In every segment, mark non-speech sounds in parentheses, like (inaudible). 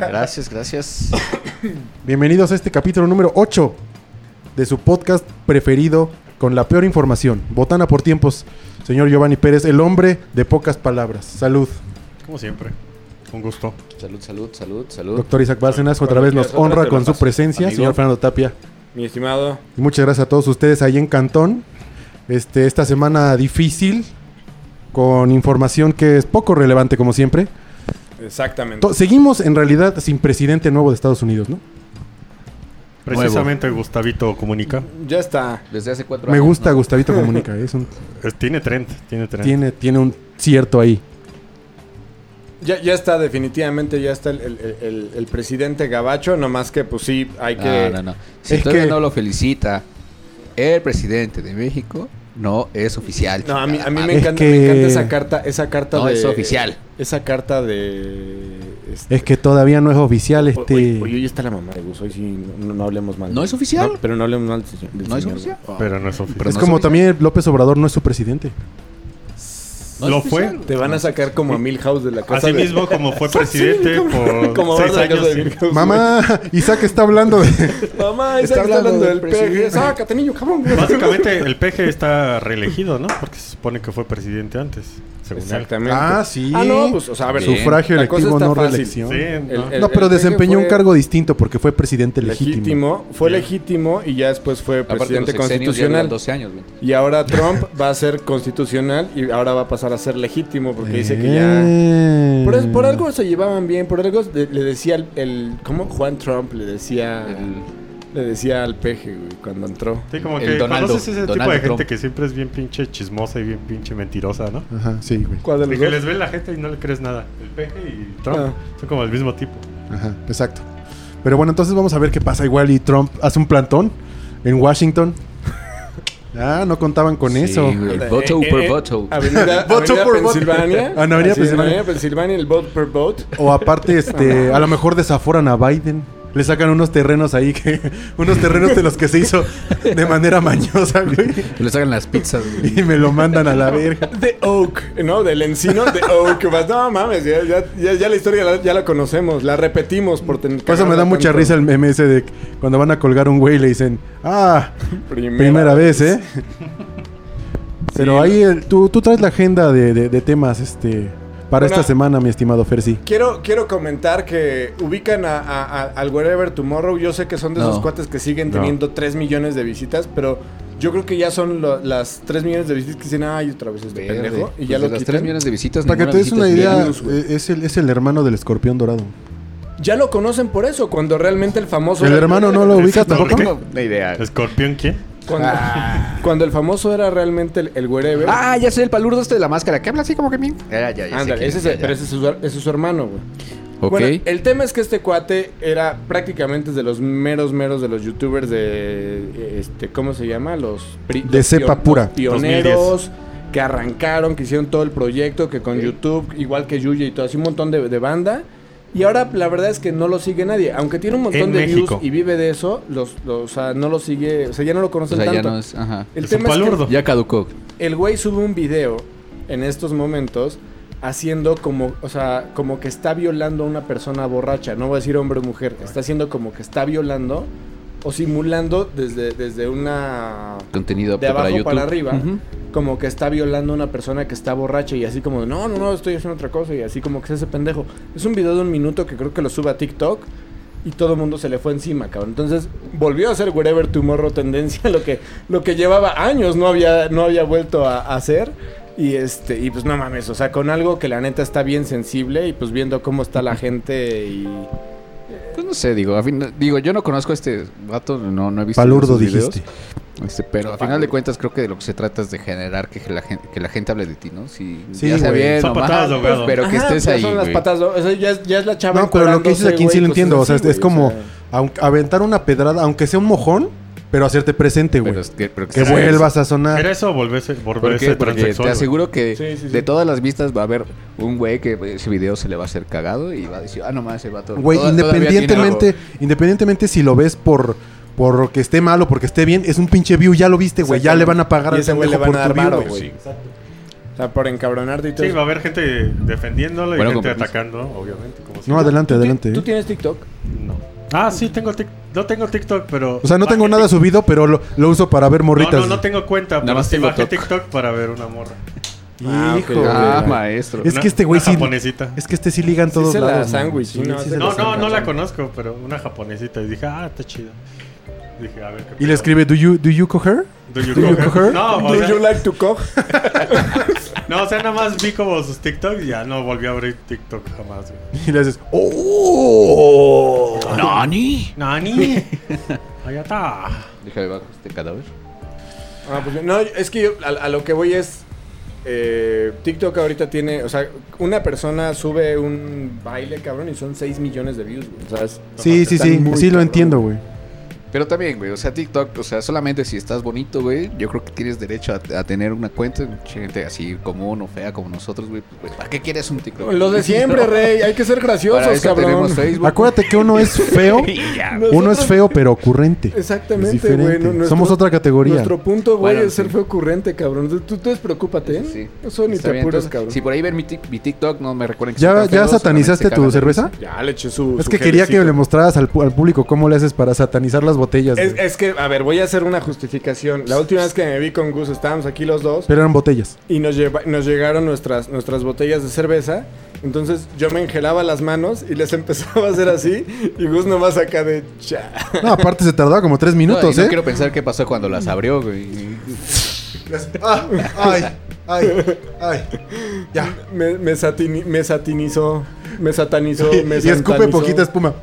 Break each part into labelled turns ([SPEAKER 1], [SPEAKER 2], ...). [SPEAKER 1] Gracias, gracias.
[SPEAKER 2] Bienvenidos a este capítulo número 8 de su podcast preferido con la peor información. Botana por tiempos. Señor Giovanni Pérez, el hombre de pocas palabras. Salud.
[SPEAKER 3] Como siempre. Un gusto.
[SPEAKER 1] (laughs) Salud, salud, salud, salud.
[SPEAKER 2] Doctor Isaac Bárcenas, otra
[SPEAKER 4] Cuando
[SPEAKER 2] vez nos
[SPEAKER 4] quieras, otra
[SPEAKER 2] honra
[SPEAKER 4] te
[SPEAKER 2] con
[SPEAKER 4] la
[SPEAKER 2] su
[SPEAKER 4] paso,
[SPEAKER 2] presencia,
[SPEAKER 4] amigo.
[SPEAKER 2] señor Fernando Tapia.
[SPEAKER 4] Mi estimado,
[SPEAKER 2] Y muchas gracias a todos ustedes ahí en Cantón. Este, esta semana difícil, con información que es poco relevante como siempre.
[SPEAKER 4] exactamente.
[SPEAKER 2] To- seguimos en realidad sin presidente nuevo de Estados Unidos, ¿no?
[SPEAKER 3] Precisamente Gustavito comunica.
[SPEAKER 4] Ya está.
[SPEAKER 1] Desde hace cuatro
[SPEAKER 2] Me
[SPEAKER 1] años.
[SPEAKER 2] gusta
[SPEAKER 1] ¿no?
[SPEAKER 4] (laughs)
[SPEAKER 2] Gustavito Comunica, es un-
[SPEAKER 3] Es- Eh, tiene trend, tiene trend.
[SPEAKER 2] tiene, tiene un cierto ahí.
[SPEAKER 4] Ya, ya está, definitivamente ya está el, el- el- el- el presidente Gabacho. Nomás que, pues sí, hay que.
[SPEAKER 1] Ah, No, no, no. Si
[SPEAKER 2] Es
[SPEAKER 1] todavía
[SPEAKER 2] que-
[SPEAKER 1] no lo felicita el presidente de México, no es oficial.
[SPEAKER 4] No, a mí, a mí me,
[SPEAKER 2] Ah, Es
[SPEAKER 4] encanta,
[SPEAKER 2] que-
[SPEAKER 4] me encanta esa carta. Esa carta
[SPEAKER 1] No,
[SPEAKER 4] de.
[SPEAKER 1] es oficial.
[SPEAKER 4] Esa carta de. este-
[SPEAKER 2] Es que todavía no es oficial
[SPEAKER 4] O-
[SPEAKER 2] este...
[SPEAKER 4] Oye, oye, hoy está la mamá de Gus. Hoy sí, no, no hablemos mal.
[SPEAKER 1] ¿No es oficial?
[SPEAKER 4] No, pero no hablemos mal del se- del
[SPEAKER 1] No es
[SPEAKER 4] señor.
[SPEAKER 1] oficial.
[SPEAKER 3] Pero no es oficial.
[SPEAKER 1] Pero
[SPEAKER 2] es
[SPEAKER 1] no es
[SPEAKER 2] como
[SPEAKER 1] oficial.
[SPEAKER 2] también López Obrador no es su presidente.
[SPEAKER 1] No es
[SPEAKER 3] Lo
[SPEAKER 1] oficial.
[SPEAKER 3] fue.
[SPEAKER 4] Te van a sacar como a Milhouse de la casa.
[SPEAKER 3] Así
[SPEAKER 4] de-
[SPEAKER 3] mismo como fue presidente por
[SPEAKER 4] como
[SPEAKER 3] seis
[SPEAKER 4] barra de la
[SPEAKER 3] años.
[SPEAKER 4] casa de
[SPEAKER 3] sí.
[SPEAKER 4] (laughs) Milhouse.
[SPEAKER 2] Mamá, Isaac está hablando de...
[SPEAKER 4] (laughs)
[SPEAKER 1] Está
[SPEAKER 4] Mamá, está, está
[SPEAKER 1] hablando
[SPEAKER 4] hablando
[SPEAKER 1] del
[SPEAKER 4] del peje.
[SPEAKER 1] presidente.
[SPEAKER 4] Sácate, niño, cabrón.
[SPEAKER 3] Básicamente el PG está reelegido, ¿no? Porque se supone que fue presidente antes, según él.
[SPEAKER 4] (laughs) Exactamente.
[SPEAKER 2] Ah, sí.
[SPEAKER 4] Ah, no, pues, o sea, a ver.
[SPEAKER 1] Bien.
[SPEAKER 2] Sufragio
[SPEAKER 4] La cosa
[SPEAKER 2] electivo,
[SPEAKER 4] está
[SPEAKER 2] no
[SPEAKER 4] fácil.
[SPEAKER 2] reelección.
[SPEAKER 3] Sí, ¿no?
[SPEAKER 4] El-
[SPEAKER 2] no, pero
[SPEAKER 4] PG
[SPEAKER 2] desempeñó un
[SPEAKER 4] fue
[SPEAKER 2] cargo distinto porque fue presidente legítimo.
[SPEAKER 4] legítimo. Fue
[SPEAKER 3] Bien.
[SPEAKER 4] legítimo y ya después fue
[SPEAKER 1] Aparte, los
[SPEAKER 4] presidente
[SPEAKER 1] sexenios ya duran
[SPEAKER 4] constitucional.
[SPEAKER 1] 12 años, güey.
[SPEAKER 4] Y ahora Trump (laughs) va a ser constitucional y ahora va a pasar a ser legítimo porque dice que ya...
[SPEAKER 2] Eh.
[SPEAKER 4] Por, es- por algo se llevaban bien, por algo le, le decía el, el- ¿Cómo? Juan Trump le decía... Le decía al peje, güey, cuando entró.
[SPEAKER 3] Sí, como
[SPEAKER 1] El
[SPEAKER 3] que
[SPEAKER 1] Donaldo-
[SPEAKER 3] conoces ese tipo
[SPEAKER 1] Donaldo
[SPEAKER 3] de gente
[SPEAKER 1] Trump.
[SPEAKER 3] que siempre es bien pinche chismosa y bien pinche mentirosa, ¿no?
[SPEAKER 2] Ajá, sí, güey.
[SPEAKER 4] ¿Cuál de
[SPEAKER 3] Y
[SPEAKER 4] los
[SPEAKER 3] que
[SPEAKER 4] dos?
[SPEAKER 3] les ve la gente y no le crees nada. El PG y Trump
[SPEAKER 4] Ah.
[SPEAKER 3] son como el mismo tipo.
[SPEAKER 2] Ajá, exacto. Pero bueno, entonces vamos a ver qué pasa. Igual y Trump hace un plantón en Washington. (laughs) ah, no contaban con
[SPEAKER 1] Sí,
[SPEAKER 2] eso.
[SPEAKER 1] güey.
[SPEAKER 4] Eh,
[SPEAKER 1] voto
[SPEAKER 4] eh,
[SPEAKER 1] por
[SPEAKER 4] eh,
[SPEAKER 1] voto.
[SPEAKER 4] (laughs) Avenida,
[SPEAKER 2] Voto
[SPEAKER 4] Avenida
[SPEAKER 2] por voto.
[SPEAKER 4] Pensilvania.
[SPEAKER 2] Ah, no, Avenida
[SPEAKER 4] Así,
[SPEAKER 2] Pensilvania.
[SPEAKER 4] Avenida Pensilvania, el vote per vote.
[SPEAKER 2] O aparte, este, a lo mejor desaforan a Biden. Le sacan unos terrenos ahí que... (laughs) Unos terrenos de los que se hizo de manera mañosa, güey.
[SPEAKER 1] Que le sacan las
[SPEAKER 4] (laughs)
[SPEAKER 1] pizzas, güey.
[SPEAKER 2] Y me lo mandan a la verga.
[SPEAKER 4] The Oak, ¿no? Del encino The Oak.
[SPEAKER 2] (laughs)
[SPEAKER 4] Vas, No mames, ya, ya, ya- ya la historia la, ya la conocemos, la repetimos por tener
[SPEAKER 2] Por eso me da mucha risa el meme ese de cuando van a colgar un güey y le dicen, ah,
[SPEAKER 4] Primera,
[SPEAKER 2] primera vez, ¿eh? Pero ahí el- tú, tú traes la agenda de, de- de temas este para
[SPEAKER 4] Una-
[SPEAKER 2] esta semana, mi estimado Fersi.
[SPEAKER 4] Quiero, quiero comentar que ubican a, a- a- al Wherever Tomorrow. Yo sé que son de
[SPEAKER 1] No.
[SPEAKER 4] esos cuates que siguen
[SPEAKER 3] No.
[SPEAKER 4] teniendo 3 millones de visitas, pero yo creo que ya son lo- las 3 millones de visitas que dicen, ay, otra vez este
[SPEAKER 1] Verde.
[SPEAKER 4] pendejo. Y
[SPEAKER 1] Pues
[SPEAKER 4] ya
[SPEAKER 1] de
[SPEAKER 4] lo
[SPEAKER 1] las
[SPEAKER 4] quitan.
[SPEAKER 1] 3 millones de visitas,
[SPEAKER 2] Para que
[SPEAKER 1] ninguna
[SPEAKER 2] te des
[SPEAKER 1] visita
[SPEAKER 2] una
[SPEAKER 1] es
[SPEAKER 2] idea,
[SPEAKER 1] bien.
[SPEAKER 2] eh, es el, es el hermano del escorpión dorado.
[SPEAKER 4] Ya lo conocen por eso, cuando realmente el famoso.
[SPEAKER 2] ¿El hermano no lo ubicas
[SPEAKER 3] No,
[SPEAKER 1] (laughs)
[SPEAKER 2] tampoco?
[SPEAKER 3] ¿qué?
[SPEAKER 1] Una idea.
[SPEAKER 3] ¿Escorpión quién?
[SPEAKER 4] Cuando, cuando el famoso era realmente el, el Wherever.
[SPEAKER 1] Ah, ya sé el palurdo este de la máscara. ¿Qué habla así como que bien? Ya, ya, ya. sé
[SPEAKER 4] Ándale,
[SPEAKER 1] quién
[SPEAKER 4] ese
[SPEAKER 1] es,
[SPEAKER 4] es-
[SPEAKER 1] ya,
[SPEAKER 4] pero
[SPEAKER 1] ya.
[SPEAKER 4] ese es su, ese es su hermano, güey.
[SPEAKER 1] Ok.
[SPEAKER 4] Bueno, el tema es que este cuate era prácticamente de los meros, meros de los youtubers de. eh, este ¿Cómo se llama? Los. pri-
[SPEAKER 2] De
[SPEAKER 4] los
[SPEAKER 2] cepa
[SPEAKER 4] pion-
[SPEAKER 2] pura.
[SPEAKER 4] los Pioneros. Que arrancaron, que hicieron todo el proyecto, que con
[SPEAKER 1] Ok.
[SPEAKER 4] YouTube, igual que Yuya y todo, así un montón de, de banda. Y ahora la verdad es que no lo sigue nadie. Aunque tiene un montón
[SPEAKER 3] En
[SPEAKER 4] de
[SPEAKER 3] México.
[SPEAKER 4] views y vive de eso, los, los- o sea, no lo sigue. O sea, ya no lo
[SPEAKER 1] o
[SPEAKER 4] conocen
[SPEAKER 1] sea, ya
[SPEAKER 4] tanto.
[SPEAKER 1] no es. Ajá.
[SPEAKER 4] El
[SPEAKER 3] Es un
[SPEAKER 4] tema es que
[SPEAKER 3] palurdo.
[SPEAKER 1] Ya caducó.
[SPEAKER 4] el güey sube un video en estos momentos haciendo como, o sea, como que está violando a una persona borracha, no voy a decir hombre o mujer, está haciendo como que está violando o simulando desde, desde una
[SPEAKER 1] Contenido apto
[SPEAKER 4] de abajo
[SPEAKER 1] para
[SPEAKER 4] para,
[SPEAKER 1] YouTube.
[SPEAKER 4] arriba,
[SPEAKER 1] Ujú.
[SPEAKER 4] como que está violando a una persona que está borracha y así como, no, no, no, estoy haciendo otra cosa y así como que es ese pendejo. Es un video de un minuto que creo que lo sube a TikTok y todo el mundo se le fue encima, cabrón. Entonces volvió a ser Wherever Tomorrow tendencia, (laughs) lo que, lo que llevaba años no había, no había vuelto a, a hacer. Y este, y pues no mames, o sea, con algo que la neta está bien sensible y pues viendo cómo está la gente y.
[SPEAKER 1] Pues no sé, digo, a fin- digo, yo no conozco a este vato, no, no he visto.
[SPEAKER 2] Palurdo
[SPEAKER 1] sus videos.
[SPEAKER 2] dijiste.
[SPEAKER 1] Este, pero al final de cuentas creo que de lo que se trata es de generar que la gente, que la gente hable de ti, ¿no? Si
[SPEAKER 2] Sí,
[SPEAKER 1] ya sea
[SPEAKER 2] güey.
[SPEAKER 1] bien
[SPEAKER 3] Son
[SPEAKER 1] o mal,
[SPEAKER 3] patadas de ahogado.
[SPEAKER 1] pero que
[SPEAKER 4] Ajá, pues
[SPEAKER 1] estés
[SPEAKER 4] ya
[SPEAKER 1] ahí.
[SPEAKER 4] Son las
[SPEAKER 1] güey.
[SPEAKER 4] patas, ¿no? O sea, ya, es, ya es la chava.
[SPEAKER 2] No, pero lo que dices
[SPEAKER 4] encuerándose,
[SPEAKER 2] aquí sí lo
[SPEAKER 4] Ah, güey,
[SPEAKER 2] entiendo. O
[SPEAKER 4] cosas
[SPEAKER 2] sea,
[SPEAKER 4] así,
[SPEAKER 2] es
[SPEAKER 4] güey,
[SPEAKER 2] como
[SPEAKER 4] o sea.
[SPEAKER 2] aunque- aventar una pedrada, aunque sea un mojón, pero hacerte presente, güey.
[SPEAKER 1] Pero es que, pero que
[SPEAKER 2] Que
[SPEAKER 1] estés ahí.
[SPEAKER 2] vuelvas a
[SPEAKER 3] ¿Era
[SPEAKER 4] Ah.
[SPEAKER 2] sonar.
[SPEAKER 3] eso o volverse,
[SPEAKER 1] ¿Por
[SPEAKER 3] volverse
[SPEAKER 1] qué? Porque
[SPEAKER 3] transexual?
[SPEAKER 1] te aseguro que
[SPEAKER 4] Sí, sí, sí.
[SPEAKER 1] de todas las vistas va a haber un güey que ese video se le va a hacer cagado y va a decir, ah, no mames, ese vato.
[SPEAKER 2] Güey,
[SPEAKER 1] toda- todavía tiene
[SPEAKER 2] independientemente, independientemente si lo ves por, por que esté malo, porque esté bien, es un pinche view, ya lo viste, güey. Ya le van a pagar
[SPEAKER 4] Y
[SPEAKER 2] al
[SPEAKER 4] ese güey
[SPEAKER 2] pendejo
[SPEAKER 4] le van
[SPEAKER 2] por tu
[SPEAKER 4] a dar
[SPEAKER 2] view,
[SPEAKER 4] varo,
[SPEAKER 2] güey.
[SPEAKER 4] güey. O sea, por encabronarte y todo.
[SPEAKER 3] Sí,
[SPEAKER 4] eso.
[SPEAKER 3] va a haber gente defendiéndolo y
[SPEAKER 1] Bueno,
[SPEAKER 3] gente
[SPEAKER 1] compromiso.
[SPEAKER 3] atacando, obviamente. Como
[SPEAKER 2] No,
[SPEAKER 3] siempre.
[SPEAKER 2] adelante,
[SPEAKER 4] ¿Tú ti-
[SPEAKER 2] adelante.
[SPEAKER 4] ¿Tú
[SPEAKER 2] ¿eh?
[SPEAKER 4] tienes TikTok?
[SPEAKER 3] No. Ah, sí, tengo tic- no tengo TikTok, pero...
[SPEAKER 2] O sea, no tengo
[SPEAKER 3] bajé
[SPEAKER 2] nada
[SPEAKER 3] tic-
[SPEAKER 2] subido, pero lo, lo uso para ver morritas.
[SPEAKER 3] No, no, no tengo cuenta, pero
[SPEAKER 1] más
[SPEAKER 3] sí
[SPEAKER 1] tengo
[SPEAKER 3] bajé
[SPEAKER 1] toc.
[SPEAKER 3] TikTok para ver una morra.
[SPEAKER 4] Ah, ok.
[SPEAKER 2] Hijo. de
[SPEAKER 1] Ah,
[SPEAKER 2] la-
[SPEAKER 1] maestro.
[SPEAKER 2] Es
[SPEAKER 3] Una-
[SPEAKER 2] que este güey
[SPEAKER 3] una
[SPEAKER 2] sí.
[SPEAKER 3] japonesita.
[SPEAKER 2] Es que este sí liga en
[SPEAKER 4] Sí
[SPEAKER 2] todos
[SPEAKER 4] se la
[SPEAKER 2] lados. man.
[SPEAKER 4] sándwich,
[SPEAKER 2] Sí,
[SPEAKER 4] ¿no?
[SPEAKER 2] sí
[SPEAKER 4] Sí
[SPEAKER 2] se
[SPEAKER 4] se
[SPEAKER 2] la
[SPEAKER 3] No, no,
[SPEAKER 2] sándwich.
[SPEAKER 3] no la conozco, pero una japonesita. Y dije, ah, está chido. Dije, a ver qué
[SPEAKER 2] Y le
[SPEAKER 3] pedo.
[SPEAKER 2] escribe, ¿Do you, do you coger?
[SPEAKER 3] ¿Do you
[SPEAKER 2] ¿Do you
[SPEAKER 3] cook her?
[SPEAKER 2] cook her?
[SPEAKER 3] No, o
[SPEAKER 4] ¿Do
[SPEAKER 3] sea,
[SPEAKER 4] you like to cook?
[SPEAKER 3] no, o sea, nada más vi como sus TikToks y ya no volví a abrir TikTok jamás. güey.
[SPEAKER 2] (laughs) Y le haces, ¡Oh!
[SPEAKER 1] ¿Nani?
[SPEAKER 3] (laughs) ¡Nani! Allá está.
[SPEAKER 1] Déjame bajo este cadáver.
[SPEAKER 4] (laughs) Ah, pues, no, es que yo a, a lo que voy es. eh, TikTok ahorita tiene. O sea, una persona sube un baile, cabrón, y son 6 millones de views, güey. O sea, es-
[SPEAKER 2] Sí, sí,
[SPEAKER 4] Están
[SPEAKER 2] sí,
[SPEAKER 4] muy
[SPEAKER 2] sí lo
[SPEAKER 4] cabrón.
[SPEAKER 2] entiendo, güey.
[SPEAKER 1] Pero también, güey, o sea, TikTok, o sea, solamente si estás bonito, güey, yo creo que tienes derecho a, a tener una cuenta. Mucha Gente así común o fea como nosotros, güey, pues, güey, ¿para qué quieres un TikTok?
[SPEAKER 4] Lo de
[SPEAKER 1] (laughs)
[SPEAKER 4] siempre, rey. Hay que ser
[SPEAKER 1] Para
[SPEAKER 4] graciosos,
[SPEAKER 1] eso
[SPEAKER 4] cabrón.
[SPEAKER 1] tenemos Facebook.
[SPEAKER 2] Acuérdate que uno es
[SPEAKER 4] (laughs)
[SPEAKER 2] feo,
[SPEAKER 1] Y ya,
[SPEAKER 4] Nosotros-
[SPEAKER 2] uno es feo pero ocurrente. Es
[SPEAKER 4] Exactamente,
[SPEAKER 2] diferente.
[SPEAKER 4] güey. no- nuestro-
[SPEAKER 2] Somos otra categoría.
[SPEAKER 4] Nuestro punto, güey,
[SPEAKER 1] Bueno,
[SPEAKER 4] es ser
[SPEAKER 1] sí.
[SPEAKER 4] feo ocurrente, cabrón. Tú, tú despreocúpate, ¿eh?
[SPEAKER 1] Eso sí.
[SPEAKER 4] Eso ni
[SPEAKER 1] Está
[SPEAKER 4] te
[SPEAKER 1] bien,
[SPEAKER 4] apuras,
[SPEAKER 1] entonces,
[SPEAKER 4] cabrón.
[SPEAKER 1] Si por ahí ven mi, tic- mi TikTok, no me recuerden que soy
[SPEAKER 2] ¿Ya,
[SPEAKER 1] tan
[SPEAKER 2] ya
[SPEAKER 1] feo,
[SPEAKER 2] satanizaste
[SPEAKER 1] solamente
[SPEAKER 2] tu
[SPEAKER 1] se cagan de
[SPEAKER 2] cerveza?
[SPEAKER 4] Ya le eché su.
[SPEAKER 2] Es
[SPEAKER 4] su
[SPEAKER 2] que quería que
[SPEAKER 4] gelecito.
[SPEAKER 2] le mostraras al, pu- al público cómo le haces para satanizar las botellas.
[SPEAKER 4] Es,
[SPEAKER 2] güey.
[SPEAKER 4] es que, a ver, voy a hacer una justificación. La última vez que me vi con Gus, estábamos aquí los dos
[SPEAKER 2] Pero eran botellas.
[SPEAKER 4] y nos, lleva- nos llegaron nuestras, nuestras botellas de cerveza. Entonces yo me engelaba las manos y les (laughs) empezaba a hacer así. Y Gus nomás acá de cha.
[SPEAKER 2] No, aparte se tardaba como
[SPEAKER 4] (laughs)
[SPEAKER 2] tres
[SPEAKER 1] No, y
[SPEAKER 2] minutos,
[SPEAKER 1] no
[SPEAKER 2] ¿eh?
[SPEAKER 1] quiero pensar qué pasó cuando las abrió,
[SPEAKER 2] (laughs)
[SPEAKER 1] güey.
[SPEAKER 2] Ah, ay, ay, ay. Ya.
[SPEAKER 4] Me, me, satini- me satinizó, me satanizó,
[SPEAKER 2] Y,
[SPEAKER 4] me
[SPEAKER 2] y escupe
[SPEAKER 4] santanizó.
[SPEAKER 2] poquita espuma.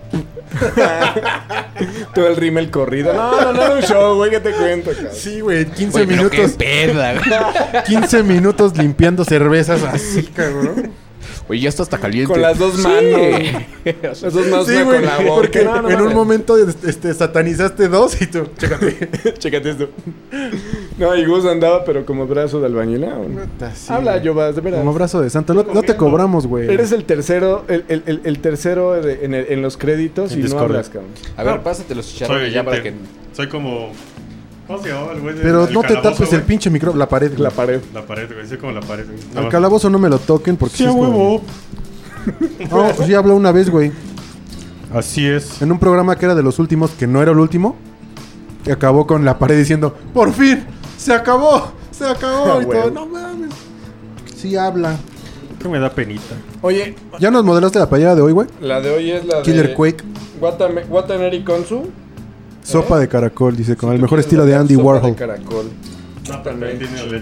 [SPEAKER 4] Todo el rímel corrido. No, no, no era un show, güey, que te cuento, cabrón.
[SPEAKER 2] Sí, güey, 15
[SPEAKER 1] Güey, pero qué
[SPEAKER 2] minutos.
[SPEAKER 1] peda,
[SPEAKER 2] (laughs)
[SPEAKER 1] güey.
[SPEAKER 2] 15 minutos limpiando cervezas así, cabrón.
[SPEAKER 1] Güey, ya está hasta caliente.
[SPEAKER 4] Con las dos
[SPEAKER 1] Sí.
[SPEAKER 4] manos.
[SPEAKER 2] (laughs)
[SPEAKER 4] Las (laughs) dos manos
[SPEAKER 2] Sí,
[SPEAKER 4] una
[SPEAKER 2] güey,
[SPEAKER 4] con la boca.
[SPEAKER 2] porque
[SPEAKER 4] No, no
[SPEAKER 2] en un
[SPEAKER 4] mames.
[SPEAKER 2] momento este, satanizaste dos y tú, chécate.
[SPEAKER 4] (laughs) Chécate esto. No, y Gus andaba, pero como brazo de albañil. ¿no? Habla, Jovas, de
[SPEAKER 2] Como
[SPEAKER 4] verdad.
[SPEAKER 2] abrazo de santo. No, no te cobramos, güey.
[SPEAKER 4] Eres el tercero, el, el- el- el tercero de- en, el- en los créditos
[SPEAKER 3] En
[SPEAKER 4] y
[SPEAKER 3] Discord.
[SPEAKER 4] no hablas, cabrón.
[SPEAKER 1] A ver, pásate los
[SPEAKER 3] Soy
[SPEAKER 1] chicharrones ya para que...
[SPEAKER 3] oyente. Soy como... ¿Cómo se llamaba el güey? del-
[SPEAKER 2] Pero
[SPEAKER 3] del
[SPEAKER 2] no te
[SPEAKER 3] calabozo,
[SPEAKER 2] tapes el
[SPEAKER 3] güey?
[SPEAKER 2] pinche micro, la pared.
[SPEAKER 4] La
[SPEAKER 2] La
[SPEAKER 4] pared.
[SPEAKER 3] La pared, güey. Soy como la pared, güey. Nada
[SPEAKER 2] Al
[SPEAKER 3] más.
[SPEAKER 2] calabozo no me lo toquen porque
[SPEAKER 3] Sí, a
[SPEAKER 2] es como-
[SPEAKER 3] huevo.
[SPEAKER 2] No, pues sí habló una vez, güey.
[SPEAKER 3] Así es.
[SPEAKER 2] En un programa que era de los últimos, que no era el último, que acabó con la pared diciendo, ¡Por fin! ¡Se acabó! ¡Se acabó!
[SPEAKER 4] Ah,
[SPEAKER 2] y
[SPEAKER 4] güey.
[SPEAKER 2] todo, no mames. Sí habla.
[SPEAKER 3] Que me da penita.
[SPEAKER 4] Oye,
[SPEAKER 2] ¿Ya nos modelaste la playera de hoy, güey?
[SPEAKER 4] la de hoy es la
[SPEAKER 2] Killer
[SPEAKER 4] de...
[SPEAKER 2] Quake,
[SPEAKER 4] Watame- Wataneri Konsu.
[SPEAKER 2] sopa de caracol, dice, con el
[SPEAKER 4] Tú
[SPEAKER 2] mejor
[SPEAKER 4] quieres
[SPEAKER 2] estilo de
[SPEAKER 4] la
[SPEAKER 2] Andy
[SPEAKER 4] sopa
[SPEAKER 2] Warhol.
[SPEAKER 4] De caracol. También.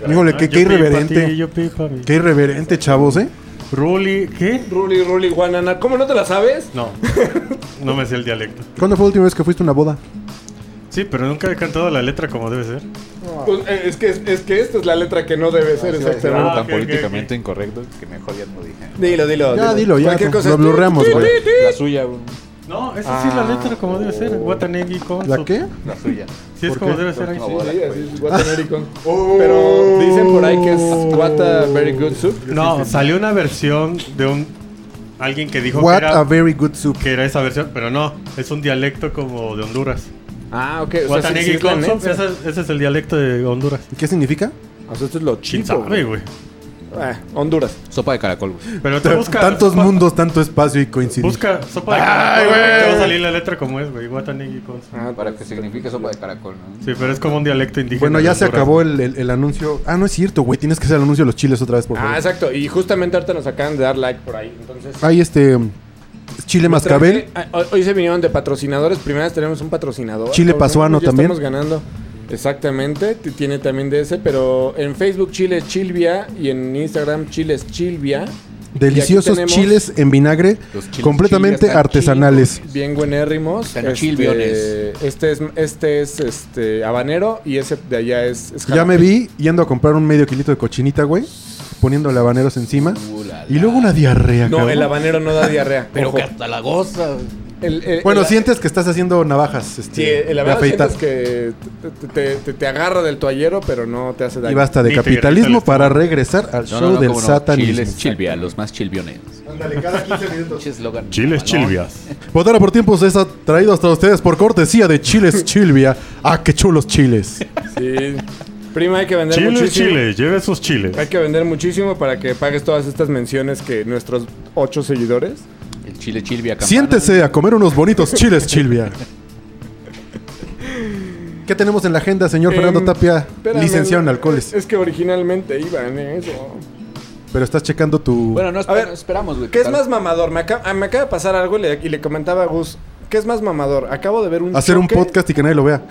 [SPEAKER 2] Híjole, que- que irreverente.
[SPEAKER 3] Yo pico a mí.
[SPEAKER 2] Qué irreverente, chavos, ¿eh?
[SPEAKER 3] Ruli, ¿qué?
[SPEAKER 4] Ruli, Ruli, Guanana. ¿Cómo no te la sabes?
[SPEAKER 3] No, no me sé el dialecto.
[SPEAKER 2] ¿Cuándo fue la última vez que fuiste a una boda?
[SPEAKER 3] Sí, pero nunca he cantado la letra como debe ser.
[SPEAKER 4] Pues, eh, es, que, es que esta es la letra que no debe ser, exactamente.
[SPEAKER 1] Algo
[SPEAKER 3] Ah,
[SPEAKER 1] tan
[SPEAKER 3] ok, ok,
[SPEAKER 1] políticamente
[SPEAKER 3] ok.
[SPEAKER 1] incorrecto que mejor ya no lo dije.
[SPEAKER 4] Ah, Dilo, dilo.
[SPEAKER 2] Ya, dilo, ya.
[SPEAKER 4] Cualquier
[SPEAKER 2] lo-
[SPEAKER 4] cosa
[SPEAKER 2] Lo
[SPEAKER 4] es tu-
[SPEAKER 2] blurreamos,
[SPEAKER 4] tu-
[SPEAKER 2] güey.
[SPEAKER 1] La suya, güey.
[SPEAKER 3] No, esa sí es la letra como debe ser. Watanegi con
[SPEAKER 2] Ah. ¿La
[SPEAKER 3] su-
[SPEAKER 2] qué?
[SPEAKER 1] La suya.
[SPEAKER 3] Sí, es
[SPEAKER 2] ¿Por
[SPEAKER 3] como
[SPEAKER 2] qué?
[SPEAKER 3] debe ser ahí.
[SPEAKER 1] Por
[SPEAKER 3] sí.
[SPEAKER 1] favor.
[SPEAKER 4] Sí, así es, Wataneri (laughs) Konsu. Pero dicen por ahí que es Wata Very Good Soup.
[SPEAKER 3] No, salió una versión de un. Alguien que dijo que
[SPEAKER 2] What a
[SPEAKER 3] era,
[SPEAKER 2] very good soup.
[SPEAKER 3] que era esa versión, pero no, es un dialecto como de Honduras.
[SPEAKER 4] Ah, ok. O sea, sí- sí
[SPEAKER 3] Watanegi
[SPEAKER 4] es la
[SPEAKER 3] con su-
[SPEAKER 2] ¿eh?
[SPEAKER 4] neta.
[SPEAKER 3] ese, es- ese es el dialecto de Honduras.
[SPEAKER 2] ¿Y ¿Qué significa?
[SPEAKER 4] O sea, esto es lo
[SPEAKER 3] ¿Quién
[SPEAKER 4] chido.
[SPEAKER 3] sabe,
[SPEAKER 4] güey.
[SPEAKER 3] güey?
[SPEAKER 4] Ah, Honduras.
[SPEAKER 1] Sopa de caracol, güey.
[SPEAKER 3] Pero tú busca.
[SPEAKER 2] Tantos
[SPEAKER 3] sopa-
[SPEAKER 2] mundos, tanto espacio y coincidencia.
[SPEAKER 3] Busca sopa de caracol, güey. Te va a salir la letra como es, güey. Watanegi con su-
[SPEAKER 4] Ah,
[SPEAKER 1] Para que signifique sopa de caracol, ¿no?
[SPEAKER 3] Sí, pero es como un dialecto indígena.
[SPEAKER 2] Bueno, ya
[SPEAKER 3] de
[SPEAKER 2] se
[SPEAKER 3] Honduras.
[SPEAKER 2] acabó el, el- el anuncio. Ah, no es cierto, güey. Tienes que hacer el anuncio de los chiles otra vez, por favor.
[SPEAKER 4] Ah, exacto. Y justamente ahorita nos acaban de dar like por ahí. Entonces.
[SPEAKER 2] Hay este mm, chile mascabel.
[SPEAKER 4] Traje- ah, hoy- Hoy se vinieron de patrocinadores. Primeras tenemos un patrocinador.
[SPEAKER 2] Chile Pasuano
[SPEAKER 4] ya
[SPEAKER 2] también.
[SPEAKER 4] Estamos ganando. Exactamente. t- Tiene también de ese. Pero en Facebook Chile es Chilvia. Y en Instagram Chile es Chilvia.
[SPEAKER 2] Deliciosos
[SPEAKER 4] tenemos-
[SPEAKER 2] chiles en vinagre,
[SPEAKER 1] Los chiles
[SPEAKER 2] completamente
[SPEAKER 1] chiles están
[SPEAKER 2] artesanales.
[SPEAKER 4] Bien buenérrimos.
[SPEAKER 1] Están chilviones.
[SPEAKER 4] Este es, este es este habanero. Y ese de allá es. es
[SPEAKER 2] Ya me
[SPEAKER 4] jalapeño.
[SPEAKER 2] vi yendo a comprar un medio kilito de cochinita, güey, poniéndole habaneros encima.
[SPEAKER 1] Uh, la,
[SPEAKER 2] Y luego una diarrea,
[SPEAKER 4] No,
[SPEAKER 2] cabrón.
[SPEAKER 4] el habanero no da diarrea.
[SPEAKER 1] Pero
[SPEAKER 4] ojo.
[SPEAKER 1] que hasta la goza. güey.
[SPEAKER 4] El- el-
[SPEAKER 2] Bueno,
[SPEAKER 4] el-
[SPEAKER 2] sientes que estás haciendo navajas este,
[SPEAKER 4] Sí, el
[SPEAKER 2] de
[SPEAKER 4] habanero
[SPEAKER 2] afeitar.
[SPEAKER 4] sientes que te, te- te- te agarra del toallero, pero no te hace daño.
[SPEAKER 2] Y basta
[SPEAKER 3] Ni
[SPEAKER 2] de
[SPEAKER 3] te
[SPEAKER 2] capitalismo
[SPEAKER 3] irrita el
[SPEAKER 2] para regresar al
[SPEAKER 1] No,
[SPEAKER 2] show
[SPEAKER 1] no, no,
[SPEAKER 2] del
[SPEAKER 1] cómo no.
[SPEAKER 2] satanismo.
[SPEAKER 1] Chiles Chilvia, los más chilviones.
[SPEAKER 2] Ándale, cada 15 minutos.
[SPEAKER 3] Chiles chilvias.
[SPEAKER 2] Votara por tiempos es traído hasta ustedes por cortesía de Chiles Chilvia. ¡Ah, qué chulos chiles!
[SPEAKER 4] Sí. Prima, hay que vender
[SPEAKER 3] Chile,
[SPEAKER 4] muchísimo.
[SPEAKER 3] Chile, lleve sus chiles.
[SPEAKER 4] Hay que vender muchísimo para que pagues todas estas menciones que nuestros ocho seguidores.
[SPEAKER 1] El chile chilvia campana.
[SPEAKER 2] Siéntese a comer unos bonitos chiles, Chilvia. ¿Qué tenemos en la agenda, señor Fernando
[SPEAKER 4] Em,
[SPEAKER 2] Tapia?
[SPEAKER 4] espérame,
[SPEAKER 2] licenciado en
[SPEAKER 4] no,
[SPEAKER 2] alcoholes.
[SPEAKER 4] Es que originalmente iban en eso.
[SPEAKER 2] Pero estás checando tu...
[SPEAKER 1] Bueno, no
[SPEAKER 4] A ver,
[SPEAKER 1] esper- esperamos, güey.
[SPEAKER 4] ¿Qué es
[SPEAKER 1] tal-
[SPEAKER 4] más mamador? Me acaba, ah, me acaba de pasar algo y le, y le comentaba a Gus. ¿Qué es más mamador? Acabo de ver un
[SPEAKER 2] hacer un
[SPEAKER 4] choque-
[SPEAKER 2] podcast y que nadie lo vea.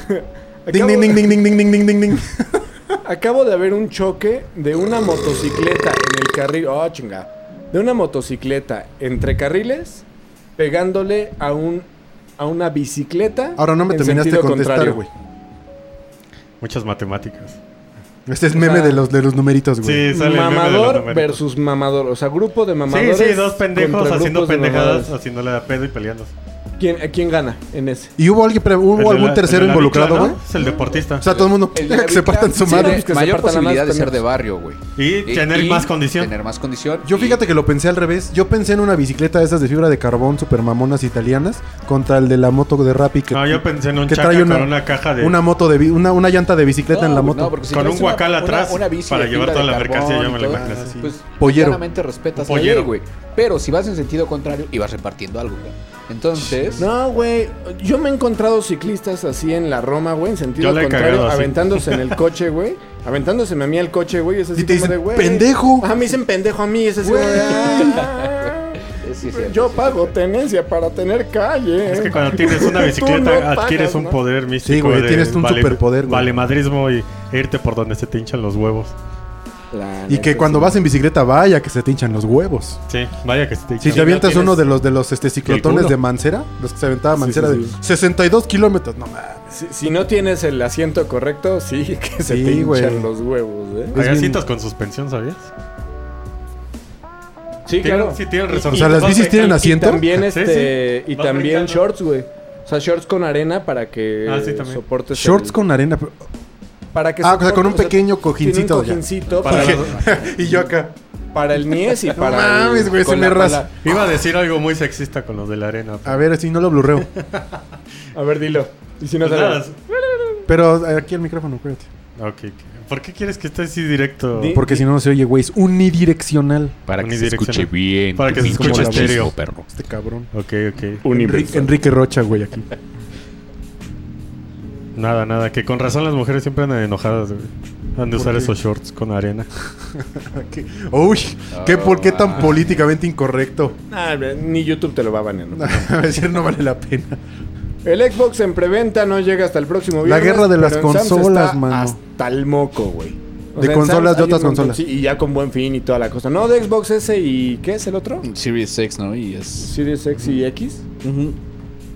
[SPEAKER 2] Ding, ding,
[SPEAKER 4] Acabo de-
[SPEAKER 2] ding, ding, ding, ding, ding, ding, ding, ding.
[SPEAKER 4] (laughs) Acabo de ver un choque de una motocicleta en el carril. Oh, chinga. De una motocicleta entre carriles pegándole a un a una bicicleta.
[SPEAKER 2] Ahora no me
[SPEAKER 4] en
[SPEAKER 2] terminaste de
[SPEAKER 4] sentido
[SPEAKER 2] contestar,
[SPEAKER 4] contrario.
[SPEAKER 2] güey.
[SPEAKER 3] Muchas matemáticas.
[SPEAKER 2] Este es meme
[SPEAKER 4] sea,
[SPEAKER 2] de los, de los numeritos, güey.
[SPEAKER 3] Sí, sale el meme de los
[SPEAKER 4] Mamador
[SPEAKER 3] numeritos.
[SPEAKER 4] versus mamador. O sea, grupo de
[SPEAKER 3] Sí,
[SPEAKER 4] mamadores.
[SPEAKER 3] sí, dos pendejos
[SPEAKER 4] contra
[SPEAKER 3] haciendo
[SPEAKER 4] grupos de
[SPEAKER 3] pendejadas,
[SPEAKER 4] mamadores.
[SPEAKER 3] haciéndole a pedo y peleándose.
[SPEAKER 4] ¿Quién, eh, ¿Quién gana en ese?
[SPEAKER 2] ¿Y hubo, alguien, pre-
[SPEAKER 3] El
[SPEAKER 2] hubo
[SPEAKER 3] de
[SPEAKER 2] algún
[SPEAKER 3] la-
[SPEAKER 2] tercero
[SPEAKER 3] el de la
[SPEAKER 2] involucrado,
[SPEAKER 3] bicha,
[SPEAKER 2] güey?
[SPEAKER 3] ¿no? Es el deportista.
[SPEAKER 2] O sea, todo el mundo... (laughs)
[SPEAKER 1] El de la
[SPEAKER 2] que se
[SPEAKER 1] bica-
[SPEAKER 2] partan su
[SPEAKER 1] sí,
[SPEAKER 2] madre.
[SPEAKER 4] pues que se
[SPEAKER 1] mayor
[SPEAKER 4] partan a
[SPEAKER 1] posibilidad de
[SPEAKER 4] más
[SPEAKER 1] ser de
[SPEAKER 4] pendejos.
[SPEAKER 1] barrio, güey.
[SPEAKER 3] Y tener más condición.
[SPEAKER 1] Tener más condición.
[SPEAKER 2] Yo
[SPEAKER 1] y-
[SPEAKER 2] fíjate que lo pensé al revés. Yo pensé en una bicicleta de esas de fibra de carbón super mamonas italianas contra el de la moto de Rappi que,
[SPEAKER 3] No, yo pensé en un
[SPEAKER 2] que
[SPEAKER 3] chaca
[SPEAKER 2] trae una,
[SPEAKER 3] con una caja de...
[SPEAKER 2] una moto de bi- una, una llanta de bicicleta en la
[SPEAKER 1] No, pues
[SPEAKER 2] moto.
[SPEAKER 1] no, porque si
[SPEAKER 3] Con
[SPEAKER 1] traes
[SPEAKER 3] un
[SPEAKER 1] una-
[SPEAKER 3] guacal
[SPEAKER 1] una-
[SPEAKER 3] atrás
[SPEAKER 1] una bici
[SPEAKER 3] para
[SPEAKER 1] de
[SPEAKER 3] llevar
[SPEAKER 1] fibra
[SPEAKER 3] toda
[SPEAKER 1] de
[SPEAKER 3] la mercancía,
[SPEAKER 1] carbón
[SPEAKER 3] ya
[SPEAKER 1] y
[SPEAKER 3] me la
[SPEAKER 1] todo,
[SPEAKER 3] imagino así.
[SPEAKER 1] Pues
[SPEAKER 2] Pollero.
[SPEAKER 1] claramente respetas
[SPEAKER 3] Un
[SPEAKER 1] la ley,
[SPEAKER 3] pollero.
[SPEAKER 1] güey. Pero si vas en sentido contrario y vas repartiendo algo, güey. Entonces,
[SPEAKER 4] No, güey. Yo me he encontrado ciclistas así en la Roma, güey, en sentido
[SPEAKER 3] Yo la he
[SPEAKER 4] contrario,
[SPEAKER 3] cagado así.
[SPEAKER 4] aventándose en el coche, güey. Aventándoseme a mí al coche, güey. Es así
[SPEAKER 2] Y te
[SPEAKER 4] como
[SPEAKER 2] dicen,
[SPEAKER 4] de, güey.
[SPEAKER 2] "Pendejo".
[SPEAKER 4] Ah, me dicen pendejo a mí, es así,
[SPEAKER 2] Güey.
[SPEAKER 4] güey. ah,
[SPEAKER 1] es- sí, es cierto,
[SPEAKER 4] Yo
[SPEAKER 1] sí,
[SPEAKER 4] pago tenencia para tener calle.
[SPEAKER 3] Es
[SPEAKER 2] (laughs)
[SPEAKER 3] que cuando tienes una
[SPEAKER 4] Tú
[SPEAKER 3] bicicleta
[SPEAKER 4] no pagas,
[SPEAKER 3] adquieres un
[SPEAKER 4] ¿no?
[SPEAKER 3] poder místico.
[SPEAKER 2] Sí, güey,
[SPEAKER 3] de
[SPEAKER 2] tienes un superpoder, güey.
[SPEAKER 3] Valemadrismo y irte por donde se te hinchan los huevos.
[SPEAKER 4] La
[SPEAKER 2] Y que
[SPEAKER 4] neta,
[SPEAKER 2] cuando
[SPEAKER 4] sí.
[SPEAKER 2] vas en bicicleta vaya que se te hinchan los huevos.
[SPEAKER 3] Sí, vaya que se te hinchan.
[SPEAKER 2] Si te avientas
[SPEAKER 4] tienes-
[SPEAKER 2] uno de los de los este, ciclotones
[SPEAKER 3] culo.
[SPEAKER 2] de Mancera, los que se aventaba
[SPEAKER 4] Sí,
[SPEAKER 2] Mancera
[SPEAKER 4] sí,
[SPEAKER 2] de
[SPEAKER 4] sí.
[SPEAKER 2] 62 kilómetros, no mames.
[SPEAKER 4] Si, si no tienes el asiento correcto, sí (laughs) que se
[SPEAKER 2] Sí,
[SPEAKER 4] te hinchan
[SPEAKER 2] güey.
[SPEAKER 4] los huevos, ¿eh?
[SPEAKER 3] Hay
[SPEAKER 2] es bien-
[SPEAKER 3] asientos con suspensión, ¿sabías?
[SPEAKER 4] Sí,
[SPEAKER 3] Tienen- Sí, tienen
[SPEAKER 2] O
[SPEAKER 3] resortes.
[SPEAKER 2] sea, las bicis tienen
[SPEAKER 4] Y
[SPEAKER 2] asiento.
[SPEAKER 4] también
[SPEAKER 3] Sí,
[SPEAKER 4] este
[SPEAKER 3] sí.
[SPEAKER 4] y
[SPEAKER 3] Vas
[SPEAKER 4] también
[SPEAKER 3] brincando.
[SPEAKER 4] shorts, güey. O sea, shorts con arena para que
[SPEAKER 3] Ah, sí, también.
[SPEAKER 4] soportes
[SPEAKER 2] Shorts
[SPEAKER 4] el-
[SPEAKER 2] con arena.
[SPEAKER 3] (laughs)
[SPEAKER 2] pero-
[SPEAKER 4] para que
[SPEAKER 2] Ah, o sea, con un
[SPEAKER 4] soporte-
[SPEAKER 2] pequeño
[SPEAKER 4] tiene
[SPEAKER 2] cojincito
[SPEAKER 4] un
[SPEAKER 2] ya.
[SPEAKER 4] cojincito para,
[SPEAKER 3] Para
[SPEAKER 4] para,
[SPEAKER 3] los-
[SPEAKER 2] y yo acá.
[SPEAKER 4] el niés y para
[SPEAKER 2] mames,
[SPEAKER 4] el-
[SPEAKER 2] güey,
[SPEAKER 4] con
[SPEAKER 2] se
[SPEAKER 4] la-
[SPEAKER 2] me
[SPEAKER 4] con
[SPEAKER 2] raspa.
[SPEAKER 3] (laughs) Iba a decir algo muy sexista con los de la arena.
[SPEAKER 4] Ah,
[SPEAKER 2] A ver, si no lo blurreo.
[SPEAKER 4] la- A ver, dilo. Y si no
[SPEAKER 3] Pues
[SPEAKER 4] te
[SPEAKER 3] nada,
[SPEAKER 2] Pero eh, aquí el micrófono, acuérdate.
[SPEAKER 3] ok, ok. ¿Por qué quieres que esté así directo?
[SPEAKER 4] Di-
[SPEAKER 2] Porque si no, no se oye, güey. Es unidireccional.
[SPEAKER 1] Para que se
[SPEAKER 3] Unidireccional.
[SPEAKER 1] escuche bien.
[SPEAKER 3] Para que se
[SPEAKER 2] escuche
[SPEAKER 1] Pinche machismo,
[SPEAKER 3] estéreo.
[SPEAKER 1] perro.
[SPEAKER 2] Este cabrón.
[SPEAKER 3] Ok, ok.
[SPEAKER 2] Enri- Enrique Rocha, güey, aquí.
[SPEAKER 3] Nada, nada. Que con razón las mujeres siempre andan enojadas, güey. Han de usar esos shorts con arena.
[SPEAKER 2] (laughs) ¿Qué? Uy, ¿qué, ¿por qué tan
[SPEAKER 1] Ah.
[SPEAKER 2] políticamente incorrecto? (laughs)
[SPEAKER 4] Ah, ni YouTube te lo va a banear. ¿no?
[SPEAKER 2] A decir, no vale la pena.
[SPEAKER 4] El Xbox en preventa no llega hasta el próximo
[SPEAKER 2] La
[SPEAKER 4] viernes.
[SPEAKER 2] guerra de las
[SPEAKER 4] pero en Sam's
[SPEAKER 2] consolas,
[SPEAKER 4] está
[SPEAKER 2] mano.
[SPEAKER 4] Hasta el moco, güey. O
[SPEAKER 2] De
[SPEAKER 4] en
[SPEAKER 2] consolas,
[SPEAKER 4] Sam's
[SPEAKER 2] de
[SPEAKER 4] hay
[SPEAKER 2] otras
[SPEAKER 4] un montón,
[SPEAKER 2] consolas.
[SPEAKER 4] sí, y ya con buen fin y toda la cosa. No, de Xbox S y ¿qué es el otro?
[SPEAKER 1] Series 6, ¿no? Y es.
[SPEAKER 4] Series X y X.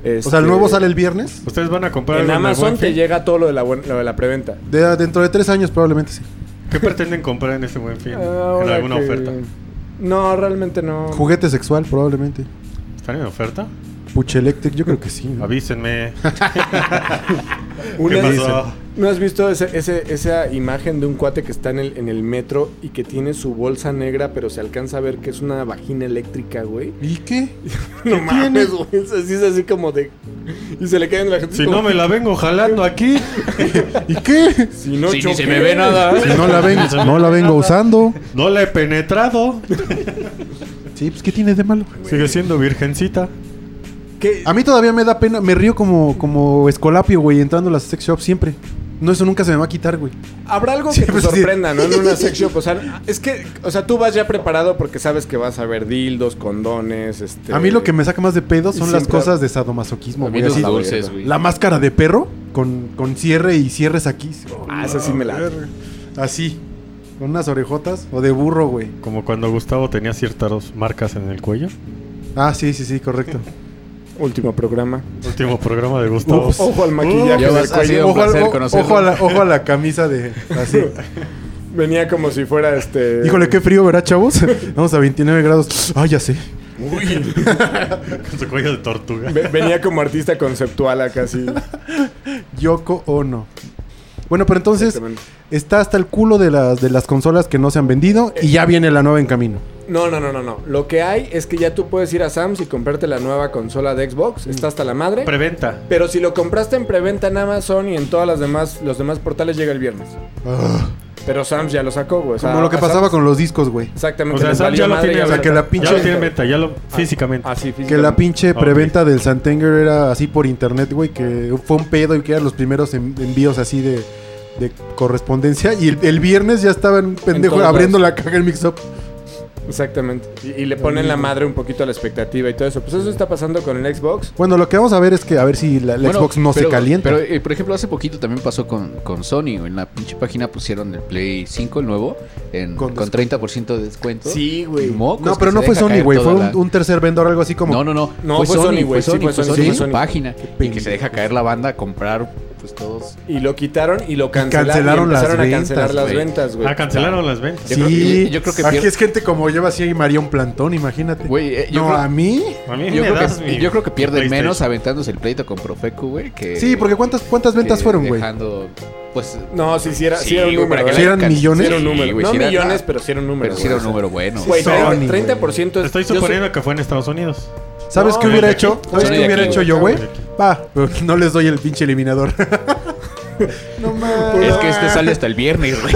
[SPEAKER 4] Este,
[SPEAKER 2] O sea, el nuevo sale el viernes.
[SPEAKER 3] ¿Ustedes van a comprar
[SPEAKER 4] En
[SPEAKER 3] algo el
[SPEAKER 4] Amazon
[SPEAKER 3] Buen
[SPEAKER 4] te
[SPEAKER 3] Fin?
[SPEAKER 4] llega todo lo de la, buen- lo de la preventa.
[SPEAKER 2] De- ah, dentro de tres años, probablemente sí.
[SPEAKER 3] ¿Qué pretenden comprar en ese buen fin? ¿En
[SPEAKER 4] Ah, Ahora
[SPEAKER 3] alguna
[SPEAKER 4] que-
[SPEAKER 3] oferta?
[SPEAKER 4] No, realmente no.
[SPEAKER 2] Juguete sexual, probablemente.
[SPEAKER 3] ¿Están en oferta?
[SPEAKER 4] Mm.
[SPEAKER 2] Puche Electric, yo creo que sí. ¿no?
[SPEAKER 3] Avísenme.
[SPEAKER 4] (laughs) Una-
[SPEAKER 3] ¿Qué pasó?
[SPEAKER 4] ¿No has visto ese- ese- esa imagen de un cuate que está en el, en el metro y que tiene su bolsa negra, pero se alcanza a ver que es una vagina eléctrica, güey? (laughs)
[SPEAKER 2] ¿Y qué?
[SPEAKER 4] No mames, güey. Es así, es así como de. Y se le caen la gente.
[SPEAKER 3] Si no me la vengo jalando aquí.
[SPEAKER 1] (laughs)
[SPEAKER 2] ¿Y qué?
[SPEAKER 4] Si no
[SPEAKER 1] Sí, ni se
[SPEAKER 4] choqué.
[SPEAKER 1] me ve nada.
[SPEAKER 3] ¿eh?
[SPEAKER 4] (laughs)
[SPEAKER 2] Si no la vengo, no la vengo usando.
[SPEAKER 3] No la he
[SPEAKER 4] (laughs)
[SPEAKER 3] penetrado.
[SPEAKER 2] Sí, pues ¿qué tiene de malo?
[SPEAKER 3] Sigue siendo virgencita.
[SPEAKER 4] ¿Qué?
[SPEAKER 2] A mí todavía me da pena, me río como, como escolapio, güey, entrando a las sex shops siempre. No, eso nunca se me va a quitar, güey.
[SPEAKER 4] Habrá algo que
[SPEAKER 2] Sí,
[SPEAKER 4] te
[SPEAKER 2] pues, sí.
[SPEAKER 4] sorprenda, ¿no? En una sex shop. O sea, es que, o sea, tú vas ya preparado porque sabes que vas a ver dildos, condones, este.
[SPEAKER 2] A mí lo que me saca más de pedo son
[SPEAKER 4] Y
[SPEAKER 2] las
[SPEAKER 4] siempre-
[SPEAKER 2] cosas de sadomasoquismo,
[SPEAKER 1] A mí
[SPEAKER 2] güey.
[SPEAKER 1] los
[SPEAKER 2] Así,
[SPEAKER 1] dulces, güey.
[SPEAKER 2] la máscara de perro con, con cierre y cierres aquí.
[SPEAKER 4] Ah, esa sí me la.
[SPEAKER 2] Así. Con unas orejotas o de burro, güey.
[SPEAKER 3] Como cuando Gustavo tenía ciertas marcas en el cuello.
[SPEAKER 2] Ah, sí, sí, sí, (laughs) correcto.
[SPEAKER 4] Último programa.
[SPEAKER 3] Último programa de Gustavo.
[SPEAKER 4] Uf, ojo al
[SPEAKER 2] Uh,
[SPEAKER 4] maquillaje
[SPEAKER 1] Ya
[SPEAKER 4] del
[SPEAKER 1] vas a
[SPEAKER 4] cuello.
[SPEAKER 1] sido un
[SPEAKER 2] ojo, al-
[SPEAKER 1] placer
[SPEAKER 2] o-
[SPEAKER 1] conocerlo.
[SPEAKER 2] ojo a la, ojo a la (laughs) camisa de... Así.
[SPEAKER 4] Venía como si fuera este.
[SPEAKER 2] (laughs) Híjole,
[SPEAKER 4] (laughs)
[SPEAKER 2] qué frío, ¿verdad, chavos? (laughs) Vamos a 29 grados. Ah, ya sé.
[SPEAKER 3] Con su cuello de tortuga.
[SPEAKER 4] Ve- Venía como artista conceptual acá, así.
[SPEAKER 2] Yoko Ono. Bueno, pero entonces
[SPEAKER 4] Exactamente.
[SPEAKER 2] está hasta el culo de las, de las consolas que no se han vendido y ya viene la nueva en camino.
[SPEAKER 4] No, no, no, no, no. Lo que hay es que ya tú puedes ir a Sam's y comprarte la nueva consola de
[SPEAKER 2] Mm.
[SPEAKER 4] Xbox. Está hasta la madre.
[SPEAKER 3] Preventa.
[SPEAKER 4] Pero si lo compraste en preventa en Amazon y en todas las demás, los demás portales llega el viernes.
[SPEAKER 2] Ah.
[SPEAKER 4] Pero Sam's ya lo sacó, güey. O sea,
[SPEAKER 2] Como lo que
[SPEAKER 4] a
[SPEAKER 2] pasaba
[SPEAKER 4] Sam's-
[SPEAKER 2] con los discos, güey.
[SPEAKER 3] O
[SPEAKER 4] Exactamente.
[SPEAKER 3] sea,
[SPEAKER 4] les
[SPEAKER 3] Sam
[SPEAKER 4] valió
[SPEAKER 3] ya lo
[SPEAKER 4] madre
[SPEAKER 3] tiene.
[SPEAKER 4] y
[SPEAKER 2] o sea,
[SPEAKER 4] ahorita-
[SPEAKER 2] que la
[SPEAKER 3] Ya
[SPEAKER 2] pinche- Ah,
[SPEAKER 3] lo tiene en venta, ya lo físicamente.
[SPEAKER 4] Así,
[SPEAKER 2] Que la pinche
[SPEAKER 3] Ok.
[SPEAKER 2] preventa del Santenger era así por internet, güey, que fue un pedo y que eran los primeros en- envíos así de, de correspondencia. Y el, el viernes ya estaba un pendejo
[SPEAKER 4] todos
[SPEAKER 2] abriendo la caja del mix-up.
[SPEAKER 4] Exactamente. Y, y le ponen
[SPEAKER 2] Mm.
[SPEAKER 4] la madre un poquito a la expectativa y todo eso. Pues eso está pasando con el Xbox.
[SPEAKER 2] Bueno, lo que vamos a ver es que a ver si la, la
[SPEAKER 1] Bueno,
[SPEAKER 2] Xbox no
[SPEAKER 1] pero-
[SPEAKER 2] se calienta.
[SPEAKER 1] Pero, eh, por ejemplo, hace poquito también pasó con, con Sony. güey. En la pinche página pusieron el Play 5, el nuevo, en-
[SPEAKER 2] Con
[SPEAKER 1] con, 30% de descuento.
[SPEAKER 4] Sí, güey.
[SPEAKER 1] Y mocos,
[SPEAKER 2] no,
[SPEAKER 1] que
[SPEAKER 2] pero
[SPEAKER 1] se
[SPEAKER 2] no fue
[SPEAKER 1] deja
[SPEAKER 2] Sony,
[SPEAKER 1] caer
[SPEAKER 2] güey.
[SPEAKER 1] toda
[SPEAKER 2] Fue un,
[SPEAKER 1] la-
[SPEAKER 2] un tercer vendor, algo así como.
[SPEAKER 1] No, no, no.
[SPEAKER 4] No,
[SPEAKER 1] fue,
[SPEAKER 4] fue Sony,
[SPEAKER 1] Sony, fue
[SPEAKER 4] güey, sí,
[SPEAKER 1] Sony,
[SPEAKER 4] fue
[SPEAKER 1] fue
[SPEAKER 4] Sony,
[SPEAKER 1] Sony,
[SPEAKER 2] fue
[SPEAKER 1] en su
[SPEAKER 2] Sony.
[SPEAKER 1] página. Y
[SPEAKER 2] pendejo.
[SPEAKER 1] que se deja caer la banda a comprar, pues todos.
[SPEAKER 4] Y lo quitaron y lo cancelaron.
[SPEAKER 2] cancelaron
[SPEAKER 4] y
[SPEAKER 2] las ventas,
[SPEAKER 4] empezaron a cancelar
[SPEAKER 1] güey.
[SPEAKER 4] las ventas, güey.
[SPEAKER 3] Ah, cancelaron las ventas.
[SPEAKER 1] Yo
[SPEAKER 2] sí,
[SPEAKER 1] creo que- yo creo que
[SPEAKER 2] aquí
[SPEAKER 1] pier-
[SPEAKER 2] es gente como lleva así a María un plantón, imagínate.
[SPEAKER 1] Güey, eh, yo
[SPEAKER 2] no,
[SPEAKER 1] creo-
[SPEAKER 2] a mí.
[SPEAKER 3] A mí
[SPEAKER 1] Yo
[SPEAKER 3] me
[SPEAKER 1] creo,
[SPEAKER 3] das
[SPEAKER 1] que,
[SPEAKER 3] mi
[SPEAKER 1] yo creo que pierden
[SPEAKER 3] PlayStation.
[SPEAKER 1] menos aventándose el pleito con Profeco, güey. que-
[SPEAKER 2] Sí, porque ¿cuántas, cuántas
[SPEAKER 1] que
[SPEAKER 2] ventas fueron, güey?
[SPEAKER 1] Dejando, pues.
[SPEAKER 4] No, sí, sí era, sí,
[SPEAKER 1] Sí,
[SPEAKER 4] era un
[SPEAKER 1] güey,
[SPEAKER 4] número.
[SPEAKER 1] para que
[SPEAKER 4] ¿verdad?
[SPEAKER 2] ¿Sí eran
[SPEAKER 1] alcance-
[SPEAKER 2] millones?
[SPEAKER 4] Sí era un
[SPEAKER 1] Sí,
[SPEAKER 4] número.
[SPEAKER 1] güey,
[SPEAKER 4] no
[SPEAKER 1] sí era-
[SPEAKER 4] millones, pero sí era un número.
[SPEAKER 1] Pero sí era un
[SPEAKER 4] güey.
[SPEAKER 1] número bueno.
[SPEAKER 4] Güey,
[SPEAKER 2] Sony, güey.
[SPEAKER 4] 30%, 30% es.
[SPEAKER 3] Estoy
[SPEAKER 4] yo
[SPEAKER 3] suponiendo que fue en Estados Unidos.
[SPEAKER 2] ¿Sabes
[SPEAKER 4] No,
[SPEAKER 2] qué hubiera
[SPEAKER 3] de aquí.
[SPEAKER 2] hecho? ¿Sabes
[SPEAKER 1] Son
[SPEAKER 2] qué
[SPEAKER 1] de
[SPEAKER 2] hubiera
[SPEAKER 1] aquí,
[SPEAKER 2] hecho
[SPEAKER 1] güey.
[SPEAKER 2] yo, güey?
[SPEAKER 3] Son de aquí.
[SPEAKER 2] Va, pero no les doy el pinche eliminador. (laughs) no mames.
[SPEAKER 1] Es que este sale hasta el viernes, güey.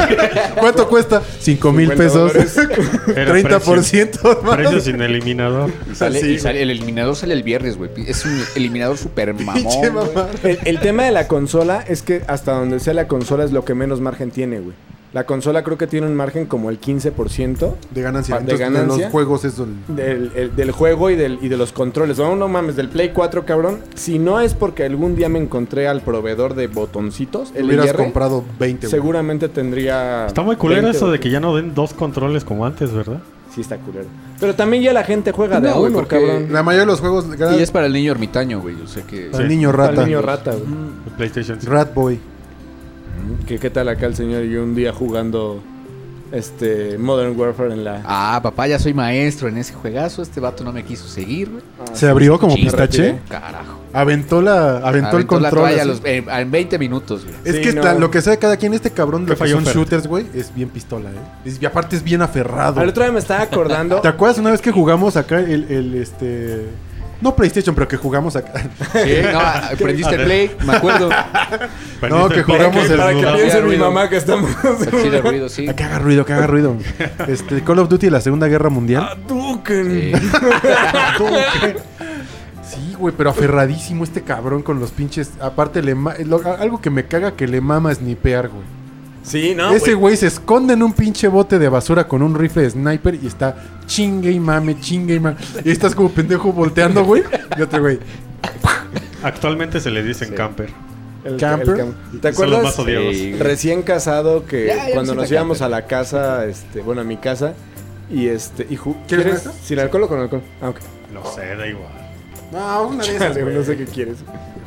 [SPEAKER 2] ¿Cuánto cuesta? 5 mil
[SPEAKER 4] 50
[SPEAKER 2] pesos. (laughs)
[SPEAKER 4] dólares.
[SPEAKER 3] Era
[SPEAKER 2] 30%.
[SPEAKER 3] precio- Precio
[SPEAKER 2] más. (laughs)
[SPEAKER 3] sin eliminador.
[SPEAKER 1] Y sale-
[SPEAKER 2] Sí,
[SPEAKER 1] y sale- el eliminador sale el viernes, güey. Es un eliminador super
[SPEAKER 2] (laughs) Pinche
[SPEAKER 1] mamón. güey.
[SPEAKER 2] mamá.
[SPEAKER 4] El, el tema de la consola es que hasta donde sea la consola es lo que menos margen tiene, güey. La consola creo que tiene un margen como el 15%
[SPEAKER 2] De ganancia.
[SPEAKER 4] Pa- de
[SPEAKER 2] Entonces,
[SPEAKER 4] ganancia.
[SPEAKER 2] los juegos es el-
[SPEAKER 4] del, el- del juego y, del, y de los controles. No, no mames, del Play 4, cabrón. Si no es porque algún día me encontré al proveedor de botoncitos, el
[SPEAKER 2] Hubieras
[SPEAKER 4] IR,
[SPEAKER 2] comprado 20, güey.
[SPEAKER 4] seguramente tendría...
[SPEAKER 3] Está muy culero
[SPEAKER 4] 20
[SPEAKER 3] eso de
[SPEAKER 4] botones.
[SPEAKER 3] que ya no den dos controles como antes, ¿verdad?
[SPEAKER 4] Sí, está culero. Pero también ya la gente juega de a
[SPEAKER 1] No, güey,
[SPEAKER 4] uno,
[SPEAKER 1] porque-
[SPEAKER 4] cabrón.
[SPEAKER 2] La mayoría de los juegos ganan
[SPEAKER 1] Y es para el niño ermitaño, güey. Yo sé que.
[SPEAKER 2] al
[SPEAKER 3] Sí.
[SPEAKER 2] niño
[SPEAKER 4] Al
[SPEAKER 2] rata.
[SPEAKER 4] niño rata, güey.
[SPEAKER 3] El PlayStation cinco.
[SPEAKER 2] Rat Boy.
[SPEAKER 4] Que Mm. qué tal acá el señor y yo un día jugando este Modern Warfare en la...
[SPEAKER 1] Ah, papá, ya soy maestro en ese juegazo. Este vato no me quiso seguir, güey.
[SPEAKER 2] Se abrió como
[SPEAKER 1] Chinga,
[SPEAKER 2] pistache.
[SPEAKER 1] retiré. Carajo.
[SPEAKER 2] Aventó la. Aventó, el
[SPEAKER 1] Aventó la
[SPEAKER 2] control.
[SPEAKER 1] toalla a
[SPEAKER 2] así.
[SPEAKER 1] los- eh, en 20 minutos, güey.
[SPEAKER 2] Es
[SPEAKER 4] Sí,
[SPEAKER 2] que
[SPEAKER 4] no.
[SPEAKER 2] la- lo que sabe cada quien, este cabrón,
[SPEAKER 3] Qué
[SPEAKER 2] lo que
[SPEAKER 3] falló
[SPEAKER 2] son
[SPEAKER 3] Fer.
[SPEAKER 2] shooters, güey, es bien pistola, ¿eh? Es- y aparte es bien aferrado.
[SPEAKER 4] Al otro día me estaba (laughs) acordando...
[SPEAKER 2] ¿Te acuerdas una vez que jugamos acá el, el, este. No PlayStation, pero que jugamos acá.
[SPEAKER 1] Sí, no, ah, prendiste el play, me acuerdo.
[SPEAKER 3] Perdiste
[SPEAKER 2] que
[SPEAKER 3] el
[SPEAKER 2] jugamos
[SPEAKER 3] podcast.
[SPEAKER 2] el-
[SPEAKER 4] Para que
[SPEAKER 1] Hacía
[SPEAKER 4] piense mi
[SPEAKER 1] ruido.
[SPEAKER 4] mamá que (laughs) estamos...
[SPEAKER 1] Sí, de ruido, sí.
[SPEAKER 2] que haga ruido, que haga ruido. Este, Call of Duty, la Segunda Guerra Mundial.
[SPEAKER 4] (laughs)
[SPEAKER 1] Sí.
[SPEAKER 2] Sí, güey, pero aferradísimo este cabrón con los pinches. Aparte, le ma- lo- algo que me caga que le mama snipear, güey.
[SPEAKER 4] Sí, ¿no?
[SPEAKER 2] Ese güey se esconde en un pinche bote de basura con un rifle de sniper y está chingue y mame, chingue y mame. Y ahí estás como pendejo volteando, güey. Y otro güey.
[SPEAKER 3] (laughs) Actualmente se le dicen camper.
[SPEAKER 4] El- el
[SPEAKER 2] Camper.
[SPEAKER 4] cam- ¿Te
[SPEAKER 3] Son los
[SPEAKER 4] acuerdas?
[SPEAKER 3] más odiados.
[SPEAKER 1] Sí.
[SPEAKER 4] Recién casado que
[SPEAKER 1] Ya, ya
[SPEAKER 4] cuando
[SPEAKER 1] me
[SPEAKER 4] nos
[SPEAKER 1] siento
[SPEAKER 4] íbamos a
[SPEAKER 1] camper.
[SPEAKER 4] la casa, este, bueno, a mi casa y este y ju-
[SPEAKER 2] ¿Quieres
[SPEAKER 4] ¿quieres
[SPEAKER 2] una de
[SPEAKER 4] sin alcohol o con alcohol? Ah, ok.
[SPEAKER 3] No sé, da igual.
[SPEAKER 2] No, una de esas,
[SPEAKER 4] Chale,
[SPEAKER 2] güey.
[SPEAKER 4] no sé qué quieres.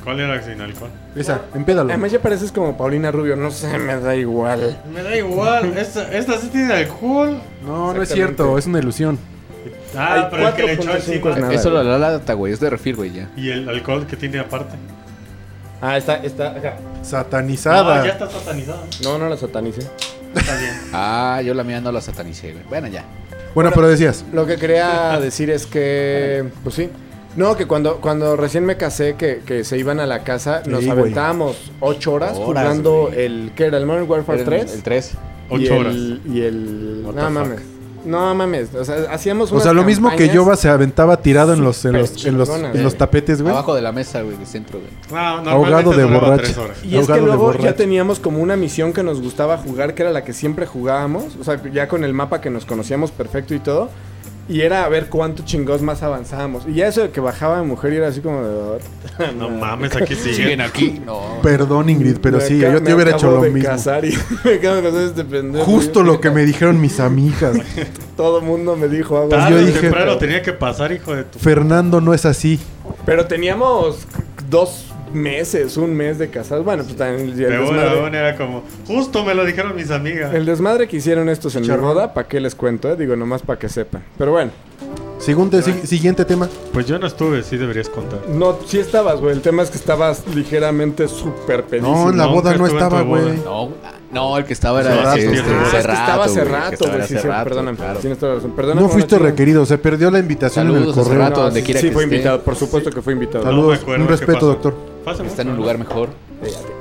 [SPEAKER 3] ¿Cuál era sin alcohol?
[SPEAKER 2] Esa, empédalo.
[SPEAKER 4] Además ya pareces como Paulina Rubio, no sé, me da igual.
[SPEAKER 3] Me da (laughs) igual. Esta, esta sí tiene alcohol.
[SPEAKER 2] No, no es
[SPEAKER 4] Exactamente.
[SPEAKER 2] cierto, es una ilusión.
[SPEAKER 3] Ah,
[SPEAKER 4] Hay
[SPEAKER 3] pero el que le echó
[SPEAKER 4] 4.5
[SPEAKER 3] encima.
[SPEAKER 4] es nada.
[SPEAKER 1] Eso lo la lata, güey. Es de refil, güey, ya.
[SPEAKER 3] Y el alcohol que tiene aparte.
[SPEAKER 4] Ah, está está acá.
[SPEAKER 2] Satanizada.
[SPEAKER 3] No, Ah, ya está satanizado.
[SPEAKER 4] No, no la satanice.
[SPEAKER 3] Está bien.
[SPEAKER 1] Ah, yo la mía no la satanicé, güey. Bueno, ya.
[SPEAKER 2] Bueno, pero decías.
[SPEAKER 4] Lo que quería decir es que pues sí. No, que cuando, cuando recién me casé, que, que se iban a la casa, nos
[SPEAKER 2] Sí, güey.
[SPEAKER 4] aventábamos ocho horas,
[SPEAKER 1] Horas,
[SPEAKER 4] jugando
[SPEAKER 1] güey.
[SPEAKER 4] el... ¿Qué era? ¿El Modern Warfare
[SPEAKER 1] El
[SPEAKER 4] 3?
[SPEAKER 1] El 3.
[SPEAKER 4] y
[SPEAKER 3] Ocho
[SPEAKER 4] el-
[SPEAKER 3] horas.
[SPEAKER 4] Y el.
[SPEAKER 3] What
[SPEAKER 4] No
[SPEAKER 3] the
[SPEAKER 4] mames. No mames. O sea, hacíamos
[SPEAKER 2] O sea, lo mismo que Yoba se aventaba tirado en los, en los, en los,
[SPEAKER 4] Superchingonas,
[SPEAKER 2] en los
[SPEAKER 4] güey.
[SPEAKER 2] tapetes, güey.
[SPEAKER 1] Abajo de la mesa, güey, de centro, güey.
[SPEAKER 3] (laughs) No, normalmente
[SPEAKER 2] Ahogado de
[SPEAKER 3] duraba
[SPEAKER 2] borracho.
[SPEAKER 3] tres horas.
[SPEAKER 4] Y es que
[SPEAKER 2] ahogado de
[SPEAKER 4] luego ya
[SPEAKER 2] borracho.
[SPEAKER 4] teníamos como una misión que nos gustaba jugar, que era la que siempre jugábamos. O sea, ya con el mapa que nos conocíamos perfecto y todo. Y era a ver cuánto chingos más avanzábamos. Y ya eso de que bajaba de mujer y era así como de.
[SPEAKER 3] (laughs) No mames, aquí sigue.
[SPEAKER 1] ¿Siguen aquí? No.
[SPEAKER 2] Perdón, Ingrid, pero
[SPEAKER 4] Me
[SPEAKER 2] sí,
[SPEAKER 4] acá-
[SPEAKER 2] yo
[SPEAKER 4] me
[SPEAKER 2] te hubiera hecho
[SPEAKER 4] acabo
[SPEAKER 2] lo
[SPEAKER 4] de
[SPEAKER 2] mismo.
[SPEAKER 4] casar y (laughs) me acabo de casar este pendejo.
[SPEAKER 2] Justo lo que me dijeron mis
[SPEAKER 4] (laughs)
[SPEAKER 2] amigas.
[SPEAKER 4] Todo mundo me dijo. hago
[SPEAKER 3] Tarde
[SPEAKER 2] Pues yo
[SPEAKER 3] o
[SPEAKER 4] esto.
[SPEAKER 2] dije-
[SPEAKER 3] temprano tenía que pasar, hijo de tu.
[SPEAKER 2] Fernando no es así.
[SPEAKER 4] Pero teníamos dos meses, un mes de casados. Bueno, pues también el
[SPEAKER 3] De una
[SPEAKER 4] desmadre-
[SPEAKER 3] a una era como. Justo me lo dijeron mis amigas.
[SPEAKER 4] El desmadre que hicieron estos en mi
[SPEAKER 2] Chicharrón.
[SPEAKER 4] boda, ¿para qué les cuento? eh? Digo, nomás para que sepan. Pero bueno,
[SPEAKER 2] Siguiente, si- siguiente tema.
[SPEAKER 3] Pues yo no estuve, sí deberías contar.
[SPEAKER 4] No, sí estabas, güey. El tema es que estabas ligeramente súper pedísimo.
[SPEAKER 2] No, en la
[SPEAKER 3] nunca
[SPEAKER 2] boda no
[SPEAKER 3] estuve en tu
[SPEAKER 2] estaba,
[SPEAKER 3] boda.
[SPEAKER 2] güey.
[SPEAKER 1] No, ah, no, el que estaba
[SPEAKER 3] Sí,
[SPEAKER 1] era
[SPEAKER 3] sí,
[SPEAKER 1] este,
[SPEAKER 3] sí, sí.
[SPEAKER 1] Cerrato,
[SPEAKER 3] Ah, es que
[SPEAKER 4] estaba hace
[SPEAKER 1] güey, que
[SPEAKER 4] rato,
[SPEAKER 1] estaba
[SPEAKER 4] güey.
[SPEAKER 1] hace
[SPEAKER 4] Sí, sí,
[SPEAKER 1] rato,
[SPEAKER 4] perdóname.
[SPEAKER 1] claro.
[SPEAKER 4] Tienes toda la razón. Perdóname,
[SPEAKER 2] No fuiste
[SPEAKER 4] Valentín.
[SPEAKER 2] requerido, se perdió la invitación
[SPEAKER 1] Saludos a
[SPEAKER 2] en el correo.
[SPEAKER 1] Cerrato, donde
[SPEAKER 4] sí,
[SPEAKER 1] quiera
[SPEAKER 4] sí,
[SPEAKER 1] que
[SPEAKER 4] fue
[SPEAKER 1] esté.
[SPEAKER 4] invitado, por supuesto que fue invitado.
[SPEAKER 2] Saludos,
[SPEAKER 3] me acuerdo
[SPEAKER 2] un
[SPEAKER 3] qué
[SPEAKER 2] respeto,
[SPEAKER 3] pasó.
[SPEAKER 2] doctor.
[SPEAKER 3] Pásame,
[SPEAKER 1] Está en un
[SPEAKER 3] ¿no?
[SPEAKER 1] lugar mejor.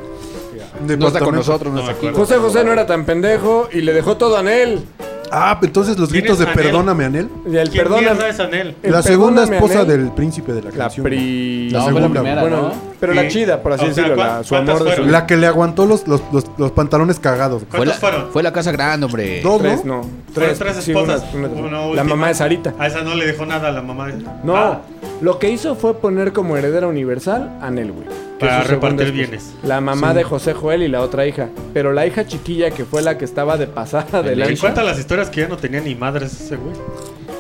[SPEAKER 1] No está
[SPEAKER 2] Departamento.
[SPEAKER 1] con nosotros, no
[SPEAKER 3] No
[SPEAKER 1] está
[SPEAKER 3] me
[SPEAKER 1] aquí.
[SPEAKER 3] acuerdo.
[SPEAKER 4] José José no era tan pendejo y le dejó todo a Anel.
[SPEAKER 2] Ah, pero entonces los
[SPEAKER 3] ¿Quién
[SPEAKER 2] gritos de
[SPEAKER 3] es Anel?
[SPEAKER 2] perdóname, Anel.
[SPEAKER 4] Y el
[SPEAKER 3] ¿Quién mierda
[SPEAKER 4] perdóname.
[SPEAKER 3] es Anel?
[SPEAKER 4] El
[SPEAKER 2] La segunda
[SPEAKER 4] perdóname,
[SPEAKER 2] esposa
[SPEAKER 4] Anel.
[SPEAKER 2] del príncipe de la
[SPEAKER 4] La
[SPEAKER 2] canción.
[SPEAKER 4] pri.
[SPEAKER 1] No,
[SPEAKER 2] fue la
[SPEAKER 1] primera,
[SPEAKER 4] Bueno,
[SPEAKER 1] ¿no?
[SPEAKER 4] pero la
[SPEAKER 3] Sí.
[SPEAKER 4] chida, por así
[SPEAKER 3] O sea,
[SPEAKER 4] decirlo.
[SPEAKER 3] ¿cuán-
[SPEAKER 4] la- su
[SPEAKER 3] cuántas
[SPEAKER 4] amor de su
[SPEAKER 3] fueron?
[SPEAKER 2] La que le aguantó los, los, los, los pantalones cagados. güey.
[SPEAKER 1] Fue la,
[SPEAKER 3] ¿Cuántos fueron?
[SPEAKER 1] fue la casa grande, hombre.
[SPEAKER 2] Dos,
[SPEAKER 4] Tres,
[SPEAKER 2] ¿no?
[SPEAKER 4] no.
[SPEAKER 3] Fueron tres
[SPEAKER 4] sí, una-
[SPEAKER 3] esposas.
[SPEAKER 4] una-
[SPEAKER 3] Una
[SPEAKER 4] la
[SPEAKER 3] última.
[SPEAKER 4] mamá de Sarita.
[SPEAKER 3] A esa no le dejó nada a la mamá. de-
[SPEAKER 4] No,
[SPEAKER 3] Ah,
[SPEAKER 4] lo que hizo fue poner como heredera universal a Nel, güey. que
[SPEAKER 3] Para
[SPEAKER 4] es su segunda
[SPEAKER 3] repartir
[SPEAKER 4] esposa.
[SPEAKER 3] bienes.
[SPEAKER 4] La mamá de José Joel y la otra hija. Pero la hija chiquilla que fue la que estaba de pasada de
[SPEAKER 3] le
[SPEAKER 4] lanza.
[SPEAKER 3] cuenta las historias que ya no tenía ni madres ese güey.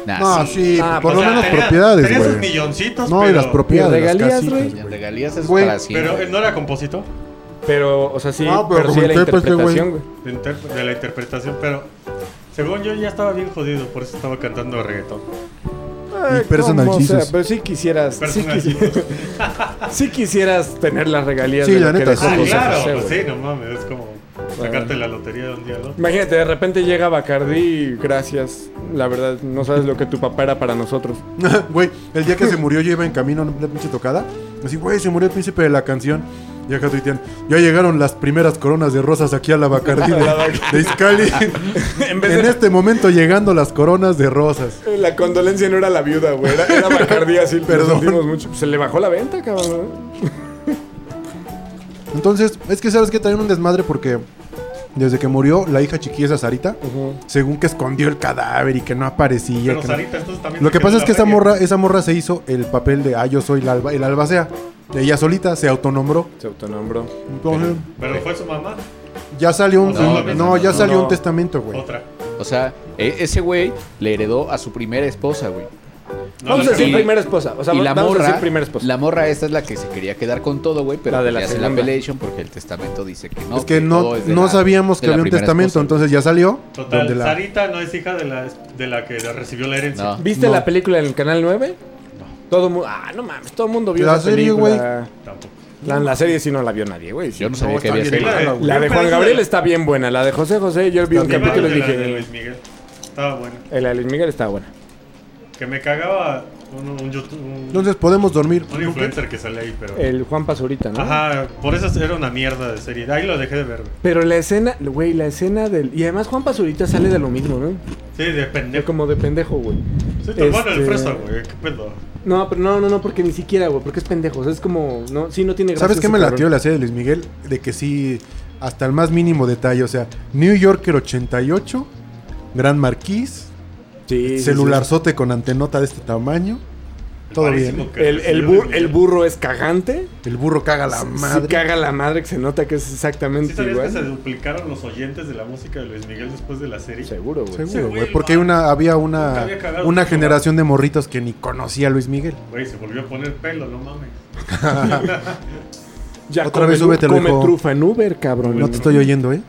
[SPEAKER 1] Nah,
[SPEAKER 2] No,
[SPEAKER 1] sí.
[SPEAKER 2] sí,
[SPEAKER 4] Ah,
[SPEAKER 2] por
[SPEAKER 4] pues
[SPEAKER 2] lo
[SPEAKER 4] ya,
[SPEAKER 2] menos
[SPEAKER 3] tenía-
[SPEAKER 2] propiedades,
[SPEAKER 3] Tenía sus
[SPEAKER 2] güey.
[SPEAKER 3] milloncitos,
[SPEAKER 2] No,
[SPEAKER 3] pero,
[SPEAKER 2] y las propiedades.
[SPEAKER 4] Y
[SPEAKER 2] las
[SPEAKER 4] regalías,
[SPEAKER 2] casitas,
[SPEAKER 4] güey.
[SPEAKER 2] güey. (laughs)
[SPEAKER 1] Las regalías es
[SPEAKER 2] Güey,
[SPEAKER 1] para siempre.
[SPEAKER 3] Pero él no era compositor
[SPEAKER 4] Pero, o sea, sí,
[SPEAKER 2] No, pero
[SPEAKER 4] pero, sí
[SPEAKER 2] como
[SPEAKER 4] la
[SPEAKER 2] el Pepe, este güey.
[SPEAKER 4] interpretación, güey.
[SPEAKER 3] de, inter- de la interpretación, pero según yo ya estaba bien jodido, por eso estaba cantando reggaetón.
[SPEAKER 4] Ay,
[SPEAKER 2] personal
[SPEAKER 4] cómo sea,
[SPEAKER 2] Jesus.
[SPEAKER 4] pero sí quisieras, sí,
[SPEAKER 3] Personal
[SPEAKER 4] quisi-
[SPEAKER 3] Jesus.
[SPEAKER 4] (laughs) sí quisieras tener las regalías
[SPEAKER 2] Sí,
[SPEAKER 4] de
[SPEAKER 2] la
[SPEAKER 4] lo que
[SPEAKER 2] neta,
[SPEAKER 4] dejó
[SPEAKER 3] Ah,
[SPEAKER 2] sí.
[SPEAKER 4] José
[SPEAKER 3] claro,
[SPEAKER 4] José,
[SPEAKER 3] pues
[SPEAKER 4] güey.
[SPEAKER 3] sí, no mames, es como sacarte la lotería de un día al otro.
[SPEAKER 4] Imagínate, de repente llega Bacardi y gracias. La verdad, no sabes lo que tu papá era para nosotros. (laughs)
[SPEAKER 2] Güey, el día que se murió yo iba en camino a una pinche tocada. Así, güey, se murió el príncipe de la canción. Y acá tuitean, ya llegaron las primeras coronas de rosas aquí a la Bacardí de, de Iscali.
[SPEAKER 4] En vez
[SPEAKER 2] en
[SPEAKER 4] de
[SPEAKER 2] este momento llegando las coronas de rosas.
[SPEAKER 4] La condolencia no era la viuda, güey. Era, era Bacardí así. lo
[SPEAKER 2] Perdón.
[SPEAKER 4] sentimos mucho. Se le bajó la venta, cabrón.
[SPEAKER 2] Entonces, es que sabes que traen un desmadre porque desde que murió la hija chiquilla esa Sarita, según que escondió el cadáver y que no aparecía.
[SPEAKER 3] Pero
[SPEAKER 2] que no-
[SPEAKER 3] Sarita, entonces también.
[SPEAKER 2] Lo
[SPEAKER 3] se
[SPEAKER 2] que
[SPEAKER 3] quedó
[SPEAKER 2] pasa
[SPEAKER 3] en
[SPEAKER 2] es
[SPEAKER 3] la
[SPEAKER 2] que esa
[SPEAKER 3] feria.
[SPEAKER 2] morra, esa morra se hizo el papel de, ah, yo soy la alba- el albacea. Ella solita se autonombró.
[SPEAKER 4] Se autonombró.
[SPEAKER 2] Entonces,
[SPEAKER 3] Pero fue su mamá,
[SPEAKER 2] ya salió un,
[SPEAKER 3] No,
[SPEAKER 2] no,
[SPEAKER 3] no,
[SPEAKER 2] ya
[SPEAKER 4] no,
[SPEAKER 2] salió
[SPEAKER 4] no.
[SPEAKER 2] un testamento, güey.
[SPEAKER 3] otra.
[SPEAKER 1] O sea, e- ese güey le heredó a su primera esposa, güey.
[SPEAKER 3] No,
[SPEAKER 4] vamos
[SPEAKER 3] la
[SPEAKER 4] a decir
[SPEAKER 1] y-
[SPEAKER 4] primera esposa. O sea,
[SPEAKER 1] y la
[SPEAKER 4] vamos a
[SPEAKER 1] morra,
[SPEAKER 4] decir primera esposa.
[SPEAKER 1] la morra esta es la que se quería quedar con todo, güey, pero
[SPEAKER 4] La de
[SPEAKER 1] pues
[SPEAKER 4] la
[SPEAKER 1] le hace la
[SPEAKER 4] segunda.
[SPEAKER 1] appellation porque el testamento dice que no.
[SPEAKER 2] es que
[SPEAKER 1] todo
[SPEAKER 2] no,
[SPEAKER 1] es de
[SPEAKER 2] no
[SPEAKER 1] la-
[SPEAKER 2] sabíamos
[SPEAKER 1] de
[SPEAKER 2] que
[SPEAKER 1] la
[SPEAKER 2] había un
[SPEAKER 1] primera
[SPEAKER 2] testamento,
[SPEAKER 1] esposa.
[SPEAKER 2] entonces ya salió. donde
[SPEAKER 3] Total,
[SPEAKER 2] la-
[SPEAKER 3] Sarita no es hija de la, de la que recibió la herencia.
[SPEAKER 1] No.
[SPEAKER 4] ¿Viste
[SPEAKER 2] No.
[SPEAKER 4] la película en el canal 9? Todo mundo. Ah, no mames. Todo el mundo vio
[SPEAKER 2] La
[SPEAKER 4] esa
[SPEAKER 2] serie,
[SPEAKER 4] película.
[SPEAKER 3] Tampoco.
[SPEAKER 4] La, la serie sí no la vio nadie, güey.
[SPEAKER 1] Yo no sabía que
[SPEAKER 2] está
[SPEAKER 1] había
[SPEAKER 2] bien
[SPEAKER 1] sido.
[SPEAKER 2] mala, güey.
[SPEAKER 4] La de
[SPEAKER 3] Yo
[SPEAKER 4] Juan
[SPEAKER 3] pensé-
[SPEAKER 4] Gabriel está bien buena. La de José José, yo vi un
[SPEAKER 2] Está bien
[SPEAKER 4] capítulo y
[SPEAKER 3] de la
[SPEAKER 2] eh,
[SPEAKER 3] de
[SPEAKER 4] dije.
[SPEAKER 3] Luis Miguel. Estaba bueno.
[SPEAKER 4] El Alex Miguel está buena.
[SPEAKER 3] Que me cagaba un, un YouTube. Un,
[SPEAKER 2] Entonces podemos dormir.
[SPEAKER 3] un influencer que sale ahí, pero.
[SPEAKER 2] Eh,
[SPEAKER 4] El Juan Pazurita, ¿no?
[SPEAKER 3] Ajá, por eso era una mierda de serie. Ahí lo dejé de ver. güey.
[SPEAKER 4] Pero la escena, güey, la escena del. Y además Juan Pazurita sale de lo mismo, ¿no?
[SPEAKER 3] Sí, de
[SPEAKER 4] Es
[SPEAKER 3] pendejo.
[SPEAKER 4] como de pendejo, güey.
[SPEAKER 3] Soy tu hermano el
[SPEAKER 4] Este,
[SPEAKER 3] fresa, güey. ¿Qué pedo?
[SPEAKER 4] No, pero no, no, no, porque ni siquiera, güey, porque es pendejo. O sea, es como, no, sí, no tiene gracia.
[SPEAKER 2] ¿Sabes qué
[SPEAKER 4] ese
[SPEAKER 2] me
[SPEAKER 4] cabrón.
[SPEAKER 2] latió la serie de Luis Miguel? De que sí, hasta el más mínimo detalle. O sea, New Yorker 88, Gran Marquís,
[SPEAKER 4] Sí, sí, sí.
[SPEAKER 2] celularzote con antenota de este tamaño. Todo
[SPEAKER 3] Parísimo
[SPEAKER 2] bien.
[SPEAKER 3] que
[SPEAKER 4] El, el,
[SPEAKER 3] recibió
[SPEAKER 4] bur-
[SPEAKER 3] de
[SPEAKER 4] el
[SPEAKER 3] Miguel.
[SPEAKER 4] burro es cagante.
[SPEAKER 2] El burro caga la
[SPEAKER 4] Sí
[SPEAKER 2] madre.
[SPEAKER 4] caga la madre que se nota que es
[SPEAKER 3] ¿Sí
[SPEAKER 4] exactamente
[SPEAKER 3] sabías que se
[SPEAKER 4] igual.
[SPEAKER 3] duplicaron los oyentes de la música de Luis Miguel después de la serie?
[SPEAKER 4] Seguro, güey.
[SPEAKER 2] Seguro,
[SPEAKER 3] güey,
[SPEAKER 2] güey. Porque hay una, había una,
[SPEAKER 3] Nunca había cagado
[SPEAKER 2] una
[SPEAKER 3] tanto,
[SPEAKER 2] generación de morritos que ni conocía a Luis Miguel.
[SPEAKER 3] Güey, se volvió a poner pelo, no mames.
[SPEAKER 4] Ya
[SPEAKER 2] Otra
[SPEAKER 4] come
[SPEAKER 2] vez
[SPEAKER 4] tu-
[SPEAKER 2] súbete,
[SPEAKER 4] come
[SPEAKER 2] Alejo.
[SPEAKER 4] trufa en Uber, cabrón.
[SPEAKER 2] No te estoy oyendo, ¿eh?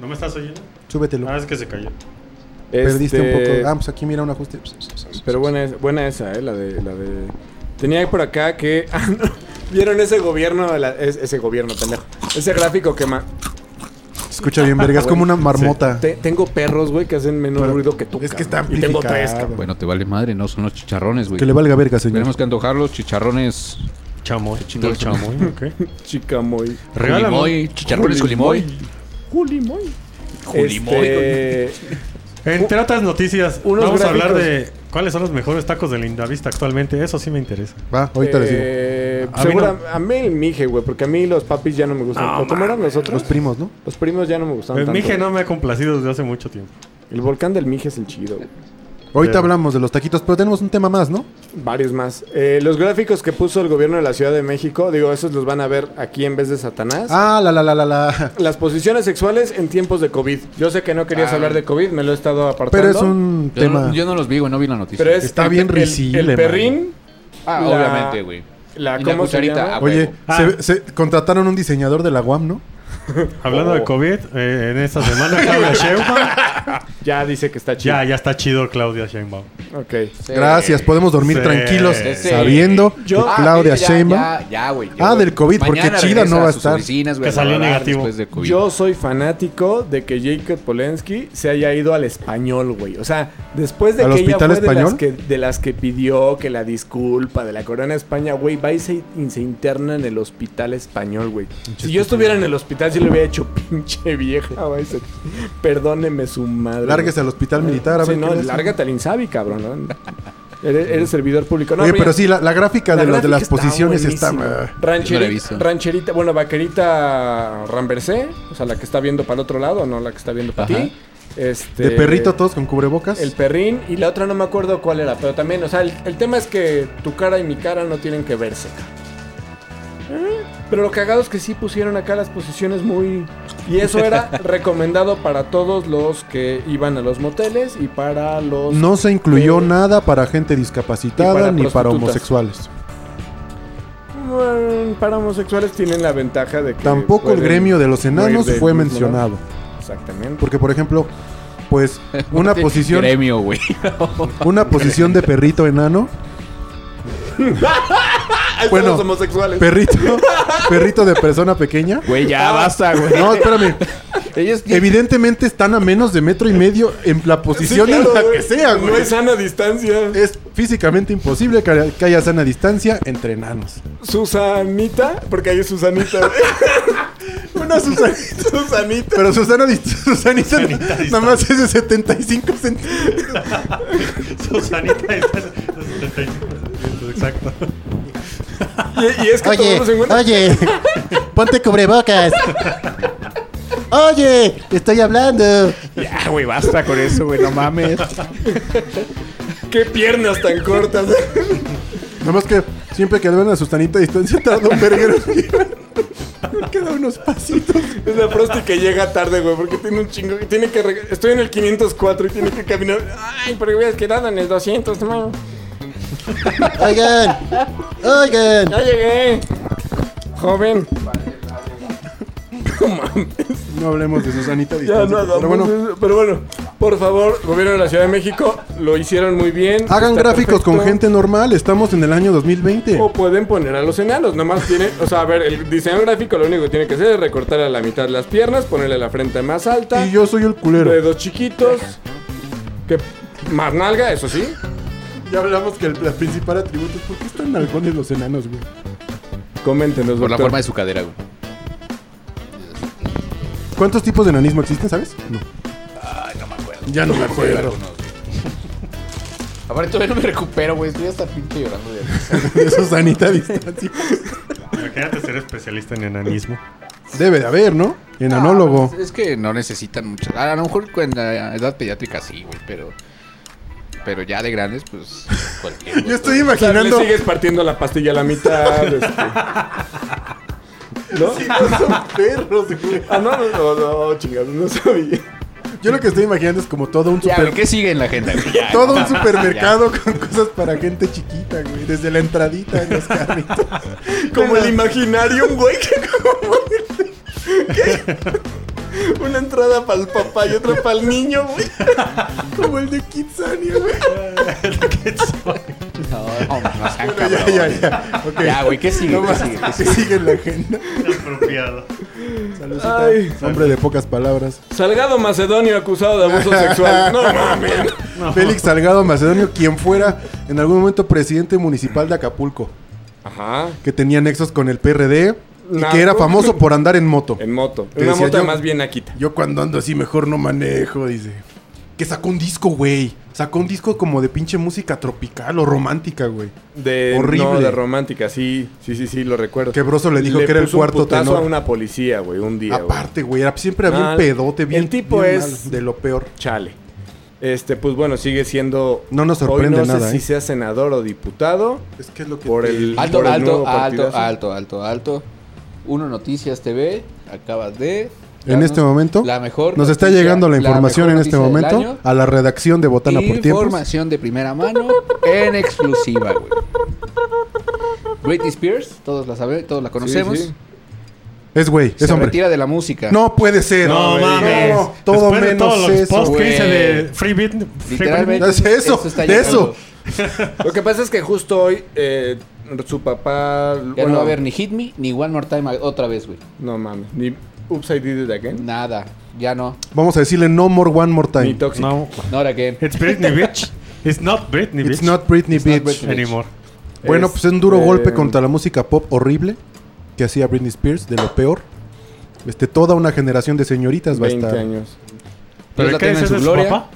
[SPEAKER 3] ¿No me estás oyendo?
[SPEAKER 2] Súbetelo.
[SPEAKER 3] Ah, es que se cayó.
[SPEAKER 4] Este,
[SPEAKER 2] Perdiste un poco. Ah, pues aquí mira un ajuste.
[SPEAKER 4] Pero buena, es- buena esa, ¿eh? La de, la de... Tenía por acá que... (laughs) Ah, no. ¿Vieron ese gobierno? de la- es- ese gobierno, pendejo. Ese gráfico que... ma-
[SPEAKER 2] Se Escucha bien, verga. Es como una marmota.
[SPEAKER 4] Te- tengo perros, güey, que hacen menos
[SPEAKER 2] Ah. Pero
[SPEAKER 4] ruido que tú.
[SPEAKER 2] es que está
[SPEAKER 4] cabrón. Y tengo
[SPEAKER 2] amplificado.
[SPEAKER 4] tres, cabrón.
[SPEAKER 1] Bueno, te vale madre, no son los chicharrones, güey.
[SPEAKER 2] Que le valga verga, señor.
[SPEAKER 1] Tenemos que antojar los chicharrones.
[SPEAKER 3] Chamoy,
[SPEAKER 1] chingón el
[SPEAKER 4] (laughs)
[SPEAKER 1] chamoy,
[SPEAKER 3] ok.
[SPEAKER 4] Chica muy...
[SPEAKER 1] Limoy, chicharrones con limoy.
[SPEAKER 4] Julimoy.
[SPEAKER 1] Julimoy.
[SPEAKER 4] Este,
[SPEAKER 3] Entre otras noticias,
[SPEAKER 4] Unos
[SPEAKER 3] vamos a hablar de
[SPEAKER 4] gráficos.
[SPEAKER 3] cuáles son los mejores tacos de Lindavista actualmente. Eso sí me interesa.
[SPEAKER 2] Va, (laughs) ahorita les digo.
[SPEAKER 4] eh,
[SPEAKER 3] A mí
[SPEAKER 4] segura-
[SPEAKER 3] no.
[SPEAKER 4] a mí el mije, güey, porque a mí los papis ya no me gustan.
[SPEAKER 3] No,
[SPEAKER 4] ¿O ¿Cómo eran nosotros?
[SPEAKER 2] Los primos, ¿no?
[SPEAKER 4] Los primos ya no me gustaban
[SPEAKER 3] El
[SPEAKER 4] tanto.
[SPEAKER 3] Mije no me ha complacido desde hace mucho tiempo.
[SPEAKER 4] El volcán del mije es el chido, güey.
[SPEAKER 2] Ahorita
[SPEAKER 3] Pero-
[SPEAKER 2] hablamos de los taquitos, pero tenemos un tema más, ¿no?
[SPEAKER 4] Varios más. Eh, los gráficos que puso el gobierno de la Ciudad de México, digo, esos los van a ver aquí en vez de Satanás.
[SPEAKER 2] Ah, la, la, la, la, la.
[SPEAKER 4] Las posiciones sexuales en tiempos de COVID. Yo sé que no querías
[SPEAKER 1] Ah.
[SPEAKER 4] hablar de COVID, me lo he estado apartando.
[SPEAKER 2] Pero es un
[SPEAKER 1] Yo no,
[SPEAKER 2] tema.
[SPEAKER 1] yo no los vi, güey, no vi la noticia.
[SPEAKER 4] Pero es
[SPEAKER 2] Está
[SPEAKER 4] el-
[SPEAKER 2] bien
[SPEAKER 4] el-
[SPEAKER 2] risible,
[SPEAKER 4] El,
[SPEAKER 2] man.
[SPEAKER 4] perrín.
[SPEAKER 1] ah,
[SPEAKER 4] la-
[SPEAKER 1] obviamente, güey.
[SPEAKER 4] La,
[SPEAKER 1] Y la
[SPEAKER 4] ¿Cómo se
[SPEAKER 1] cucharita,
[SPEAKER 4] llama?
[SPEAKER 1] ah,
[SPEAKER 2] Oye,
[SPEAKER 3] Ah.
[SPEAKER 2] se, se contrataron un diseñador de la UAM, ¿no?
[SPEAKER 3] Hablando
[SPEAKER 4] Oh. (laughs)
[SPEAKER 3] de COVID, eh, en esta semana Claudia Sheinbaum
[SPEAKER 4] Ya dice que está chido.
[SPEAKER 3] Ya, ya está chido Claudia Sheinbaum.
[SPEAKER 4] Ok.
[SPEAKER 2] Gracias, podemos dormir
[SPEAKER 3] Sí.
[SPEAKER 2] tranquilos
[SPEAKER 3] Sí.
[SPEAKER 2] sabiendo
[SPEAKER 4] Yo-
[SPEAKER 2] que
[SPEAKER 1] Este, Ah,
[SPEAKER 2] Claudia
[SPEAKER 1] mira, ya,
[SPEAKER 2] Sheinbaum.
[SPEAKER 1] Ya, ya, güey.
[SPEAKER 2] Ah, del COVID,
[SPEAKER 1] Mañana
[SPEAKER 2] porque Chida
[SPEAKER 1] regresa
[SPEAKER 2] no va a
[SPEAKER 1] sus
[SPEAKER 2] estar.
[SPEAKER 1] oficinas, güey,
[SPEAKER 3] Que
[SPEAKER 1] a
[SPEAKER 3] salió
[SPEAKER 1] valorar
[SPEAKER 3] negativo.
[SPEAKER 1] después de COVID. (laughs)
[SPEAKER 4] Yo soy fanático de que Jacob Polensky se haya ido al español, güey. O sea, después de
[SPEAKER 2] ¿Al
[SPEAKER 4] que ella
[SPEAKER 2] hospital
[SPEAKER 4] fue de las
[SPEAKER 2] español?
[SPEAKER 4] que de las que pidió que la disculpa de la corona de España, güey, va y se, y se interna en el hospital español, güey. Si yo estuviera en el hospital, sí le hubiera hecho (laughs) pinche vieja, güey. se- Perdóneme su madre.
[SPEAKER 2] Lárguese
[SPEAKER 4] güey.
[SPEAKER 2] al hospital militar. A
[SPEAKER 4] Sí,
[SPEAKER 2] ver
[SPEAKER 4] no,
[SPEAKER 2] qué le hacen.
[SPEAKER 4] lárgate al Insabi, cabrón. ¿no? Eres, eres servidor público. No,
[SPEAKER 2] Oye,
[SPEAKER 4] mira,
[SPEAKER 2] pero sí, la, la gráfica de, las- de
[SPEAKER 4] gráfica
[SPEAKER 2] las
[SPEAKER 4] está
[SPEAKER 2] posiciones está...
[SPEAKER 4] buenísima.
[SPEAKER 2] ah,
[SPEAKER 1] Yo no la he
[SPEAKER 4] Rancherita,
[SPEAKER 1] visto.
[SPEAKER 4] rancherita, bueno, vaquerita Ramversé, o sea, la que está viendo para el otro lado, no la que está viendo para
[SPEAKER 1] Ajá.
[SPEAKER 4] ti. Este,
[SPEAKER 2] De perrito todos con cubrebocas.
[SPEAKER 4] El perrín y la otra no me acuerdo cuál era, pero también, o sea, el, el tema es que tu cara y mi cara no tienen que verse. Eh, Pero lo cagado es que sí pusieron acá las posiciones muy... Y
[SPEAKER 1] (laughs)
[SPEAKER 4] eso era recomendado para todos los que iban a los moteles y para los...
[SPEAKER 2] No se incluyó
[SPEAKER 4] Pero-
[SPEAKER 2] nada para gente
[SPEAKER 4] Y
[SPEAKER 2] discapacitada
[SPEAKER 4] para
[SPEAKER 2] ni para
[SPEAKER 4] prostitutas.
[SPEAKER 2] homosexuales.
[SPEAKER 4] Bueno, para homosexuales tienen la ventaja de que...
[SPEAKER 2] Tampoco el
[SPEAKER 4] pueden
[SPEAKER 2] gremio de los enanos
[SPEAKER 4] morir de
[SPEAKER 2] fue
[SPEAKER 4] mismo, ¿no?
[SPEAKER 2] mencionado.
[SPEAKER 4] Exactamente.
[SPEAKER 2] Porque, por ejemplo,
[SPEAKER 4] (laughs)
[SPEAKER 2] pues una posición,
[SPEAKER 1] Gremio, güey.
[SPEAKER 2] una posición de perrito
[SPEAKER 4] (laughs)
[SPEAKER 2] enano,
[SPEAKER 4] Ahí
[SPEAKER 2] Bueno,
[SPEAKER 4] están los homosexuales.
[SPEAKER 2] perrito, perrito de persona pequeña.
[SPEAKER 1] (laughs) Güey, ya basta, güey.
[SPEAKER 2] (laughs) No, espérame.
[SPEAKER 1] Ellos
[SPEAKER 2] (laughs) Evidentemente están a menos de metro y medio en la posición
[SPEAKER 4] Sí, claro,
[SPEAKER 2] en la
[SPEAKER 4] güey.
[SPEAKER 2] que sea,
[SPEAKER 4] No
[SPEAKER 2] güey.
[SPEAKER 4] hay sana distancia.
[SPEAKER 2] Es físicamente imposible que haya- que haya sana distancia entre enanos.
[SPEAKER 4] Susanita, porque ahí es
[SPEAKER 2] (laughs)
[SPEAKER 4] Susanita. güey. Una Susanita. Susanita.
[SPEAKER 2] Pero Susana, (laughs) dist- Susanita, nada más es de 75 centímetros.
[SPEAKER 3] Susanita es 75%, exacto.
[SPEAKER 4] Y, y es que tomamos en cuenta-
[SPEAKER 2] oye, ponte cubrebocas. Oye, te estoy hablando.
[SPEAKER 1] Ya, güey, basta con eso, güey, no mames.
[SPEAKER 4] qué piernas tan cortas.
[SPEAKER 2] Nada más que siempre que le ven a Susanita a distancia, tarda un verguero. en- Queda unos pasitos.
[SPEAKER 4] es la prosti que llega tarde, güey, porque tiene un chingo. Tiene que reg- Estoy en el 504 y tiene que caminar. Ay, pero hubieras quedado en el 200, hermano.
[SPEAKER 2] Oigan, oigan.
[SPEAKER 4] Ya llegué. Joven. No mames.
[SPEAKER 2] No hablemos de Susanita a
[SPEAKER 4] Ya
[SPEAKER 2] distancia.
[SPEAKER 4] no hagamos
[SPEAKER 2] pero bueno,
[SPEAKER 4] eso. Pero bueno, por favor, gobierno de la Ciudad de México, lo hicieron muy bien.
[SPEAKER 2] hagan
[SPEAKER 4] está
[SPEAKER 2] gráficos con
[SPEAKER 4] perfecto.
[SPEAKER 2] gente normal. Estamos en el año 2020.
[SPEAKER 4] O pueden poner a los enanos, nomás tiene, o sea, a ver, el diseño gráfico lo único que tiene que hacer es recortar a la mitad las piernas, ponerle la frente más alta,
[SPEAKER 2] Y yo soy el culero.
[SPEAKER 4] dedos chiquitos, que más nalga, eso sí.
[SPEAKER 2] Ya hablamos que el, la principal atributo es por qué están halcones los enanos, güey.
[SPEAKER 4] Coméntenos,
[SPEAKER 1] Por la
[SPEAKER 4] doctor.
[SPEAKER 1] forma de su cadera, güey.
[SPEAKER 2] ¿Cuántos tipos de enanismo existen, sabes? No. Ay, no me acuerdo. Ya no me acuerdo.
[SPEAKER 1] Aparte, todavía no me recupero, güey. Estoy hasta pinche llorando de
[SPEAKER 2] (laughs) De Susanita a distancia.
[SPEAKER 3] Imagínate ser especialista en enanismo.
[SPEAKER 2] Debe de haber, ¿no? Enanólogo.
[SPEAKER 1] Ah, Es que no necesitan mucho. Ah, A lo mejor en la edad pediátrica sí, güey, pero. Pero ya de grandes,
[SPEAKER 2] (laughs)
[SPEAKER 1] pues. Cualquier. güey.
[SPEAKER 2] Yo estoy
[SPEAKER 4] O sea,
[SPEAKER 2] imaginando.
[SPEAKER 4] le sigues partiendo la pastilla a la (laughs) mitad, este.
[SPEAKER 2] (laughs)
[SPEAKER 4] ¿No?
[SPEAKER 2] Son perros, güey.
[SPEAKER 4] Ah, no, no, no, no, chingados, no sabía.
[SPEAKER 2] Yo lo que estoy imaginando es como todo un
[SPEAKER 1] Ya,
[SPEAKER 2] super-
[SPEAKER 1] güey, ¿qué sigue en la
[SPEAKER 2] (laughs)
[SPEAKER 1] agenda, güey? Ya, (laughs)
[SPEAKER 2] Todo
[SPEAKER 1] ya,
[SPEAKER 2] un supermercado con cosas para gente chiquita, güey. Desde la entradita en los carritos.
[SPEAKER 4] Como el Imaginarium, güey, que como... (laughs) ¿Qué? Una entrada para el papá y otra para el niño, güey.
[SPEAKER 2] Como el de Kitsania, güey.
[SPEAKER 1] No, no, no sean
[SPEAKER 2] Ya,
[SPEAKER 1] cabrones.
[SPEAKER 2] ya, ya. Ok.
[SPEAKER 1] Ya, güey, ¿qué sigue?
[SPEAKER 2] No
[SPEAKER 1] ¿Qué
[SPEAKER 2] más.
[SPEAKER 1] sigue?
[SPEAKER 2] ¿Qué sigue en la agenda?
[SPEAKER 3] Apropiado.
[SPEAKER 2] Salucita.
[SPEAKER 4] Ay.
[SPEAKER 2] Hombre de pocas palabras.
[SPEAKER 4] Salgado Macedonio acusado de abuso
[SPEAKER 2] (laughs)
[SPEAKER 4] sexual. No mames.
[SPEAKER 2] Félix Salgado Macedonio, quien fuera en algún momento presidente municipal de Acapulco,
[SPEAKER 4] Ajá.
[SPEAKER 2] que tenía nexos con el PRD y
[SPEAKER 4] Nah.
[SPEAKER 2] que era famoso por andar en moto.
[SPEAKER 4] En moto.
[SPEAKER 2] Te
[SPEAKER 4] Una
[SPEAKER 2] decía
[SPEAKER 4] moto
[SPEAKER 2] yo.
[SPEAKER 4] más bien aquita.
[SPEAKER 2] Yo cuando ando así mejor no manejo, dice. Que sacó un disco, güey. Sacó un disco como de pinche música tropical o romántica, güey.
[SPEAKER 4] De,
[SPEAKER 2] Horrible.
[SPEAKER 4] No, de romántica, sí. Sí, sí, sí, lo recuerdo.
[SPEAKER 2] Que Broso le dijo que era el
[SPEAKER 4] puso
[SPEAKER 2] cuarto
[SPEAKER 4] un putazo
[SPEAKER 2] tenor.
[SPEAKER 4] a una policía, güey, un día, güey.
[SPEAKER 2] Aparte, güey, era- siempre había
[SPEAKER 4] Ah,
[SPEAKER 2] un pedote bien.
[SPEAKER 4] el tipo
[SPEAKER 2] bien
[SPEAKER 4] es-
[SPEAKER 2] mal, de lo peor.
[SPEAKER 4] Chale. Este, pues bueno, sigue siendo...
[SPEAKER 2] No nos sorprende
[SPEAKER 4] Hoy no
[SPEAKER 2] nada,
[SPEAKER 4] sé si
[SPEAKER 2] ¿eh?
[SPEAKER 4] sea senador o diputado.
[SPEAKER 2] Es que es lo que
[SPEAKER 4] Por
[SPEAKER 2] te-
[SPEAKER 4] el-
[SPEAKER 1] Alto,
[SPEAKER 4] por el
[SPEAKER 1] alto,
[SPEAKER 4] nuevo
[SPEAKER 1] alto,
[SPEAKER 4] partidazo.
[SPEAKER 1] alto, alto, alto. Uno Noticias TV, acabas de.
[SPEAKER 2] En este momento
[SPEAKER 1] La mejor.
[SPEAKER 2] nos está
[SPEAKER 1] noticia-
[SPEAKER 2] llegando la información
[SPEAKER 1] mejor
[SPEAKER 2] en este
[SPEAKER 1] noticia del
[SPEAKER 2] momento
[SPEAKER 1] año.
[SPEAKER 2] a la redacción de Botana por Tiempos.
[SPEAKER 1] Información de primera mano en exclusiva, güey. Britney Spears, todos la sabemos, todos la conocemos.
[SPEAKER 4] Sí, sí.
[SPEAKER 2] Es güey, es
[SPEAKER 1] se
[SPEAKER 2] hombre.
[SPEAKER 1] retira de la música.
[SPEAKER 2] No puede ser.
[SPEAKER 3] (laughs) No
[SPEAKER 1] güey.
[SPEAKER 3] mames.
[SPEAKER 2] No, todo
[SPEAKER 3] Después de
[SPEAKER 2] menos
[SPEAKER 3] todos los
[SPEAKER 2] eso.
[SPEAKER 3] posts que
[SPEAKER 1] güey.
[SPEAKER 3] hice de Free Beat, Free
[SPEAKER 1] literalmente.
[SPEAKER 2] Es eso, de
[SPEAKER 1] llegando.
[SPEAKER 4] Lo que pasa es que justo hoy eh, su papá.
[SPEAKER 1] Ya
[SPEAKER 4] bueno,
[SPEAKER 1] no va a haber ni Hit Me ni One More Time otra vez, güey.
[SPEAKER 4] No mames. Ni Oops, I Did It Again.
[SPEAKER 1] Nada, ya no.
[SPEAKER 2] Vamos a decirle no more, one more
[SPEAKER 4] Ni
[SPEAKER 2] time.
[SPEAKER 3] Beat-
[SPEAKER 4] Toxic.
[SPEAKER 3] No.
[SPEAKER 1] Not again.
[SPEAKER 3] It's Britney Bitch. It's not Britney Bitch.
[SPEAKER 2] It's not Britney,
[SPEAKER 1] It's not
[SPEAKER 2] bitch.
[SPEAKER 1] Britney. um,
[SPEAKER 3] anymore.
[SPEAKER 2] Bueno, pues es un duro
[SPEAKER 4] Este,
[SPEAKER 2] golpe contra la música pop horrible que hacía Britney Spears, de lo peor. Este, toda una generación de señoritas va a
[SPEAKER 4] 20
[SPEAKER 2] estar.
[SPEAKER 4] años.
[SPEAKER 1] Dios
[SPEAKER 3] ¿Pero
[SPEAKER 1] Pues la
[SPEAKER 3] qué
[SPEAKER 1] tenga en
[SPEAKER 3] dices
[SPEAKER 1] su
[SPEAKER 3] de su
[SPEAKER 1] gloria.
[SPEAKER 3] papá?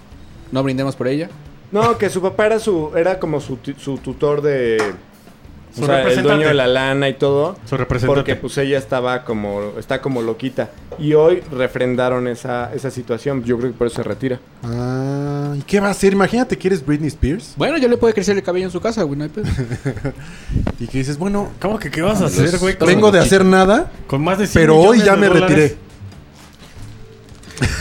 [SPEAKER 1] No brindemos por ella.
[SPEAKER 4] No, que su papá era su era como su, tu- su tutor de
[SPEAKER 3] Su
[SPEAKER 4] o sea, el
[SPEAKER 3] representante.
[SPEAKER 4] dueño de la lana y todo,
[SPEAKER 3] Su representante.
[SPEAKER 4] porque pues ella estaba como está como loquita y hoy refrendaron esa esa situación. Yo creo que por eso se retira.
[SPEAKER 2] Ah, ¿y qué va a hacer? Imagínate que eres Britney Spears
[SPEAKER 1] Bueno, yo le puede crecer el cabello en su casa, güey. No hay pedo.
[SPEAKER 2] y que dices, bueno,
[SPEAKER 3] ¿Cómo que qué vas a hacer, güey?
[SPEAKER 1] Todo
[SPEAKER 2] vengo de
[SPEAKER 1] muchito.
[SPEAKER 2] hacer nada,
[SPEAKER 3] Con más de 100
[SPEAKER 2] pero hoy
[SPEAKER 3] millones
[SPEAKER 2] ya
[SPEAKER 3] de
[SPEAKER 2] me
[SPEAKER 3] dólares.
[SPEAKER 2] retiré.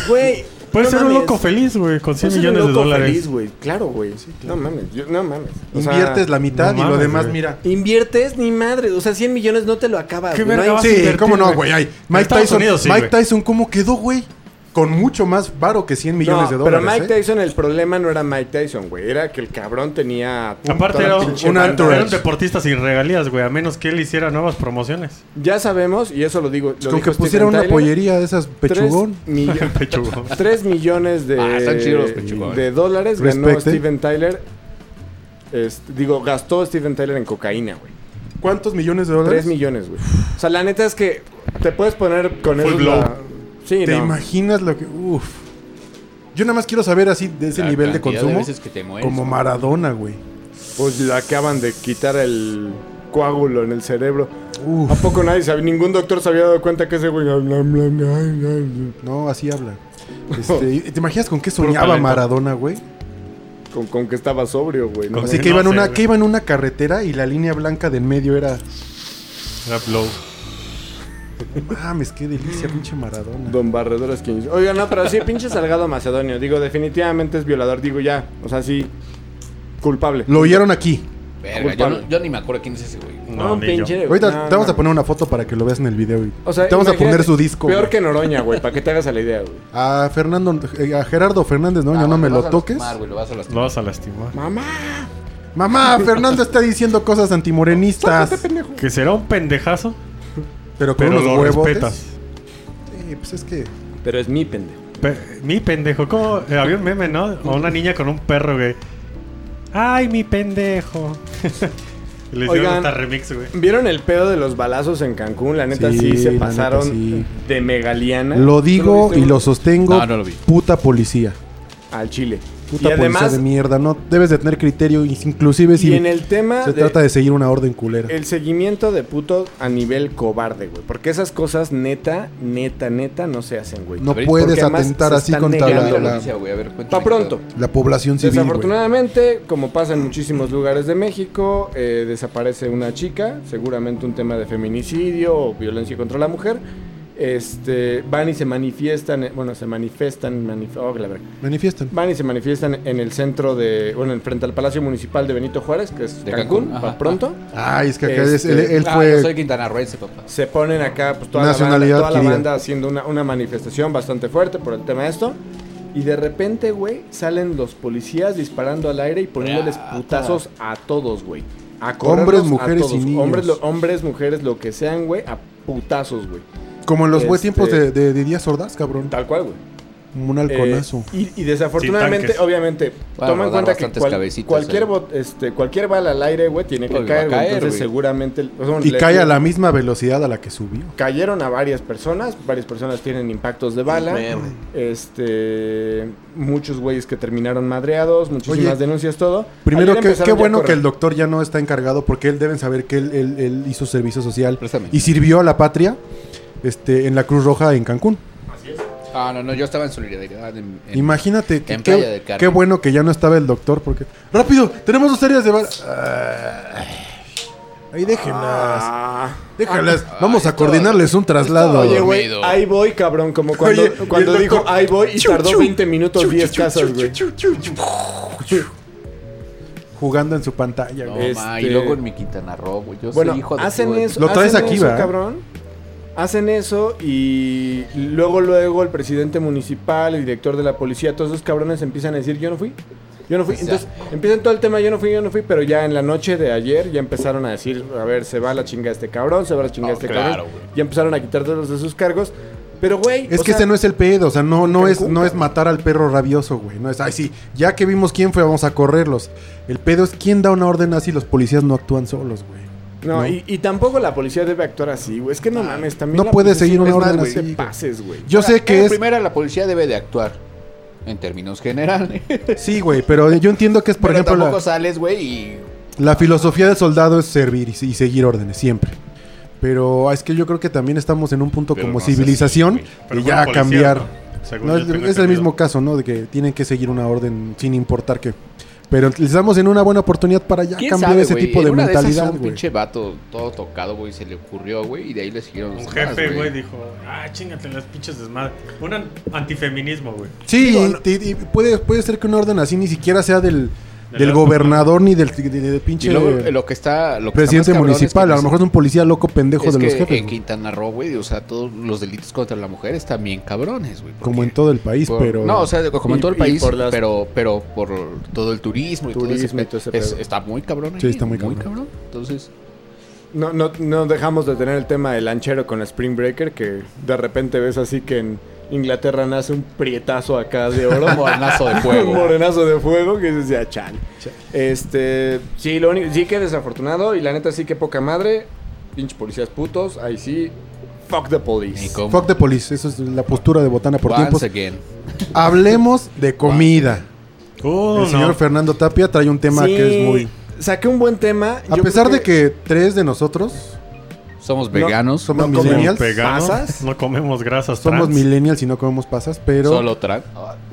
[SPEAKER 4] Güey,
[SPEAKER 3] Puedes ser un loco feliz, güey, con 100
[SPEAKER 4] Puedes ser un
[SPEAKER 3] millones de
[SPEAKER 4] loco
[SPEAKER 3] dólares.
[SPEAKER 4] feliz, güey. Claro, güey. No mames, yo- no mames. O sea,
[SPEAKER 2] Inviertes la mitad
[SPEAKER 3] no
[SPEAKER 2] y lo
[SPEAKER 3] mames,
[SPEAKER 2] demás,
[SPEAKER 3] güey.
[SPEAKER 2] mira.
[SPEAKER 4] inviertes ni madre, o sea, 100 millones no te lo acabas.
[SPEAKER 3] Qué
[SPEAKER 4] güey. No
[SPEAKER 3] verga
[SPEAKER 4] hay-
[SPEAKER 3] vas a
[SPEAKER 2] Sí,
[SPEAKER 3] invertir,
[SPEAKER 2] cómo no,
[SPEAKER 3] güey.
[SPEAKER 2] güey. ay,
[SPEAKER 3] En
[SPEAKER 2] Mike
[SPEAKER 3] Estados
[SPEAKER 2] Tyson,
[SPEAKER 3] Unidos sí,
[SPEAKER 2] Mike
[SPEAKER 3] güey.
[SPEAKER 2] Tyson, ¿cómo quedó, güey? Con mucho más varo que 100 millones de
[SPEAKER 4] No,
[SPEAKER 2] dólares.
[SPEAKER 4] Pero Mike
[SPEAKER 2] ¿eh?
[SPEAKER 4] Tyson, el problema no era Mike Tyson, güey. Era que el cabrón tenía. un-
[SPEAKER 3] Aparte
[SPEAKER 4] toda la
[SPEAKER 3] era
[SPEAKER 4] pinche
[SPEAKER 3] un,
[SPEAKER 2] una
[SPEAKER 4] banda.
[SPEAKER 2] entourage.
[SPEAKER 3] era un deportista sin regalías, güey, a menos que él hiciera nuevas promociones. (laughs)
[SPEAKER 4] Ya sabemos, y eso lo digo. Lo
[SPEAKER 2] Pues Con
[SPEAKER 4] dijo
[SPEAKER 2] que
[SPEAKER 4] Steven
[SPEAKER 2] pusiera una
[SPEAKER 4] Tyler,
[SPEAKER 2] pollería de esas
[SPEAKER 4] tres
[SPEAKER 2] pechugón.
[SPEAKER 4] millo-
[SPEAKER 2] (laughs)
[SPEAKER 3] Pechugón.
[SPEAKER 4] tres millones de,
[SPEAKER 1] Ah, están chidos los pechugones.
[SPEAKER 4] de dólares ganó
[SPEAKER 2] Respecte.
[SPEAKER 4] Steven Tyler. Este, digo, gastó Steven Tyler en cocaína, güey.
[SPEAKER 2] ¿Cuántos millones de dólares?
[SPEAKER 4] Tres millones, güey. O sea, la neta es que te puedes poner con
[SPEAKER 3] Full
[SPEAKER 4] eso.
[SPEAKER 3] blow.
[SPEAKER 4] la- Sí,
[SPEAKER 2] ¿Te
[SPEAKER 4] no.
[SPEAKER 2] imaginas lo que.? Uf. Yo nada más quiero saber así de (laughs) ese
[SPEAKER 1] La
[SPEAKER 2] nivel de
[SPEAKER 1] cantidad
[SPEAKER 2] consumo.
[SPEAKER 1] veces que te mueres,
[SPEAKER 2] como
[SPEAKER 1] güey.
[SPEAKER 2] Maradona, güey.
[SPEAKER 4] Pues le acaban de quitar el coágulo en el cerebro. ¿A
[SPEAKER 2] Uf.
[SPEAKER 4] poco nadie sabía? Ningún doctor se había dado cuenta que ese güey. bla, bla, bla, bla, bla,
[SPEAKER 2] No, así
[SPEAKER 4] (laughs)
[SPEAKER 2] habla. Este, ¿y ¿Te imaginas con qué
[SPEAKER 3] Puro
[SPEAKER 2] soñaba
[SPEAKER 3] talento.
[SPEAKER 2] Maradona, güey?
[SPEAKER 4] bla, Con, con que estaba sobrio, güey. ¿no?
[SPEAKER 3] Con-
[SPEAKER 2] Así
[SPEAKER 3] no
[SPEAKER 2] que iban
[SPEAKER 3] sé,
[SPEAKER 2] una,
[SPEAKER 3] güey.
[SPEAKER 2] que iba en una carretera y la línea blanca del medio era.
[SPEAKER 3] Era blow.
[SPEAKER 2] Mames, qué delicia, pinche Maradona.
[SPEAKER 4] Don Barredor es quien dice, Oiga, no, pero sí, pinche Salgado Macedonio. Digo, definitivamente es violador. Digo, ya. O sea, sí. Culpable.
[SPEAKER 2] Lo oyeron aquí.
[SPEAKER 1] Verga, yo, no- yo ni me acuerdo quién es ese, güey.
[SPEAKER 4] No,
[SPEAKER 3] No,
[SPEAKER 4] un
[SPEAKER 3] ni
[SPEAKER 4] pinche.
[SPEAKER 3] yo.
[SPEAKER 2] Ahorita
[SPEAKER 4] no,
[SPEAKER 2] te vamos
[SPEAKER 4] no.
[SPEAKER 2] a poner una foto para que lo veas en el video. Y
[SPEAKER 4] O sea,
[SPEAKER 2] te vamos a
[SPEAKER 4] imagínate,
[SPEAKER 2] poner su disco.
[SPEAKER 4] Peor
[SPEAKER 2] güey.
[SPEAKER 4] que Noroña, güey. Para que te hagas a la idea,
[SPEAKER 2] (laughs)
[SPEAKER 4] güey.
[SPEAKER 2] A Fernando, eh, a Gerardo Fernández, no,
[SPEAKER 1] Ah,
[SPEAKER 2] ya no
[SPEAKER 1] güey,
[SPEAKER 2] me
[SPEAKER 1] vas
[SPEAKER 2] lo
[SPEAKER 1] a
[SPEAKER 2] toques.
[SPEAKER 1] lastimar, güey, lo vas a lastimar.
[SPEAKER 3] Lo vas a lastimar.
[SPEAKER 4] Mamá. (laughs)
[SPEAKER 2] Mamá, Fernando está diciendo cosas antimorenistas.
[SPEAKER 4] Pues, este
[SPEAKER 3] Que será un pendejazo,
[SPEAKER 2] Pero con
[SPEAKER 3] pero
[SPEAKER 2] unos
[SPEAKER 3] lo
[SPEAKER 2] huevotes.
[SPEAKER 3] respetas.
[SPEAKER 2] Sí, pues es
[SPEAKER 4] ¿Eh?
[SPEAKER 2] que.
[SPEAKER 4] Pero es mi pendejo.
[SPEAKER 3] Pe- mi pendejo, como había un meme, ¿no? O una niña con un perro, güey. Ay, mi pendejo. (laughs) Y Le hicieron
[SPEAKER 4] Oigan.
[SPEAKER 3] hasta remix, güey.
[SPEAKER 4] ¿Vieron el pedo de los balazos en Cancún? La neta sí,
[SPEAKER 2] Sí, la
[SPEAKER 4] se
[SPEAKER 2] neta,
[SPEAKER 4] pasaron
[SPEAKER 2] sí.
[SPEAKER 4] de megaliana.
[SPEAKER 2] Lo
[SPEAKER 4] ¿Tú
[SPEAKER 2] digo
[SPEAKER 4] viste,
[SPEAKER 2] y lo
[SPEAKER 4] güey?
[SPEAKER 2] sostengo.
[SPEAKER 1] No, no lo vi.
[SPEAKER 2] Puta policía.
[SPEAKER 4] Al Chile.
[SPEAKER 2] Puta
[SPEAKER 4] y además,
[SPEAKER 2] policía de mierda. No debes de tener criterio, inclusive si
[SPEAKER 4] y en el tema
[SPEAKER 2] se
[SPEAKER 4] de-
[SPEAKER 2] trata de seguir una orden culera.
[SPEAKER 4] el seguimiento de puto a nivel cobarde, güey. Porque esas cosas neta, neta, neta no se hacen, güey.
[SPEAKER 2] no
[SPEAKER 1] porque
[SPEAKER 2] puedes
[SPEAKER 4] además
[SPEAKER 2] atentar
[SPEAKER 4] se
[SPEAKER 2] así
[SPEAKER 4] están
[SPEAKER 2] contra la,
[SPEAKER 1] Llegando
[SPEAKER 4] negando
[SPEAKER 1] a
[SPEAKER 4] la-
[SPEAKER 1] la noticia, güey. A ver, cuéntame.
[SPEAKER 4] Pa' pronto.
[SPEAKER 1] qué pedo.
[SPEAKER 2] la población civil. güey.
[SPEAKER 4] Desafortunadamente, como pasa en muchísimos lugares de México, eh, desaparece una chica, seguramente un tema de feminicidio o violencia contra la mujer. Este, van y se manifiestan, eh, bueno, se manifiestan, manif- oh, la verga.
[SPEAKER 2] Manifiestan.
[SPEAKER 4] van y se manifiestan en el centro de, bueno, en frente al Palacio Municipal de Benito Juárez, que es
[SPEAKER 1] De
[SPEAKER 4] Cancún,
[SPEAKER 1] Cancún,
[SPEAKER 4] pa'
[SPEAKER 1] ajá.
[SPEAKER 4] pronto.
[SPEAKER 2] Ay, es que acá
[SPEAKER 4] Este,
[SPEAKER 2] es- él, él
[SPEAKER 1] Ah,
[SPEAKER 2] fue.
[SPEAKER 1] yo soy quintanarroense, papá.
[SPEAKER 4] Se ponen acá, pues toda, la banda,
[SPEAKER 2] Nacionalidad
[SPEAKER 4] toda la
[SPEAKER 2] adquirida.
[SPEAKER 4] banda haciendo una, una manifestación bastante fuerte por el tema de esto. Y de repente, güey, salen los policías disparando al aire y poniéndoles
[SPEAKER 1] Ah,
[SPEAKER 4] putazos a todos, güey. A
[SPEAKER 2] Hombres,
[SPEAKER 4] correrlos a
[SPEAKER 2] mujeres y
[SPEAKER 4] todos.
[SPEAKER 2] niños.
[SPEAKER 4] Hombres, lo- hombres, mujeres, lo que sean, güey, a putazos, güey.
[SPEAKER 2] Como en los buenos
[SPEAKER 4] este-
[SPEAKER 2] tiempos de, de, de Díaz Ordaz, cabrón.
[SPEAKER 4] Tal cual, güey.
[SPEAKER 2] Como un
[SPEAKER 4] Eh,
[SPEAKER 2] halconazo.
[SPEAKER 4] y, y desafortunadamente,
[SPEAKER 3] Sin tanques.
[SPEAKER 4] obviamente,
[SPEAKER 1] Van a
[SPEAKER 4] toma en
[SPEAKER 1] rodar
[SPEAKER 4] cuenta que
[SPEAKER 1] bastantes
[SPEAKER 4] cual-
[SPEAKER 1] cabecitas
[SPEAKER 4] cualquier,
[SPEAKER 1] ahí.
[SPEAKER 4] bot- este, cualquier bala al aire, güey, tiene que
[SPEAKER 1] Obvio, va a
[SPEAKER 4] caer, güey.
[SPEAKER 1] caer,
[SPEAKER 4] Entonces,
[SPEAKER 1] güey.
[SPEAKER 4] seguramente. o sea,
[SPEAKER 2] Y,
[SPEAKER 4] le-
[SPEAKER 2] cae a
[SPEAKER 4] le-
[SPEAKER 2] la misma velocidad a la que subió.
[SPEAKER 4] cayeron a varias personas, varias personas tienen impactos de bala,
[SPEAKER 1] Verga.
[SPEAKER 4] este, muchos güeyes que terminaron madreados, muchísimas
[SPEAKER 2] Oye,
[SPEAKER 4] denuncias, todo.
[SPEAKER 2] Primero,
[SPEAKER 4] Ayer
[SPEAKER 2] qué,
[SPEAKER 4] empezaron
[SPEAKER 2] qué
[SPEAKER 4] ya a
[SPEAKER 2] bueno
[SPEAKER 4] correr.
[SPEAKER 2] que el doctor ya no está encargado porque él deben saber que él, él- él hizo servicio social
[SPEAKER 1] Préstame.
[SPEAKER 2] y sirvió a la patria este, en la Cruz Roja en Cancún.
[SPEAKER 1] Ah, no, no, yo estaba en solidaridad. En, en-
[SPEAKER 2] Imagínate que,
[SPEAKER 1] en
[SPEAKER 2] qué-
[SPEAKER 1] Playa del Carmen.
[SPEAKER 2] qué bueno que ya no estaba el doctor porque... ¡Rápido! ¡Tenemos dos áreas de bala! Ay, Ahí déjenlas.
[SPEAKER 4] Ah.
[SPEAKER 2] Déjenlas. Vamos a
[SPEAKER 1] esto-
[SPEAKER 2] coordinarles un traslado.
[SPEAKER 1] esto-
[SPEAKER 4] Oye, güey,
[SPEAKER 1] Dormido.
[SPEAKER 4] ahí voy, cabrón, como cuando,
[SPEAKER 2] Oye,
[SPEAKER 4] cuando
[SPEAKER 2] y el
[SPEAKER 4] dijo
[SPEAKER 2] doctor,
[SPEAKER 4] ahí voy y
[SPEAKER 2] chu,
[SPEAKER 4] tardó
[SPEAKER 2] chu,
[SPEAKER 4] 20 minutos
[SPEAKER 2] chu,
[SPEAKER 4] 10
[SPEAKER 2] chu, chu,
[SPEAKER 4] casas,
[SPEAKER 2] chu,
[SPEAKER 4] güey.
[SPEAKER 2] chu, chu, chu, chu. Jugando en su pantalla,
[SPEAKER 1] No,
[SPEAKER 2] güey.
[SPEAKER 1] ma,
[SPEAKER 4] este-
[SPEAKER 1] y luego en mi Quintanarro, güey. Yo soy
[SPEAKER 4] Bueno,
[SPEAKER 1] Pues, hijo de
[SPEAKER 4] hacen
[SPEAKER 1] puta.
[SPEAKER 4] eso,
[SPEAKER 2] Lo traes
[SPEAKER 4] hacen
[SPEAKER 2] aquí,
[SPEAKER 4] eso,
[SPEAKER 2] ¿verdad?
[SPEAKER 4] cabrón. Hacen eso y luego, luego el presidente municipal, el director de la policía, todos esos cabrones empiezan a decir, yo no fui, yo no fui. Entonces empiezan todo el tema, yo no fui, yo no fui, pero ya en la noche de ayer ya empezaron a decir, a ver, se va la chinga este cabrón, se va la chinga
[SPEAKER 1] No,
[SPEAKER 4] este
[SPEAKER 1] Oh, claro,
[SPEAKER 4] cabrón.
[SPEAKER 1] güey.
[SPEAKER 4] Ya empezaron a quitar todos de sus cargos. Pero, güey,
[SPEAKER 2] Es
[SPEAKER 4] o
[SPEAKER 2] que
[SPEAKER 4] sea,
[SPEAKER 2] ese no es el pedo, o sea, no, no, es,
[SPEAKER 4] Cancún,
[SPEAKER 2] no es
[SPEAKER 4] cabrón.
[SPEAKER 2] matar al perro rabioso, güey. No es, ay, sí, ya que vimos quién fue, vamos a correrlos. El pedo es quién da una orden así y los policías no actúan solos, güey.
[SPEAKER 4] No,
[SPEAKER 2] ¿no?
[SPEAKER 4] Y, y tampoco la policía debe actuar así, güey. Es que no mames, también.
[SPEAKER 2] no
[SPEAKER 4] la
[SPEAKER 2] puede
[SPEAKER 4] policía-
[SPEAKER 2] seguir una
[SPEAKER 4] es más,
[SPEAKER 2] orden
[SPEAKER 4] güey,
[SPEAKER 2] así,
[SPEAKER 4] te
[SPEAKER 2] güey.
[SPEAKER 4] pases, güey.
[SPEAKER 2] Yo sé que
[SPEAKER 1] En
[SPEAKER 2] es.
[SPEAKER 1] primera, la policía debe de actuar. En términos
[SPEAKER 2] (laughs)
[SPEAKER 1] generales.
[SPEAKER 2] Sí, güey, pero yo entiendo que es, por
[SPEAKER 1] Pero
[SPEAKER 2] ejemplo,
[SPEAKER 1] tampoco
[SPEAKER 2] la,
[SPEAKER 1] sales, güey, y...
[SPEAKER 2] la filosofía del soldado es servir y, y seguir órdenes, siempre. Pero ah, es que yo creo que también estamos en un punto
[SPEAKER 5] Pero no
[SPEAKER 2] como
[SPEAKER 5] sé si,
[SPEAKER 2] civilización
[SPEAKER 5] güey. Pero fueron
[SPEAKER 2] y ya
[SPEAKER 5] policías,
[SPEAKER 2] cambiar.
[SPEAKER 5] ¿no? Según
[SPEAKER 2] No,
[SPEAKER 5] yo
[SPEAKER 2] es,
[SPEAKER 5] tengo
[SPEAKER 2] es el
[SPEAKER 5] entendido.
[SPEAKER 2] mismo caso, ¿no? De que tienen que seguir una orden sin importar qué. Pero estamos en una buena oportunidad para ya
[SPEAKER 1] ¿Quién
[SPEAKER 2] cambiar
[SPEAKER 1] sabe,
[SPEAKER 2] ese
[SPEAKER 1] güey?
[SPEAKER 2] tipo
[SPEAKER 1] En
[SPEAKER 2] de
[SPEAKER 1] una esas,
[SPEAKER 2] mentalidad,
[SPEAKER 1] un
[SPEAKER 2] güey.
[SPEAKER 1] pinche vato todo tocado, güey, se le ocurrió, güey, y de ahí le siguieron los
[SPEAKER 5] Un
[SPEAKER 1] demás,
[SPEAKER 5] jefe, güey, dijo, ah, chingate las pinches desmadres. Un an- antifeminismo, güey.
[SPEAKER 2] Sí, y- y- y puede, puede ser que una orden así ni siquiera sea del,
[SPEAKER 5] Del
[SPEAKER 2] del
[SPEAKER 5] alto,
[SPEAKER 2] gobernador ni del, de- de- de
[SPEAKER 1] Y
[SPEAKER 2] pinche
[SPEAKER 1] luego eh, lo que está... Lo que está
[SPEAKER 2] presidente
[SPEAKER 1] más cabrón es que
[SPEAKER 2] municipal. a lo
[SPEAKER 1] no-
[SPEAKER 2] mejor es un policía loco pendejo
[SPEAKER 1] es
[SPEAKER 2] de los
[SPEAKER 1] que
[SPEAKER 2] jefes.
[SPEAKER 1] en
[SPEAKER 2] güey.
[SPEAKER 1] Quintana Roo, güey, o sea, todos los delitos contra la mujer están bien cabrones, güey.
[SPEAKER 2] Como
[SPEAKER 1] porque-
[SPEAKER 2] en todo el país,
[SPEAKER 1] por-
[SPEAKER 2] pero.
[SPEAKER 1] No, o sea, como
[SPEAKER 4] Y-
[SPEAKER 1] en todo el
[SPEAKER 4] y
[SPEAKER 1] país,
[SPEAKER 4] por las-
[SPEAKER 1] pero, pero por todo el turismo y
[SPEAKER 4] Turismo y
[SPEAKER 1] todo ese,
[SPEAKER 4] todo ese
[SPEAKER 1] es-
[SPEAKER 4] pedo.
[SPEAKER 1] Está muy cabrón.
[SPEAKER 2] Sí,
[SPEAKER 1] ahí,
[SPEAKER 2] está muy cabrón.
[SPEAKER 1] Entonces,
[SPEAKER 4] No, no, no dejamos de tener el tema del lanchero con la Spring Breaker, que de repente ves así que en Inglaterra nace un prietazo acá de
[SPEAKER 1] (laughs)
[SPEAKER 4] oro.
[SPEAKER 1] un mornazo de
[SPEAKER 2] (laughs)
[SPEAKER 4] (laughs) Un
[SPEAKER 1] fuego.
[SPEAKER 4] morenazo de fuego que decía chal. Este, sí, lo único, sí que desafortunado y la neta sí que poca madre. Pinche policías putos, ahí sí. Fuck the police.
[SPEAKER 1] Y como-
[SPEAKER 2] Fuck the police. Eso es la postura de Botana por
[SPEAKER 1] Once
[SPEAKER 2] tiempos.
[SPEAKER 1] again.
[SPEAKER 2] Hablemos de comida.
[SPEAKER 3] Uh,
[SPEAKER 2] el señor
[SPEAKER 3] no.
[SPEAKER 2] Fernando Tapia trae un tema
[SPEAKER 4] Sí,
[SPEAKER 2] que es muy.
[SPEAKER 4] Saqué un buen tema.
[SPEAKER 2] A
[SPEAKER 4] yo
[SPEAKER 2] pesar
[SPEAKER 4] creo
[SPEAKER 2] de que tres de nosotros
[SPEAKER 1] Somos veganos,
[SPEAKER 2] somos
[SPEAKER 4] No comemos
[SPEAKER 2] millennials.
[SPEAKER 3] Veganos,
[SPEAKER 4] ¿Pasas?
[SPEAKER 3] No comemos grasas
[SPEAKER 2] Somos
[SPEAKER 3] trans.
[SPEAKER 2] millennials y no comemos pasas, pero.
[SPEAKER 1] solo trans.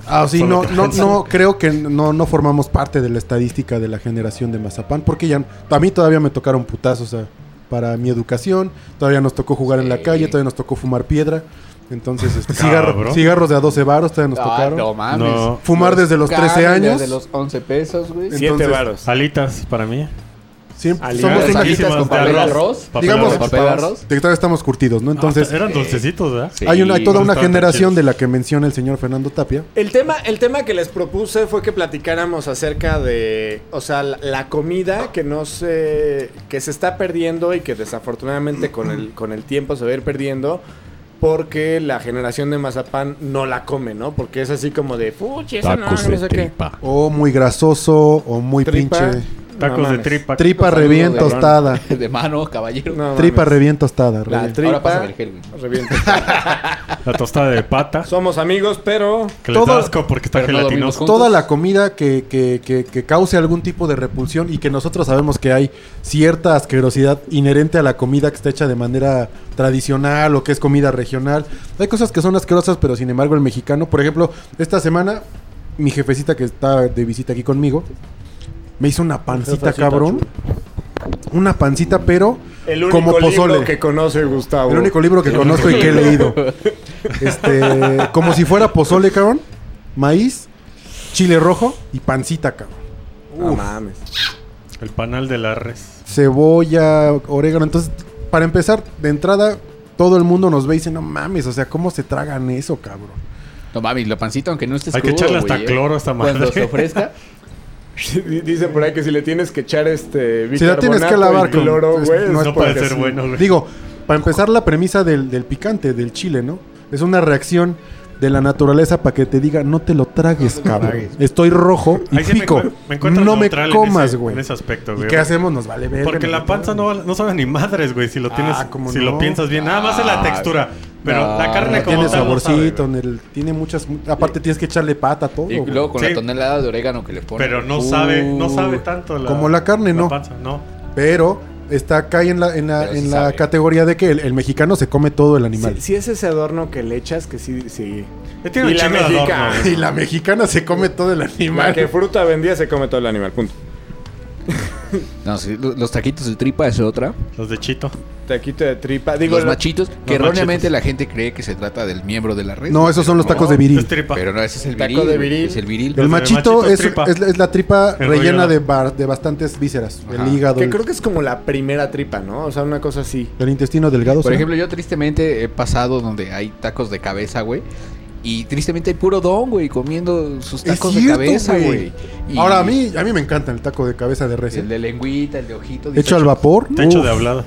[SPEAKER 2] Ah, sí,
[SPEAKER 3] Solo
[SPEAKER 2] no, no,
[SPEAKER 3] trans.
[SPEAKER 2] no, creo que no, no formamos parte de la estadística de la generación de Mazapán, porque ya a mí todavía me tocaron putazos o sea, para mi educación, todavía nos tocó jugar en la
[SPEAKER 1] Sí.
[SPEAKER 2] calle, todavía nos tocó fumar piedra, entonces este,
[SPEAKER 3] Cabrón.
[SPEAKER 2] cigarro- cigarros de a 12 varos todavía nos
[SPEAKER 1] Ah,
[SPEAKER 2] tocaron.
[SPEAKER 1] no mames.
[SPEAKER 3] No.
[SPEAKER 2] Fumar desde los 13
[SPEAKER 1] Carne
[SPEAKER 2] años.
[SPEAKER 1] Desde los 11 pesos, güey.
[SPEAKER 4] Siete
[SPEAKER 2] entonces-
[SPEAKER 4] varos.
[SPEAKER 3] Alitas para mí.
[SPEAKER 2] Siempre-
[SPEAKER 3] Alitas,
[SPEAKER 2] somos una-
[SPEAKER 1] alitas con
[SPEAKER 3] de
[SPEAKER 1] papel arroz.
[SPEAKER 3] Papel
[SPEAKER 2] Digamos-
[SPEAKER 3] arroz.
[SPEAKER 1] papel arroz.
[SPEAKER 2] de que todavía estamos curtidos, ¿no? Entonces,
[SPEAKER 3] Ah, eran dulcecitos, ¿verdad?
[SPEAKER 1] Sí.
[SPEAKER 2] hay, una, hay toda
[SPEAKER 3] no
[SPEAKER 2] una
[SPEAKER 3] estaban tan
[SPEAKER 2] generación
[SPEAKER 3] chidos.
[SPEAKER 2] de la que menciona el señor Fernando Tapia.
[SPEAKER 4] El tema, el tema que les propuse fue que platicáramos acerca de, o sea, la, la comida que no se, que se está perdiendo y que desafortunadamente
[SPEAKER 3] (clears throat)
[SPEAKER 4] con el, con el tiempo se va a ir perdiendo porque la generación de mazapán no la come, ¿no? Porque es así como de, fuchi, esa no, no sé qué.
[SPEAKER 2] O muy grasoso, o muy
[SPEAKER 4] Tripa,
[SPEAKER 2] pinche.
[SPEAKER 3] Tacos
[SPEAKER 4] no
[SPEAKER 3] de
[SPEAKER 4] mames.
[SPEAKER 3] tripa.
[SPEAKER 2] Tripa
[SPEAKER 1] Saludos,
[SPEAKER 2] revién
[SPEAKER 1] cabrón.
[SPEAKER 3] (laughs)
[SPEAKER 2] tostada.
[SPEAKER 1] (laughs) De mano, caballero.
[SPEAKER 4] No
[SPEAKER 2] Tripa
[SPEAKER 4] mames.
[SPEAKER 2] revién tostada.
[SPEAKER 4] La
[SPEAKER 2] revién.
[SPEAKER 4] tripa.
[SPEAKER 1] Ahora pásame el gel, güey.
[SPEAKER 4] revienta.
[SPEAKER 3] La tostada de pata.
[SPEAKER 4] Somos amigos, pero
[SPEAKER 3] Que les
[SPEAKER 2] Todo-
[SPEAKER 3] da asco porque está
[SPEAKER 1] Pero no
[SPEAKER 3] gelatinoso.
[SPEAKER 1] dormimos
[SPEAKER 2] Toda
[SPEAKER 1] juntos.
[SPEAKER 2] la comida que, que- que- que cause algún tipo de repulsión y que nosotros sabemos que hay cierta asquerosidad inherente a la comida que está hecha de manera tradicional o que es comida regional. Hay cosas que son asquerosas, pero sin embargo el mexicano, por ejemplo, esta semana mi jefecita que está de visita aquí conmigo me hizo una pancita,
[SPEAKER 4] Jefecita
[SPEAKER 2] cabrón. Una pancita, pero
[SPEAKER 4] el único
[SPEAKER 2] como pozole.
[SPEAKER 4] libro que conoce Gustavo.
[SPEAKER 2] El único libro que conozco y que he leído. Este, como si fuera pozole, cabrón. Maíz, chile rojo y pancita, cabrón.
[SPEAKER 4] No mames.
[SPEAKER 3] El panal de la res.
[SPEAKER 2] Cebolla, orégano. Entonces, para empezar, de entrada, todo el mundo nos ve y dice, no mames, o sea, ¿cómo se tragan eso, cabrón?
[SPEAKER 1] No mames, la pancita, aunque no estés
[SPEAKER 3] Hay que
[SPEAKER 1] crudo,
[SPEAKER 3] echarle hasta
[SPEAKER 1] güey, eh.
[SPEAKER 3] cloro a esta madre.
[SPEAKER 1] Cuando se
[SPEAKER 3] (laughs)
[SPEAKER 1] ofrezca,
[SPEAKER 4] (laughs) Dice por ahí que si le tienes que echar este
[SPEAKER 2] Si la tienes que
[SPEAKER 4] bicarbonato y
[SPEAKER 2] lavar con-
[SPEAKER 4] cloro,
[SPEAKER 2] es-
[SPEAKER 4] güey,
[SPEAKER 2] no es
[SPEAKER 4] es
[SPEAKER 3] No puede
[SPEAKER 2] porque
[SPEAKER 3] ser
[SPEAKER 2] sí.
[SPEAKER 3] bueno, güey.
[SPEAKER 2] Digo, para empezar, la premisa del, del picante, del chile, ¿no? Es una reacción de la naturaleza para que te diga, no te lo tragues, cabrón. Estoy rojo y
[SPEAKER 3] Ahí sí me
[SPEAKER 2] pico.
[SPEAKER 3] encuent- me encuentro
[SPEAKER 2] no me
[SPEAKER 3] neutral en
[SPEAKER 2] comas,
[SPEAKER 3] ese-
[SPEAKER 2] güey.
[SPEAKER 3] en ese aspecto,
[SPEAKER 2] ¿Y
[SPEAKER 3] güey.
[SPEAKER 2] qué hacemos? Nos vale ver.
[SPEAKER 3] Porque la panza no, no sabe ni madres, güey, si lo
[SPEAKER 2] Ah,
[SPEAKER 3] tienes,
[SPEAKER 2] ¿cómo
[SPEAKER 3] si
[SPEAKER 2] no? Ah,
[SPEAKER 3] lo piensas bien. Nada más es la
[SPEAKER 1] Ah,
[SPEAKER 3] textura. Pero
[SPEAKER 1] no,
[SPEAKER 3] la carne
[SPEAKER 1] no
[SPEAKER 3] como
[SPEAKER 2] tiene
[SPEAKER 3] tal no
[SPEAKER 2] saborcito,
[SPEAKER 3] sabe, güey.
[SPEAKER 2] en el- tiene muchas... Aparte tienes que echarle pata a todo.
[SPEAKER 1] y
[SPEAKER 2] güey.
[SPEAKER 1] luego con
[SPEAKER 3] Sí.
[SPEAKER 1] la tonelada de orégano que le ponen. Uh.
[SPEAKER 3] pero no sabe, no sabe tanto la
[SPEAKER 2] Uh, Como la carne, no.
[SPEAKER 3] panza, no.
[SPEAKER 2] Pero está cae en la, en la,
[SPEAKER 1] Pero sí
[SPEAKER 2] en la
[SPEAKER 1] sabe.
[SPEAKER 2] categoría de que el, el mexicano se come todo el
[SPEAKER 4] Si,
[SPEAKER 2] animal. (laughs)
[SPEAKER 4] es ese adorno que le echas, que sí, sí.
[SPEAKER 3] Ya tiene
[SPEAKER 4] Y
[SPEAKER 3] un
[SPEAKER 4] la
[SPEAKER 3] chingo de adorno,
[SPEAKER 4] mexicana.
[SPEAKER 3] güey.
[SPEAKER 2] Y la mexicana se come todo el
[SPEAKER 4] La
[SPEAKER 2] animal.
[SPEAKER 4] que fruta vendía se come todo el animal, punto.
[SPEAKER 1] No, sí, lo- los taquitos de tripa es otra.
[SPEAKER 5] Los de Chito.
[SPEAKER 4] Taquito de tripa. Digo,
[SPEAKER 1] los
[SPEAKER 4] la-
[SPEAKER 1] machitos, que
[SPEAKER 5] machitos.
[SPEAKER 1] erróneamente la gente cree que se trata del miembro de la red.
[SPEAKER 2] No, esos son los tacos de viril.
[SPEAKER 5] Es tripa.
[SPEAKER 1] Pero no, ese es el
[SPEAKER 4] Taco
[SPEAKER 1] viril.
[SPEAKER 4] de
[SPEAKER 1] güey,
[SPEAKER 4] viril.
[SPEAKER 1] Es el viril.
[SPEAKER 2] El
[SPEAKER 5] Los
[SPEAKER 2] machito
[SPEAKER 5] machitos
[SPEAKER 2] es,
[SPEAKER 5] tripa.
[SPEAKER 2] es la, es la tripa
[SPEAKER 5] Enrollada.
[SPEAKER 2] rellena de, bar- de bastantes vísceras.
[SPEAKER 1] Ajá.
[SPEAKER 2] El hígado,
[SPEAKER 4] que
[SPEAKER 2] el,
[SPEAKER 4] creo que es como la primera tripa, ¿no? O sea, una cosa así.
[SPEAKER 2] el intestino delgado.
[SPEAKER 1] Por
[SPEAKER 2] ¿será?
[SPEAKER 1] ejemplo, yo tristemente he pasado donde hay tacos de cabeza, güey. Y tristemente hay puro don, güey, comiendo sus
[SPEAKER 2] Es
[SPEAKER 1] tacos
[SPEAKER 2] cierto,
[SPEAKER 1] de cabeza,
[SPEAKER 2] güey.
[SPEAKER 1] güey. Y
[SPEAKER 2] Ahora, a mí, a mí me encanta el taco de cabeza de res. ¿eh?
[SPEAKER 1] El de lengüita, el de ojito.
[SPEAKER 2] Hecho al vapor.
[SPEAKER 5] Techo
[SPEAKER 2] uf.
[SPEAKER 5] de habladas.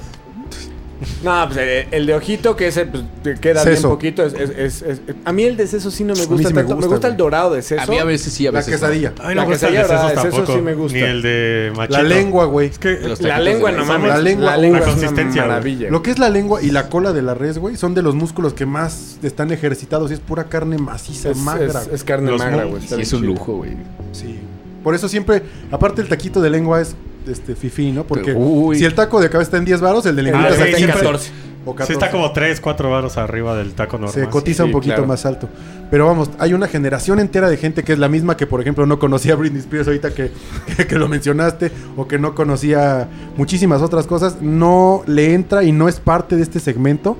[SPEAKER 4] No, pues eh, el de ojito, que ese pues, te queda bien
[SPEAKER 2] Seso.
[SPEAKER 4] poquito. Es, es- es- es- a mí el de seso sí no me
[SPEAKER 2] mí
[SPEAKER 4] gusta
[SPEAKER 2] sí me
[SPEAKER 4] tanto. Me gusta,
[SPEAKER 2] gusta, güey.
[SPEAKER 4] el dorado de seso.
[SPEAKER 1] A mí a veces sí, a
[SPEAKER 2] La
[SPEAKER 1] veces. no.
[SPEAKER 2] quesadilla.
[SPEAKER 5] Ay,
[SPEAKER 4] La
[SPEAKER 5] no me gusta el
[SPEAKER 4] quesadilla,
[SPEAKER 5] de sesos
[SPEAKER 4] ¿verdad? De sesos
[SPEAKER 5] tampoco.
[SPEAKER 4] sí me gusta.
[SPEAKER 5] Ni el de machito.
[SPEAKER 2] La lengua, güey.
[SPEAKER 5] Es que
[SPEAKER 1] Los
[SPEAKER 4] La
[SPEAKER 1] taquitos de
[SPEAKER 4] lengua,
[SPEAKER 1] res.
[SPEAKER 4] no mames.
[SPEAKER 2] La lengua,
[SPEAKER 5] la
[SPEAKER 4] es una
[SPEAKER 5] consistencia, güey.
[SPEAKER 4] maravilla.
[SPEAKER 2] Lo que es la lengua y la cola de la res, güey, son de los músculos que más están ejercitados y es pura carne maciza,
[SPEAKER 4] es,
[SPEAKER 2] magra.
[SPEAKER 4] es-
[SPEAKER 2] güey.
[SPEAKER 4] es carne
[SPEAKER 5] Los
[SPEAKER 4] magra,
[SPEAKER 5] mu-
[SPEAKER 4] güey. está
[SPEAKER 1] Sí,
[SPEAKER 4] bien
[SPEAKER 1] es un
[SPEAKER 4] chido.
[SPEAKER 1] lujo, güey.
[SPEAKER 2] Sí. Por eso siempre, aparte el taquito de lengua es este fifí, ¿no? Porque
[SPEAKER 1] Uy.
[SPEAKER 2] si el taco de cabeza está en 10 varos, el de lengua
[SPEAKER 5] Ah,
[SPEAKER 2] está
[SPEAKER 5] sí,
[SPEAKER 2] en
[SPEAKER 5] siempre-
[SPEAKER 2] 14. O
[SPEAKER 5] Sí
[SPEAKER 2] 14.
[SPEAKER 5] está como 3, 4 varos arriba del taco normal.
[SPEAKER 2] se cotiza
[SPEAKER 4] sí,
[SPEAKER 2] un poquito
[SPEAKER 4] claro.
[SPEAKER 2] más alto. Pero vamos, hay una generación entera de gente que es la misma que, por ejemplo, no conocía a Britney Spears ahorita que, (laughs) que, que lo mencionaste, o que no conocía muchísimas otras cosas, no le entra y no es parte de este segmento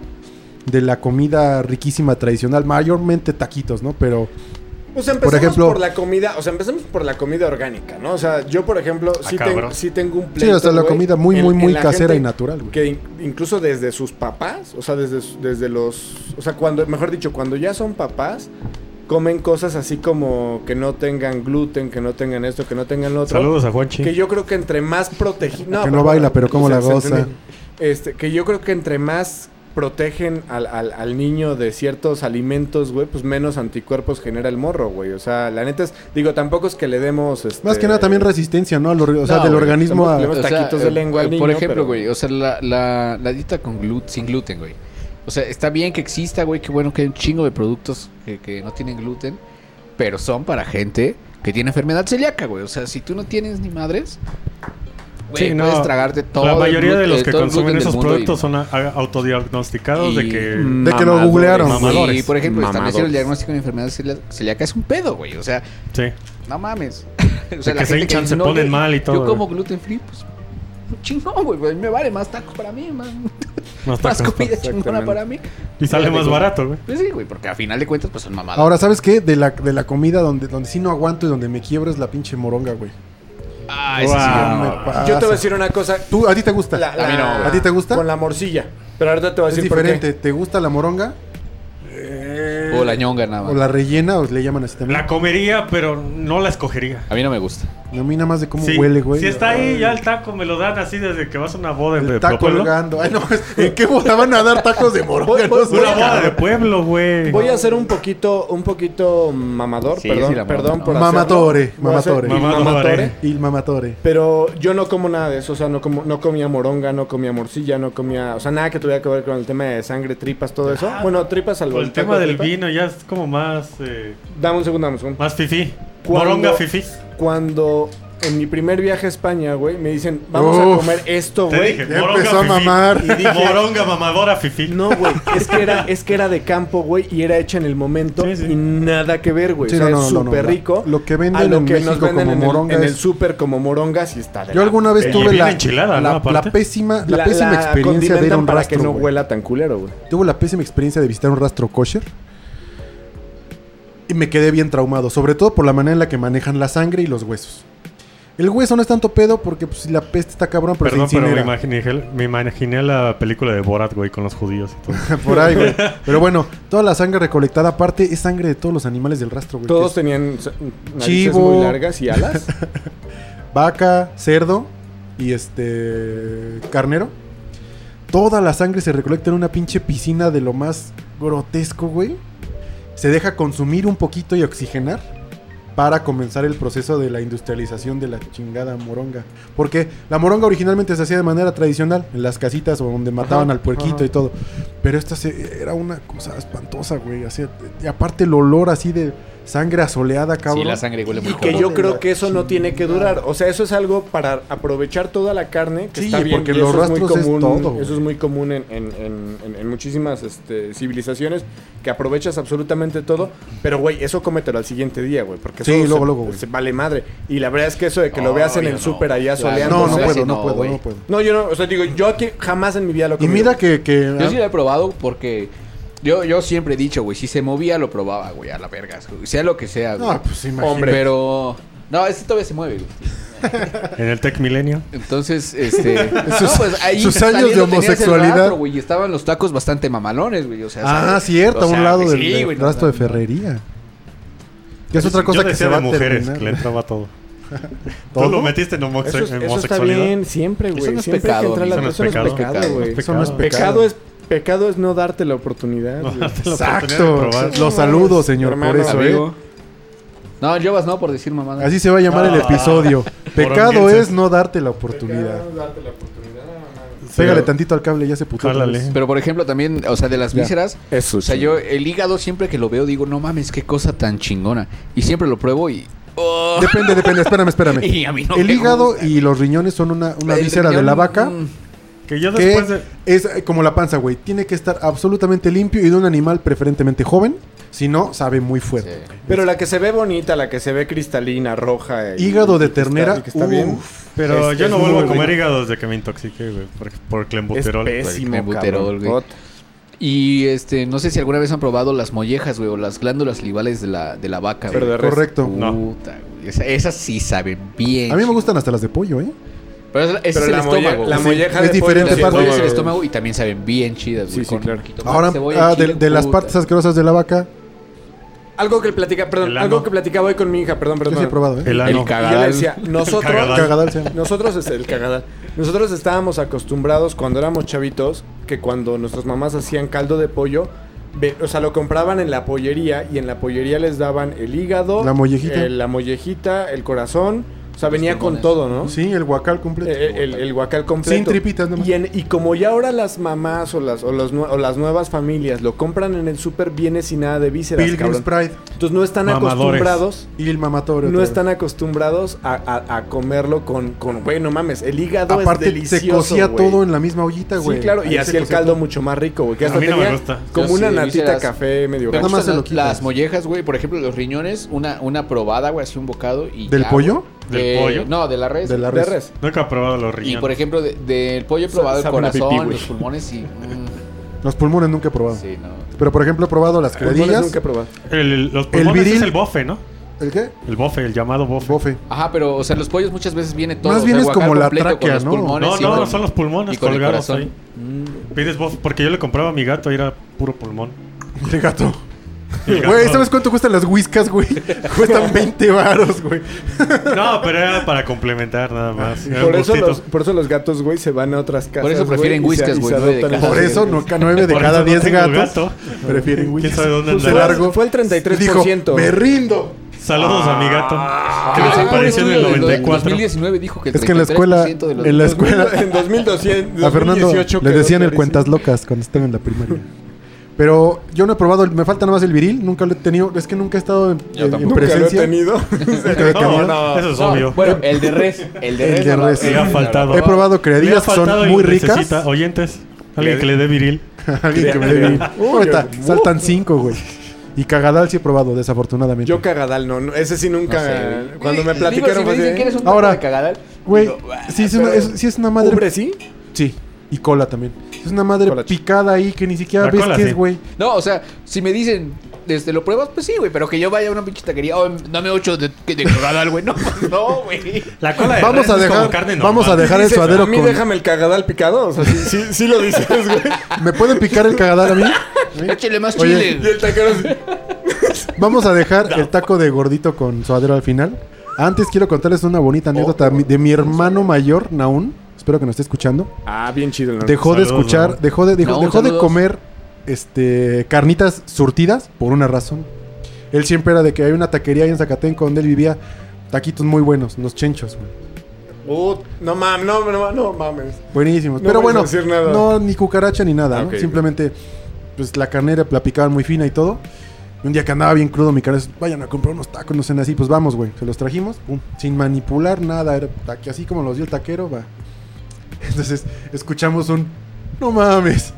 [SPEAKER 2] de la comida riquísima tradicional, mayormente taquitos, ¿no? Pero
[SPEAKER 4] Pues empecemos por,
[SPEAKER 2] ejemplo-
[SPEAKER 4] la comida, o sea, empecemos por la comida orgánica, ¿no? O sea, yo, por ejemplo, sí, ten-
[SPEAKER 5] Ah, cabrón.
[SPEAKER 4] sí tengo un
[SPEAKER 2] sí,
[SPEAKER 4] pleito,
[SPEAKER 2] o sea, la
[SPEAKER 4] güey,
[SPEAKER 2] comida muy,
[SPEAKER 4] en-
[SPEAKER 2] muy,
[SPEAKER 4] en
[SPEAKER 2] muy
[SPEAKER 4] la
[SPEAKER 2] casera
[SPEAKER 4] gente
[SPEAKER 2] y natural, güey.
[SPEAKER 4] Que in- incluso desde sus papás, o sea, desde, su- desde los... O sea, cuando, mejor dicho, cuando ya son papás, comen cosas así como que no tengan gluten, que no tengan esto, que no tengan lo otro.
[SPEAKER 5] Saludos a Juanchi.
[SPEAKER 4] Que yo creo que entre más protegido...
[SPEAKER 2] Que no baila, pero cómo la goza.
[SPEAKER 4] Este, que yo creo que entre más protegen al, al- al niño de ciertos alimentos, güey, pues menos anticuerpos genera el morro, güey. O sea, la neta es... Digo, tampoco es que le demos... Este,
[SPEAKER 2] Más que nada también resistencia, ¿no? Al or- o sea,
[SPEAKER 1] No,
[SPEAKER 2] del
[SPEAKER 1] güey,
[SPEAKER 2] organismo
[SPEAKER 4] estamos-
[SPEAKER 2] a...
[SPEAKER 4] Unos taquitos de
[SPEAKER 1] eh,
[SPEAKER 4] lengua al
[SPEAKER 1] Por
[SPEAKER 4] niño,
[SPEAKER 1] ejemplo,
[SPEAKER 4] pero-
[SPEAKER 1] güey, o sea, la, la, la dieta con glu- sin gluten, güey. O sea, está bien que exista, güey, qué bueno que hay un chingo de productos que, que no tienen gluten, pero son para gente que tiene enfermedad celíaca, güey. O sea, si tú no tienes ni madres, güey,
[SPEAKER 5] Sí, no.
[SPEAKER 1] puedes tragarte todo.
[SPEAKER 5] La
[SPEAKER 1] el
[SPEAKER 5] mayoría de
[SPEAKER 1] gluten-
[SPEAKER 5] los que
[SPEAKER 1] todo el gluten
[SPEAKER 5] consumen
[SPEAKER 1] del
[SPEAKER 5] esos
[SPEAKER 1] mundo y-
[SPEAKER 5] productos son a- a- autodiagnosticados de
[SPEAKER 1] Y-
[SPEAKER 5] que...
[SPEAKER 4] Mm.
[SPEAKER 2] De que lo
[SPEAKER 4] Mamadores.
[SPEAKER 2] googlearon.
[SPEAKER 5] Mamadores.
[SPEAKER 1] Y, Pues por ejemplo, establecer el
[SPEAKER 4] Mamadores.
[SPEAKER 1] diagnóstico de enfermedad celí- celíaca es un pedo, güey. O sea,
[SPEAKER 5] Sí. (laughs)
[SPEAKER 1] no mames. O
[SPEAKER 5] que se hinchan, se
[SPEAKER 1] "No,
[SPEAKER 5] ponen
[SPEAKER 1] yo-
[SPEAKER 5] mal y
[SPEAKER 1] Yo
[SPEAKER 5] todo".
[SPEAKER 1] como gluten free, pues chingón, güey. pues, Me vale más tacos para mí, man.
[SPEAKER 5] Más
[SPEAKER 1] Más
[SPEAKER 5] tacos.
[SPEAKER 1] comida chingona
[SPEAKER 4] Exactamente.
[SPEAKER 1] para mí.
[SPEAKER 5] Y sale más barato, güey.
[SPEAKER 1] Pues sí, güey, porque a final de cuentas, pues son mamadas.
[SPEAKER 2] Ahora, ¿sabes qué? De la, de la comida donde, donde sí no aguanto y donde me quiebro es la pinche moronga, güey.
[SPEAKER 1] ah, ese sí,
[SPEAKER 5] Guau.
[SPEAKER 1] güey.
[SPEAKER 2] Me
[SPEAKER 1] No,
[SPEAKER 2] pasa.
[SPEAKER 4] Yo te voy a decir una cosa.
[SPEAKER 2] Ah, ¿Tú, ¿A ti te gusta?
[SPEAKER 4] La-
[SPEAKER 1] A mí no,
[SPEAKER 4] la-
[SPEAKER 1] güey.
[SPEAKER 2] ¿A ti te gusta?
[SPEAKER 4] Con la morcilla. Pero ahorita te voy a
[SPEAKER 2] Es
[SPEAKER 4] decir
[SPEAKER 2] diferente.
[SPEAKER 4] por
[SPEAKER 2] ¿Te gusta la moronga?
[SPEAKER 1] O la ñonga nada más.
[SPEAKER 2] ¿O la rellena? ¿O le llaman este? así también?
[SPEAKER 5] Ah, La comería, pero no la escogería.
[SPEAKER 1] A mí no me gusta.
[SPEAKER 2] A mí nada más de cómo
[SPEAKER 5] Sí.
[SPEAKER 2] huele, güey.
[SPEAKER 5] Si está ahí,
[SPEAKER 2] Ay,
[SPEAKER 5] ya el taco me lo dan así desde que vas a una boda de
[SPEAKER 2] el taco
[SPEAKER 5] pueblo.
[SPEAKER 2] colgando. Ay, no, ¿en qué boda van a dar tacos de moronga? No sé,
[SPEAKER 5] Una boda de
[SPEAKER 2] cabrón.
[SPEAKER 5] pueblo,
[SPEAKER 4] qué.
[SPEAKER 5] güey.
[SPEAKER 4] Voy a ser un poquito, un poquito mamador,
[SPEAKER 1] Sí,
[SPEAKER 4] perdón,
[SPEAKER 1] sí, la
[SPEAKER 4] perdón
[SPEAKER 1] mamador.
[SPEAKER 4] por hacerlo.
[SPEAKER 2] Mamatore,
[SPEAKER 4] Voy a ser-
[SPEAKER 2] mamatore.
[SPEAKER 5] Mamadore.
[SPEAKER 4] mamatore.
[SPEAKER 2] Y el mamatore.
[SPEAKER 4] Pero yo no como nada de eso, o sea, no como, no comía moronga, no comía morcilla, no comía, o sea, nada que tuviera que ver con el tema de sangre, tripas, todo eso. bueno, tripas salvo
[SPEAKER 5] Por Ah, el
[SPEAKER 4] taco
[SPEAKER 5] tema
[SPEAKER 4] de
[SPEAKER 5] del
[SPEAKER 4] tripa.
[SPEAKER 5] vino ya es como más... eh,
[SPEAKER 4] Dame un segundo, dame un segundo.
[SPEAKER 5] Más fifí.
[SPEAKER 4] Cuando-
[SPEAKER 5] Moronga fifí.
[SPEAKER 4] Cuando en mi primer viaje a España, güey, me dicen, vamos
[SPEAKER 2] Uf.
[SPEAKER 4] a comer esto,
[SPEAKER 5] Te
[SPEAKER 4] güey.
[SPEAKER 5] dije,
[SPEAKER 2] ya
[SPEAKER 5] moronga
[SPEAKER 2] empezó a
[SPEAKER 5] fifí.
[SPEAKER 2] mamar.
[SPEAKER 5] Y dije, moronga mamadora fifí.
[SPEAKER 4] No, güey, es que era, es que era de campo, güey, y era hecha en el momento
[SPEAKER 5] Sí, sí.
[SPEAKER 4] y nada que ver, güey.
[SPEAKER 2] Sí,
[SPEAKER 4] o sea,
[SPEAKER 2] no, no,
[SPEAKER 4] es
[SPEAKER 2] no, no,
[SPEAKER 4] súper
[SPEAKER 2] no.
[SPEAKER 4] rico.
[SPEAKER 2] Lo que venden
[SPEAKER 4] a lo
[SPEAKER 2] en
[SPEAKER 4] que nos
[SPEAKER 2] México
[SPEAKER 4] venden
[SPEAKER 2] como
[SPEAKER 4] en el-
[SPEAKER 2] moronga
[SPEAKER 4] en el
[SPEAKER 2] es-
[SPEAKER 4] súper como morongas y está de
[SPEAKER 2] Yo
[SPEAKER 4] la-
[SPEAKER 2] alguna
[SPEAKER 5] Y
[SPEAKER 2] vez tuve
[SPEAKER 5] bien
[SPEAKER 2] la,
[SPEAKER 5] enchilada, ¿no?
[SPEAKER 2] la-
[SPEAKER 5] Aparte.
[SPEAKER 2] la pésima, la,
[SPEAKER 4] la-
[SPEAKER 2] pésima
[SPEAKER 4] la
[SPEAKER 2] experiencia de ir a
[SPEAKER 4] condimentan
[SPEAKER 2] un
[SPEAKER 4] para que
[SPEAKER 2] rastro.
[SPEAKER 4] no
[SPEAKER 2] güey.
[SPEAKER 4] huela tan culero, güey.
[SPEAKER 2] Tuve la pésima experiencia de visitar un rastro kosher. Y me quedé bien traumado, sobre todo por la manera en la que manejan la sangre y los huesos. El hueso no es tanto pedo porque pues, la peste está cabrón, pero
[SPEAKER 5] Perdón,
[SPEAKER 2] se
[SPEAKER 5] pero me
[SPEAKER 2] incinera. (laughs)
[SPEAKER 5] imaginé, me imaginé la película de Borat, güey, con los judíos y todo.
[SPEAKER 2] por ahí, güey.
[SPEAKER 5] (laughs)
[SPEAKER 2] Pero bueno, toda la sangre recolectada aparte es sangre de todos los animales del rastro, güey.
[SPEAKER 4] Todos
[SPEAKER 2] que es
[SPEAKER 4] tenían sa- narices
[SPEAKER 2] Chivo.
[SPEAKER 4] muy largas
[SPEAKER 1] (laughs)
[SPEAKER 4] y alas.
[SPEAKER 2] Vaca, cerdo y este carnero. Toda la sangre se recolecta en una pinche piscina de lo más grotesco, güey. Se deja consumir un poquito y oxigenar para comenzar el proceso de la industrialización de la chingada moronga. Porque la moronga originalmente se hacía de manera tradicional, en las casitas o donde mataban
[SPEAKER 4] Ajá,
[SPEAKER 2] al puerquito
[SPEAKER 4] ajá.
[SPEAKER 2] y todo. Pero esta se- era una cosa espantosa, güey. así- y aparte el olor así de Sangre asoleada, cabrón.
[SPEAKER 1] Sí, la sangre huele muy
[SPEAKER 4] Y que
[SPEAKER 1] cabrón.
[SPEAKER 4] yo creo que eso no tiene que durar. O sea, eso es algo para aprovechar toda la carne que
[SPEAKER 2] Sí,
[SPEAKER 4] está bien.
[SPEAKER 2] porque
[SPEAKER 4] y
[SPEAKER 2] los
[SPEAKER 4] eso
[SPEAKER 2] rastros es
[SPEAKER 4] muy común,
[SPEAKER 2] todo, güey.
[SPEAKER 4] Eso es muy común en, en- en- en- en muchísimas este, civilizaciones que aprovechas absolutamente todo. Pero, güey, eso cómetelo al siguiente día, güey. Porque
[SPEAKER 2] Sí,
[SPEAKER 4] eso
[SPEAKER 2] luego,
[SPEAKER 4] se-
[SPEAKER 2] luego, güey.
[SPEAKER 4] se vale madre. Y la verdad es que eso de que lo
[SPEAKER 1] No,
[SPEAKER 4] veas en
[SPEAKER 1] yo
[SPEAKER 4] el
[SPEAKER 1] no.
[SPEAKER 4] súper allá
[SPEAKER 1] Claro.
[SPEAKER 4] soleando.
[SPEAKER 2] No,
[SPEAKER 1] O
[SPEAKER 2] no
[SPEAKER 1] sea,
[SPEAKER 2] puedo,
[SPEAKER 1] sí,
[SPEAKER 2] no
[SPEAKER 1] no,
[SPEAKER 2] puedo,
[SPEAKER 1] güey.
[SPEAKER 2] no puedo.
[SPEAKER 4] No, yo no. O sea, digo, yo aquí jamás en mi vida lo he
[SPEAKER 2] Y
[SPEAKER 4] comido.
[SPEAKER 2] mira que... que
[SPEAKER 1] Yo sí lo he probado porque. Yo, yo siempre he dicho, güey, si se movía lo probaba, güey, a la verga. güey, Sea lo que sea, güey.
[SPEAKER 2] No, pues imagínate.
[SPEAKER 1] Hombre. Pero. No, este todavía se mueve, güey.
[SPEAKER 3] En el Tech Milenio.
[SPEAKER 1] Entonces, este. (laughs)
[SPEAKER 2] Sus-
[SPEAKER 1] no, pues ahí
[SPEAKER 2] sus años
[SPEAKER 1] saliendo
[SPEAKER 2] de
[SPEAKER 1] tenías el
[SPEAKER 2] homosexualidad.
[SPEAKER 1] rastro, güey, y estaban los tacos bastante mamalones, güey. O sea,
[SPEAKER 2] Ah,
[SPEAKER 1] ¿sabes?
[SPEAKER 2] cierto,
[SPEAKER 1] O sea, pues,
[SPEAKER 2] a un lado del,
[SPEAKER 1] sí,
[SPEAKER 2] del
[SPEAKER 1] güey, no,
[SPEAKER 2] rastro
[SPEAKER 1] no,
[SPEAKER 2] de ferrería. Que es
[SPEAKER 3] Yo-
[SPEAKER 2] otra cosa
[SPEAKER 3] yo
[SPEAKER 2] que
[SPEAKER 3] decía
[SPEAKER 2] se va a
[SPEAKER 3] de mujeres,
[SPEAKER 2] terminar.
[SPEAKER 3] que le entraba todo.
[SPEAKER 2] ¿Todo?
[SPEAKER 3] Tú lo metiste en, homosex-
[SPEAKER 4] Eso, es-
[SPEAKER 3] en
[SPEAKER 4] eso está
[SPEAKER 3] homosexualidad.
[SPEAKER 4] bien siempre, güey.
[SPEAKER 1] Eso no es
[SPEAKER 4] Siempre
[SPEAKER 1] pecado,
[SPEAKER 4] hay que entrar
[SPEAKER 3] amigo.
[SPEAKER 4] la-
[SPEAKER 3] Eso no es
[SPEAKER 4] eso no es
[SPEAKER 3] pecado.
[SPEAKER 4] pecado, güey.
[SPEAKER 2] Eso no es pecado.
[SPEAKER 4] Pecado es, pecado es no darte la oportunidad. (laughs) güey.
[SPEAKER 3] La
[SPEAKER 2] Exacto.
[SPEAKER 3] oportunidad de probar.
[SPEAKER 2] Los saludo, señor,
[SPEAKER 4] Hermano,
[SPEAKER 2] por eso,
[SPEAKER 1] Amigo. No, en Jovas no, por decir mamada.
[SPEAKER 2] ¿eh? Así se va a llamar el
[SPEAKER 3] Ah. (laughs)
[SPEAKER 2] episodio. Pecado
[SPEAKER 3] Moronguense.
[SPEAKER 2] es no darte la oportunidad.
[SPEAKER 4] darte la oportunidad. man.
[SPEAKER 3] Sí,
[SPEAKER 2] Pégale
[SPEAKER 3] pero-
[SPEAKER 2] tantito al cable, ya se putó.
[SPEAKER 3] Jálale.
[SPEAKER 2] otra vez.
[SPEAKER 1] Pero por ejemplo, también, o sea, de las
[SPEAKER 2] Ya.
[SPEAKER 1] vísceras,
[SPEAKER 4] Eso
[SPEAKER 1] o sea,
[SPEAKER 4] sí.
[SPEAKER 1] yo el hígado siempre que lo veo digo, no mames, qué cosa tan chingona. Y siempre lo pruebo
[SPEAKER 2] (laughs)
[SPEAKER 1] y. ¡Oh!
[SPEAKER 2] Depende, depende, espérame, espérame.
[SPEAKER 1] (laughs) Y a mí no
[SPEAKER 2] el
[SPEAKER 1] me
[SPEAKER 2] hígado
[SPEAKER 1] gusta.
[SPEAKER 2] y los riñones son una, una
[SPEAKER 1] El
[SPEAKER 2] víscera de
[SPEAKER 1] riñón,
[SPEAKER 2] la vaca.
[SPEAKER 1] mm,
[SPEAKER 3] Que yo
[SPEAKER 2] que
[SPEAKER 3] después de...
[SPEAKER 2] es eh, como la panza, güey. Tiene que estar absolutamente limpio y de un animal preferentemente joven. Si no, sabe muy fuerte.
[SPEAKER 1] Sí.
[SPEAKER 4] Pero la que se ve bonita, la que se ve cristalina, roja. y-
[SPEAKER 2] Hígado de
[SPEAKER 4] y que está-
[SPEAKER 2] ternera,
[SPEAKER 4] y que está bien.
[SPEAKER 2] uf,
[SPEAKER 3] Pero
[SPEAKER 4] Es-
[SPEAKER 3] yo
[SPEAKER 4] es
[SPEAKER 3] no
[SPEAKER 4] muy
[SPEAKER 3] vuelvo a
[SPEAKER 4] bueno.
[SPEAKER 3] comer hígado desde que me intoxiqué, güey. Por, por
[SPEAKER 4] Es
[SPEAKER 3] clenbuterol.
[SPEAKER 4] pésimo,
[SPEAKER 1] Clenbuterol,
[SPEAKER 4] cabrón.
[SPEAKER 1] güey.
[SPEAKER 4] Ot-
[SPEAKER 1] Y este, no sé si alguna vez han probado las mollejas, güey, o las glándulas libales de la, de la vaca,
[SPEAKER 4] Pero de
[SPEAKER 1] güey.
[SPEAKER 4] res.
[SPEAKER 2] Correcto.
[SPEAKER 3] No.
[SPEAKER 1] Puta, güey. Esa- esas sí saben bien.
[SPEAKER 2] A mí me gustan hasta las de pollo, ¿eh?
[SPEAKER 1] Pero ese ese
[SPEAKER 4] Pero
[SPEAKER 1] es el
[SPEAKER 4] la, molle-
[SPEAKER 1] estómago.
[SPEAKER 4] la
[SPEAKER 1] güey.
[SPEAKER 4] molleja
[SPEAKER 2] es
[SPEAKER 4] de pollo
[SPEAKER 2] diferente
[SPEAKER 1] Las de
[SPEAKER 2] parte
[SPEAKER 1] pollo
[SPEAKER 2] del
[SPEAKER 1] es el
[SPEAKER 4] güey.
[SPEAKER 1] estómago y también saben bien chidas, güey.
[SPEAKER 4] Sí, sí,
[SPEAKER 1] con
[SPEAKER 4] claro.
[SPEAKER 1] jitomate,
[SPEAKER 2] Ahora,
[SPEAKER 1] cebolla,
[SPEAKER 2] ah, de,
[SPEAKER 1] chile,
[SPEAKER 2] de las
[SPEAKER 1] puta.
[SPEAKER 2] partes asquerosas de la vaca,
[SPEAKER 4] Algo que platica,
[SPEAKER 3] El
[SPEAKER 4] perdón,
[SPEAKER 3] ano.
[SPEAKER 4] algo que platicaba hoy con mi hija, perdón,
[SPEAKER 2] yo
[SPEAKER 4] perdón.
[SPEAKER 2] sí he probado, ¿eh?
[SPEAKER 3] El ano.
[SPEAKER 1] El
[SPEAKER 4] Y
[SPEAKER 1] cagadal.
[SPEAKER 4] yo le decía, nosotros,
[SPEAKER 3] Cagadal.
[SPEAKER 2] Cagadal se llama.
[SPEAKER 4] nosotros es el cagadal. Nosotros estábamos acostumbrados cuando éramos chavitos que cuando nuestras mamás hacían caldo de pollo, ve- o sea, lo compraban en la pollería y en la pollería les daban el hígado,
[SPEAKER 2] La mollejita.
[SPEAKER 4] eh, la mollejita, el corazón, o sea,
[SPEAKER 1] Los
[SPEAKER 4] venía con
[SPEAKER 1] pulmones.
[SPEAKER 4] todo,
[SPEAKER 2] (laughs)
[SPEAKER 4] ¿no?
[SPEAKER 2] Sí, el guacal completo.
[SPEAKER 4] Eh, El, el guacal completo.
[SPEAKER 2] Sin tripitas nomás.
[SPEAKER 4] Y, en- y como ya ahora las mamás o las, o, los nue- o las nuevas familias lo compran en el súper, viene sin nada de vísceras,
[SPEAKER 2] Pilgrim's
[SPEAKER 4] cabrón.
[SPEAKER 2] Pride
[SPEAKER 4] Entonces no están
[SPEAKER 3] Mamadores.
[SPEAKER 4] acostumbrados
[SPEAKER 2] y el mamatorio.
[SPEAKER 4] no
[SPEAKER 2] otra
[SPEAKER 4] están
[SPEAKER 2] vez.
[SPEAKER 4] acostumbrados a, a- a comerlo con, con, güey, no mames, el hígado es
[SPEAKER 2] Aparte,
[SPEAKER 4] delicioso,
[SPEAKER 2] se cocía
[SPEAKER 4] güey.
[SPEAKER 2] todo en la misma ollita, güey.
[SPEAKER 4] Sí, claro,
[SPEAKER 2] Ahí
[SPEAKER 4] y
[SPEAKER 2] se
[SPEAKER 4] hacía el
[SPEAKER 2] cocía
[SPEAKER 4] caldo
[SPEAKER 2] todo.
[SPEAKER 4] mucho más rico, güey. que
[SPEAKER 3] A
[SPEAKER 4] hasta
[SPEAKER 3] mí no me
[SPEAKER 4] tenía
[SPEAKER 3] gusta.
[SPEAKER 4] Como
[SPEAKER 1] Yo
[SPEAKER 4] una
[SPEAKER 1] sí,
[SPEAKER 4] natita
[SPEAKER 1] vísceras.
[SPEAKER 4] café medio
[SPEAKER 1] Me
[SPEAKER 2] Nada
[SPEAKER 4] gacha.
[SPEAKER 2] más se
[SPEAKER 1] gustan
[SPEAKER 2] lo
[SPEAKER 1] las,
[SPEAKER 2] quitas.
[SPEAKER 1] las mollejas, güey. Por ejemplo, los riñones, una, una probada, güey, así un bocado y
[SPEAKER 2] ¿Del
[SPEAKER 1] ya,
[SPEAKER 2] pollo?
[SPEAKER 1] güey.
[SPEAKER 3] ¿Del
[SPEAKER 1] Eh,
[SPEAKER 3] pollo?
[SPEAKER 1] No, de la res.
[SPEAKER 2] De la
[SPEAKER 4] De
[SPEAKER 2] res.
[SPEAKER 4] res.
[SPEAKER 3] Nunca he probado los
[SPEAKER 1] Y
[SPEAKER 3] riñones.
[SPEAKER 1] por ejemplo, de- del pollo he
[SPEAKER 4] Sa-
[SPEAKER 1] probado el
[SPEAKER 4] saben a pipí,
[SPEAKER 1] corazón,
[SPEAKER 4] güey.
[SPEAKER 1] los pulmones y. mm,
[SPEAKER 2] Los pulmones nunca he probado.
[SPEAKER 1] sí, no.
[SPEAKER 2] Pero, por ejemplo, he probado las
[SPEAKER 4] Pulmones
[SPEAKER 2] credillas.
[SPEAKER 4] nunca he probado.
[SPEAKER 3] El, los pulmones
[SPEAKER 2] viril-
[SPEAKER 3] es el bofe, ¿no?
[SPEAKER 2] ¿El qué?
[SPEAKER 3] El bofe, el llamado bofe.
[SPEAKER 4] (laughs)
[SPEAKER 2] Bofe.
[SPEAKER 1] Ajá, pero, o sea, los pollos muchas veces viene todo.
[SPEAKER 2] Más
[SPEAKER 1] o sea,
[SPEAKER 2] bien es
[SPEAKER 1] guacal
[SPEAKER 2] como la
[SPEAKER 1] completo con
[SPEAKER 2] tráquea,
[SPEAKER 1] los
[SPEAKER 2] ¿no?
[SPEAKER 1] pulmones
[SPEAKER 3] No,
[SPEAKER 1] y
[SPEAKER 3] no,
[SPEAKER 1] con-
[SPEAKER 3] son los pulmones
[SPEAKER 1] y con el
[SPEAKER 3] colgados
[SPEAKER 1] corazón.
[SPEAKER 3] ahí. Pides bofe, porque yo le compraba a mi gato y era puro pulmón.
[SPEAKER 2] El gato.
[SPEAKER 3] Y el
[SPEAKER 2] Güey,
[SPEAKER 3] gato-
[SPEAKER 2] ¿sabes cuánto cuestan las whiskas,
[SPEAKER 4] (laughs)
[SPEAKER 2] güey? Cuestan 20 varos, güey.
[SPEAKER 3] No, pero era para complementar nada más. Era
[SPEAKER 4] Por
[SPEAKER 3] un
[SPEAKER 4] eso,
[SPEAKER 3] gustito.
[SPEAKER 4] los, por eso los gatos, güey, se van a otras casas.
[SPEAKER 1] eso prefieren
[SPEAKER 4] güey, y se-
[SPEAKER 1] whiskas,
[SPEAKER 4] y se
[SPEAKER 1] güey, no de
[SPEAKER 4] adoptan
[SPEAKER 1] casa.
[SPEAKER 4] esas
[SPEAKER 2] Por eso
[SPEAKER 4] reglas.
[SPEAKER 2] no, ca- nueve de
[SPEAKER 3] Por
[SPEAKER 2] cada
[SPEAKER 3] eso no
[SPEAKER 2] 10
[SPEAKER 3] tengo
[SPEAKER 2] gatos
[SPEAKER 3] gato.
[SPEAKER 2] prefieren whiskas.
[SPEAKER 3] sabe dónde
[SPEAKER 2] Se
[SPEAKER 3] andará?
[SPEAKER 2] largo.
[SPEAKER 4] Fue el 33%.
[SPEAKER 2] Dijo, me rindo.
[SPEAKER 3] Saludos a mi gato. Que
[SPEAKER 1] Ah,
[SPEAKER 3] desapareció en el
[SPEAKER 1] güey,
[SPEAKER 3] 94.
[SPEAKER 1] 2019 dijo que el
[SPEAKER 2] Es que en la escuela,
[SPEAKER 1] 33% de los-
[SPEAKER 2] en la escuela,
[SPEAKER 4] En 2200,
[SPEAKER 2] a Fernando
[SPEAKER 4] 2018
[SPEAKER 2] le
[SPEAKER 4] quedó
[SPEAKER 2] decían el
[SPEAKER 4] clarísimo.
[SPEAKER 2] cuentas locas cuando estaba en la primaria. (laughs) Pero yo no he probado, el- me falta nada más el viril, nunca lo he tenido, es que nunca he estado en,
[SPEAKER 1] Yo
[SPEAKER 2] en- en
[SPEAKER 1] tampoco.
[SPEAKER 4] Nunca lo he
[SPEAKER 2] presencia.
[SPEAKER 4] tenido.
[SPEAKER 2] (laughs) Nunca lo he tenido.
[SPEAKER 3] (laughs) No, no, eso es
[SPEAKER 1] No,
[SPEAKER 3] obvio.
[SPEAKER 1] Bueno, el de res. El de
[SPEAKER 2] El
[SPEAKER 1] res.
[SPEAKER 2] de
[SPEAKER 1] no,
[SPEAKER 2] res.
[SPEAKER 1] sí,
[SPEAKER 3] Le ha
[SPEAKER 1] no,
[SPEAKER 3] faltado.
[SPEAKER 1] no.
[SPEAKER 2] He probado
[SPEAKER 3] Le ha
[SPEAKER 2] creadillas que
[SPEAKER 3] faltado
[SPEAKER 2] son
[SPEAKER 3] y
[SPEAKER 2] muy
[SPEAKER 3] necesita
[SPEAKER 2] ricas.
[SPEAKER 3] Oyentes, alguien que le dé viril.
[SPEAKER 2] Alguien (laughs) que me dé viril. Ahorita saltan cinco, güey. Y cagadal sí he probado, desafortunadamente.
[SPEAKER 4] Yo cagadal, no, no, ese sí
[SPEAKER 1] No
[SPEAKER 4] nunca.
[SPEAKER 1] sé, güey.
[SPEAKER 4] cuando me
[SPEAKER 1] Digo,
[SPEAKER 4] platicaron,
[SPEAKER 1] si me
[SPEAKER 4] fue así,
[SPEAKER 1] dicen que eres un
[SPEAKER 2] Ahora,
[SPEAKER 1] Ahora, de cagadal,
[SPEAKER 2] Güey,
[SPEAKER 1] digo, "Bah,
[SPEAKER 2] sí, es
[SPEAKER 4] (laughs)
[SPEAKER 2] una,
[SPEAKER 4] pero-
[SPEAKER 2] es- sí es una madre.
[SPEAKER 4] ¿Ubre sí?
[SPEAKER 2] Sí, y cola también. Es una madre
[SPEAKER 4] Cola,
[SPEAKER 2] picada ahí que ni siquiera
[SPEAKER 3] La
[SPEAKER 2] ves
[SPEAKER 3] cola,
[SPEAKER 2] qué es,
[SPEAKER 3] sí.
[SPEAKER 2] güey.
[SPEAKER 1] No, o sea, si me dicen, desde lo pruebas, pues sí, güey, pero que yo vaya a una pinche taquería, oh, dame ocho de, que de cagadal, güey. No, no, güey.
[SPEAKER 3] La cola de
[SPEAKER 2] Vamos
[SPEAKER 3] res
[SPEAKER 2] a
[SPEAKER 3] es como
[SPEAKER 2] dejar,
[SPEAKER 3] carne
[SPEAKER 2] vamos a
[SPEAKER 3] normal.
[SPEAKER 2] dejar el
[SPEAKER 4] Dices,
[SPEAKER 2] suadero
[SPEAKER 4] a mí
[SPEAKER 2] con.
[SPEAKER 4] déjame el cagadal picado. O sea, sí, sí, sí lo dices, güey.
[SPEAKER 2] (laughs) ¿Me pueden picar el cagadal a
[SPEAKER 3] (laughs)
[SPEAKER 2] mí? ¿Sí?
[SPEAKER 1] Échale más
[SPEAKER 2] Oye,
[SPEAKER 1] chile.
[SPEAKER 4] Y el taquero así.
[SPEAKER 2] Vamos a dejar el taco de gordito con suadero al final. Antes quiero contarles una bonita
[SPEAKER 3] Oh,
[SPEAKER 2] anécdota mi- de mi hermano mayor, Naún. Espero que nos esté escuchando.
[SPEAKER 4] Ah, bien chido el nombre.
[SPEAKER 2] Dejó de
[SPEAKER 3] Saludos,
[SPEAKER 2] escuchar,
[SPEAKER 3] Naún.
[SPEAKER 2] dejó de, dejó,
[SPEAKER 1] Naún,
[SPEAKER 2] dejó de
[SPEAKER 1] saludos.
[SPEAKER 2] comer este carnitas surtidas por una razón. Él siempre era de que hay una taquería ahí en Zacatenco donde él vivía. Taquitos muy buenos, unos chenchos, güey.
[SPEAKER 4] Uh, no mames, no, no, no mames.
[SPEAKER 2] Buenísimos.
[SPEAKER 4] No
[SPEAKER 2] Pero
[SPEAKER 4] voy a
[SPEAKER 2] bueno,
[SPEAKER 4] decir nada.
[SPEAKER 2] no, ni cucaracha ni nada.
[SPEAKER 4] Ah,
[SPEAKER 2] ¿no?
[SPEAKER 4] ok,
[SPEAKER 2] Simplemente, pues la carnera la picaban muy fina y todo. Y un día que andaba bien crudo, mi cara es, vayan a comprar unos tacos, no sean así. Pues vamos, güey. Se los trajimos, pum, sin manipular nada. Era taque, así como los dio el taquero, va. (laughs) Entonces, escuchamos un, no mames.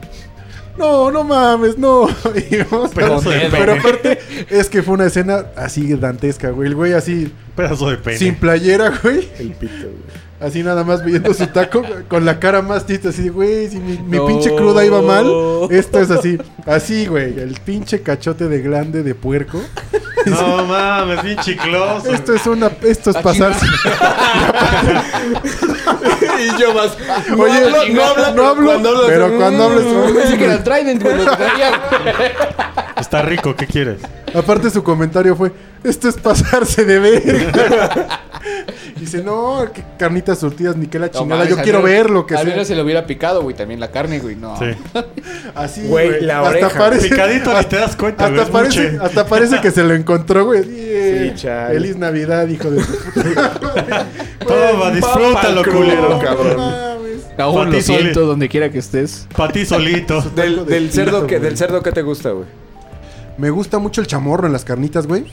[SPEAKER 2] No, no mames, no. (laughs) Y vamos, pero,
[SPEAKER 6] Pedazo de pene.
[SPEAKER 2] pero aparte, es que fue una escena así dantesca, güey. El güey así,
[SPEAKER 6] Pedazo de pene.
[SPEAKER 2] sin playera, (laughs) güey.
[SPEAKER 4] El pito, güey.
[SPEAKER 2] Así nada más viendo su taco (laughs) con la cara más triste, así, de, güey, si mi, mi pinche cruda iba mal, esto es así. Así, güey, el pinche cachote de glande de puerco.
[SPEAKER 3] No mames, bien chicloso.
[SPEAKER 2] Esto es una, esto es pasarse.
[SPEAKER 4] (laughs) y yo más.
[SPEAKER 2] Oye,
[SPEAKER 4] hablo- no hablo,
[SPEAKER 2] no hablo,
[SPEAKER 4] cuando hablas- Mm,
[SPEAKER 2] pero cuando hables,
[SPEAKER 1] Pensé que era el Trident, güey. lo que traía.
[SPEAKER 3] Está rico, ¿qué quieres?
[SPEAKER 2] Aparte su comentario fue, esto es pasarse de verga.
[SPEAKER 1] (laughs)
[SPEAKER 2] Dice, no, que carnitas surtidas, ni que la
[SPEAKER 1] No
[SPEAKER 2] chingada,
[SPEAKER 1] mames,
[SPEAKER 2] yo
[SPEAKER 1] al
[SPEAKER 2] quiero
[SPEAKER 1] menos-
[SPEAKER 2] ver lo que
[SPEAKER 1] Al
[SPEAKER 2] sea.
[SPEAKER 1] menos se le hubiera picado, güey, también la carne, güey. No.
[SPEAKER 3] Sí.
[SPEAKER 2] Así,
[SPEAKER 4] Güey, la oreja.
[SPEAKER 3] Picadito ni te das cuenta, güey.
[SPEAKER 2] (laughs) Hasta
[SPEAKER 3] es
[SPEAKER 2] parece,
[SPEAKER 3] buche.
[SPEAKER 2] hasta parece que se lo encontró, güey. Yeah.
[SPEAKER 4] chale.
[SPEAKER 2] Feliz Navidad, hijo de tu puta.
[SPEAKER 3] Toma, disfrútalo,
[SPEAKER 4] papa
[SPEAKER 3] culero.
[SPEAKER 4] crudo, cabrón.
[SPEAKER 1] Aún lo
[SPEAKER 3] Matiz, oye.
[SPEAKER 1] siento, donde quiera que estés.
[SPEAKER 3] Pa' ti solito.
[SPEAKER 4] Del,
[SPEAKER 2] taco de
[SPEAKER 4] del
[SPEAKER 2] pito,
[SPEAKER 4] cerdo que,
[SPEAKER 2] güey.
[SPEAKER 4] del cerdo que te gusta, güey.
[SPEAKER 2] Me gusta mucho el chamorro en las carnitas, güey.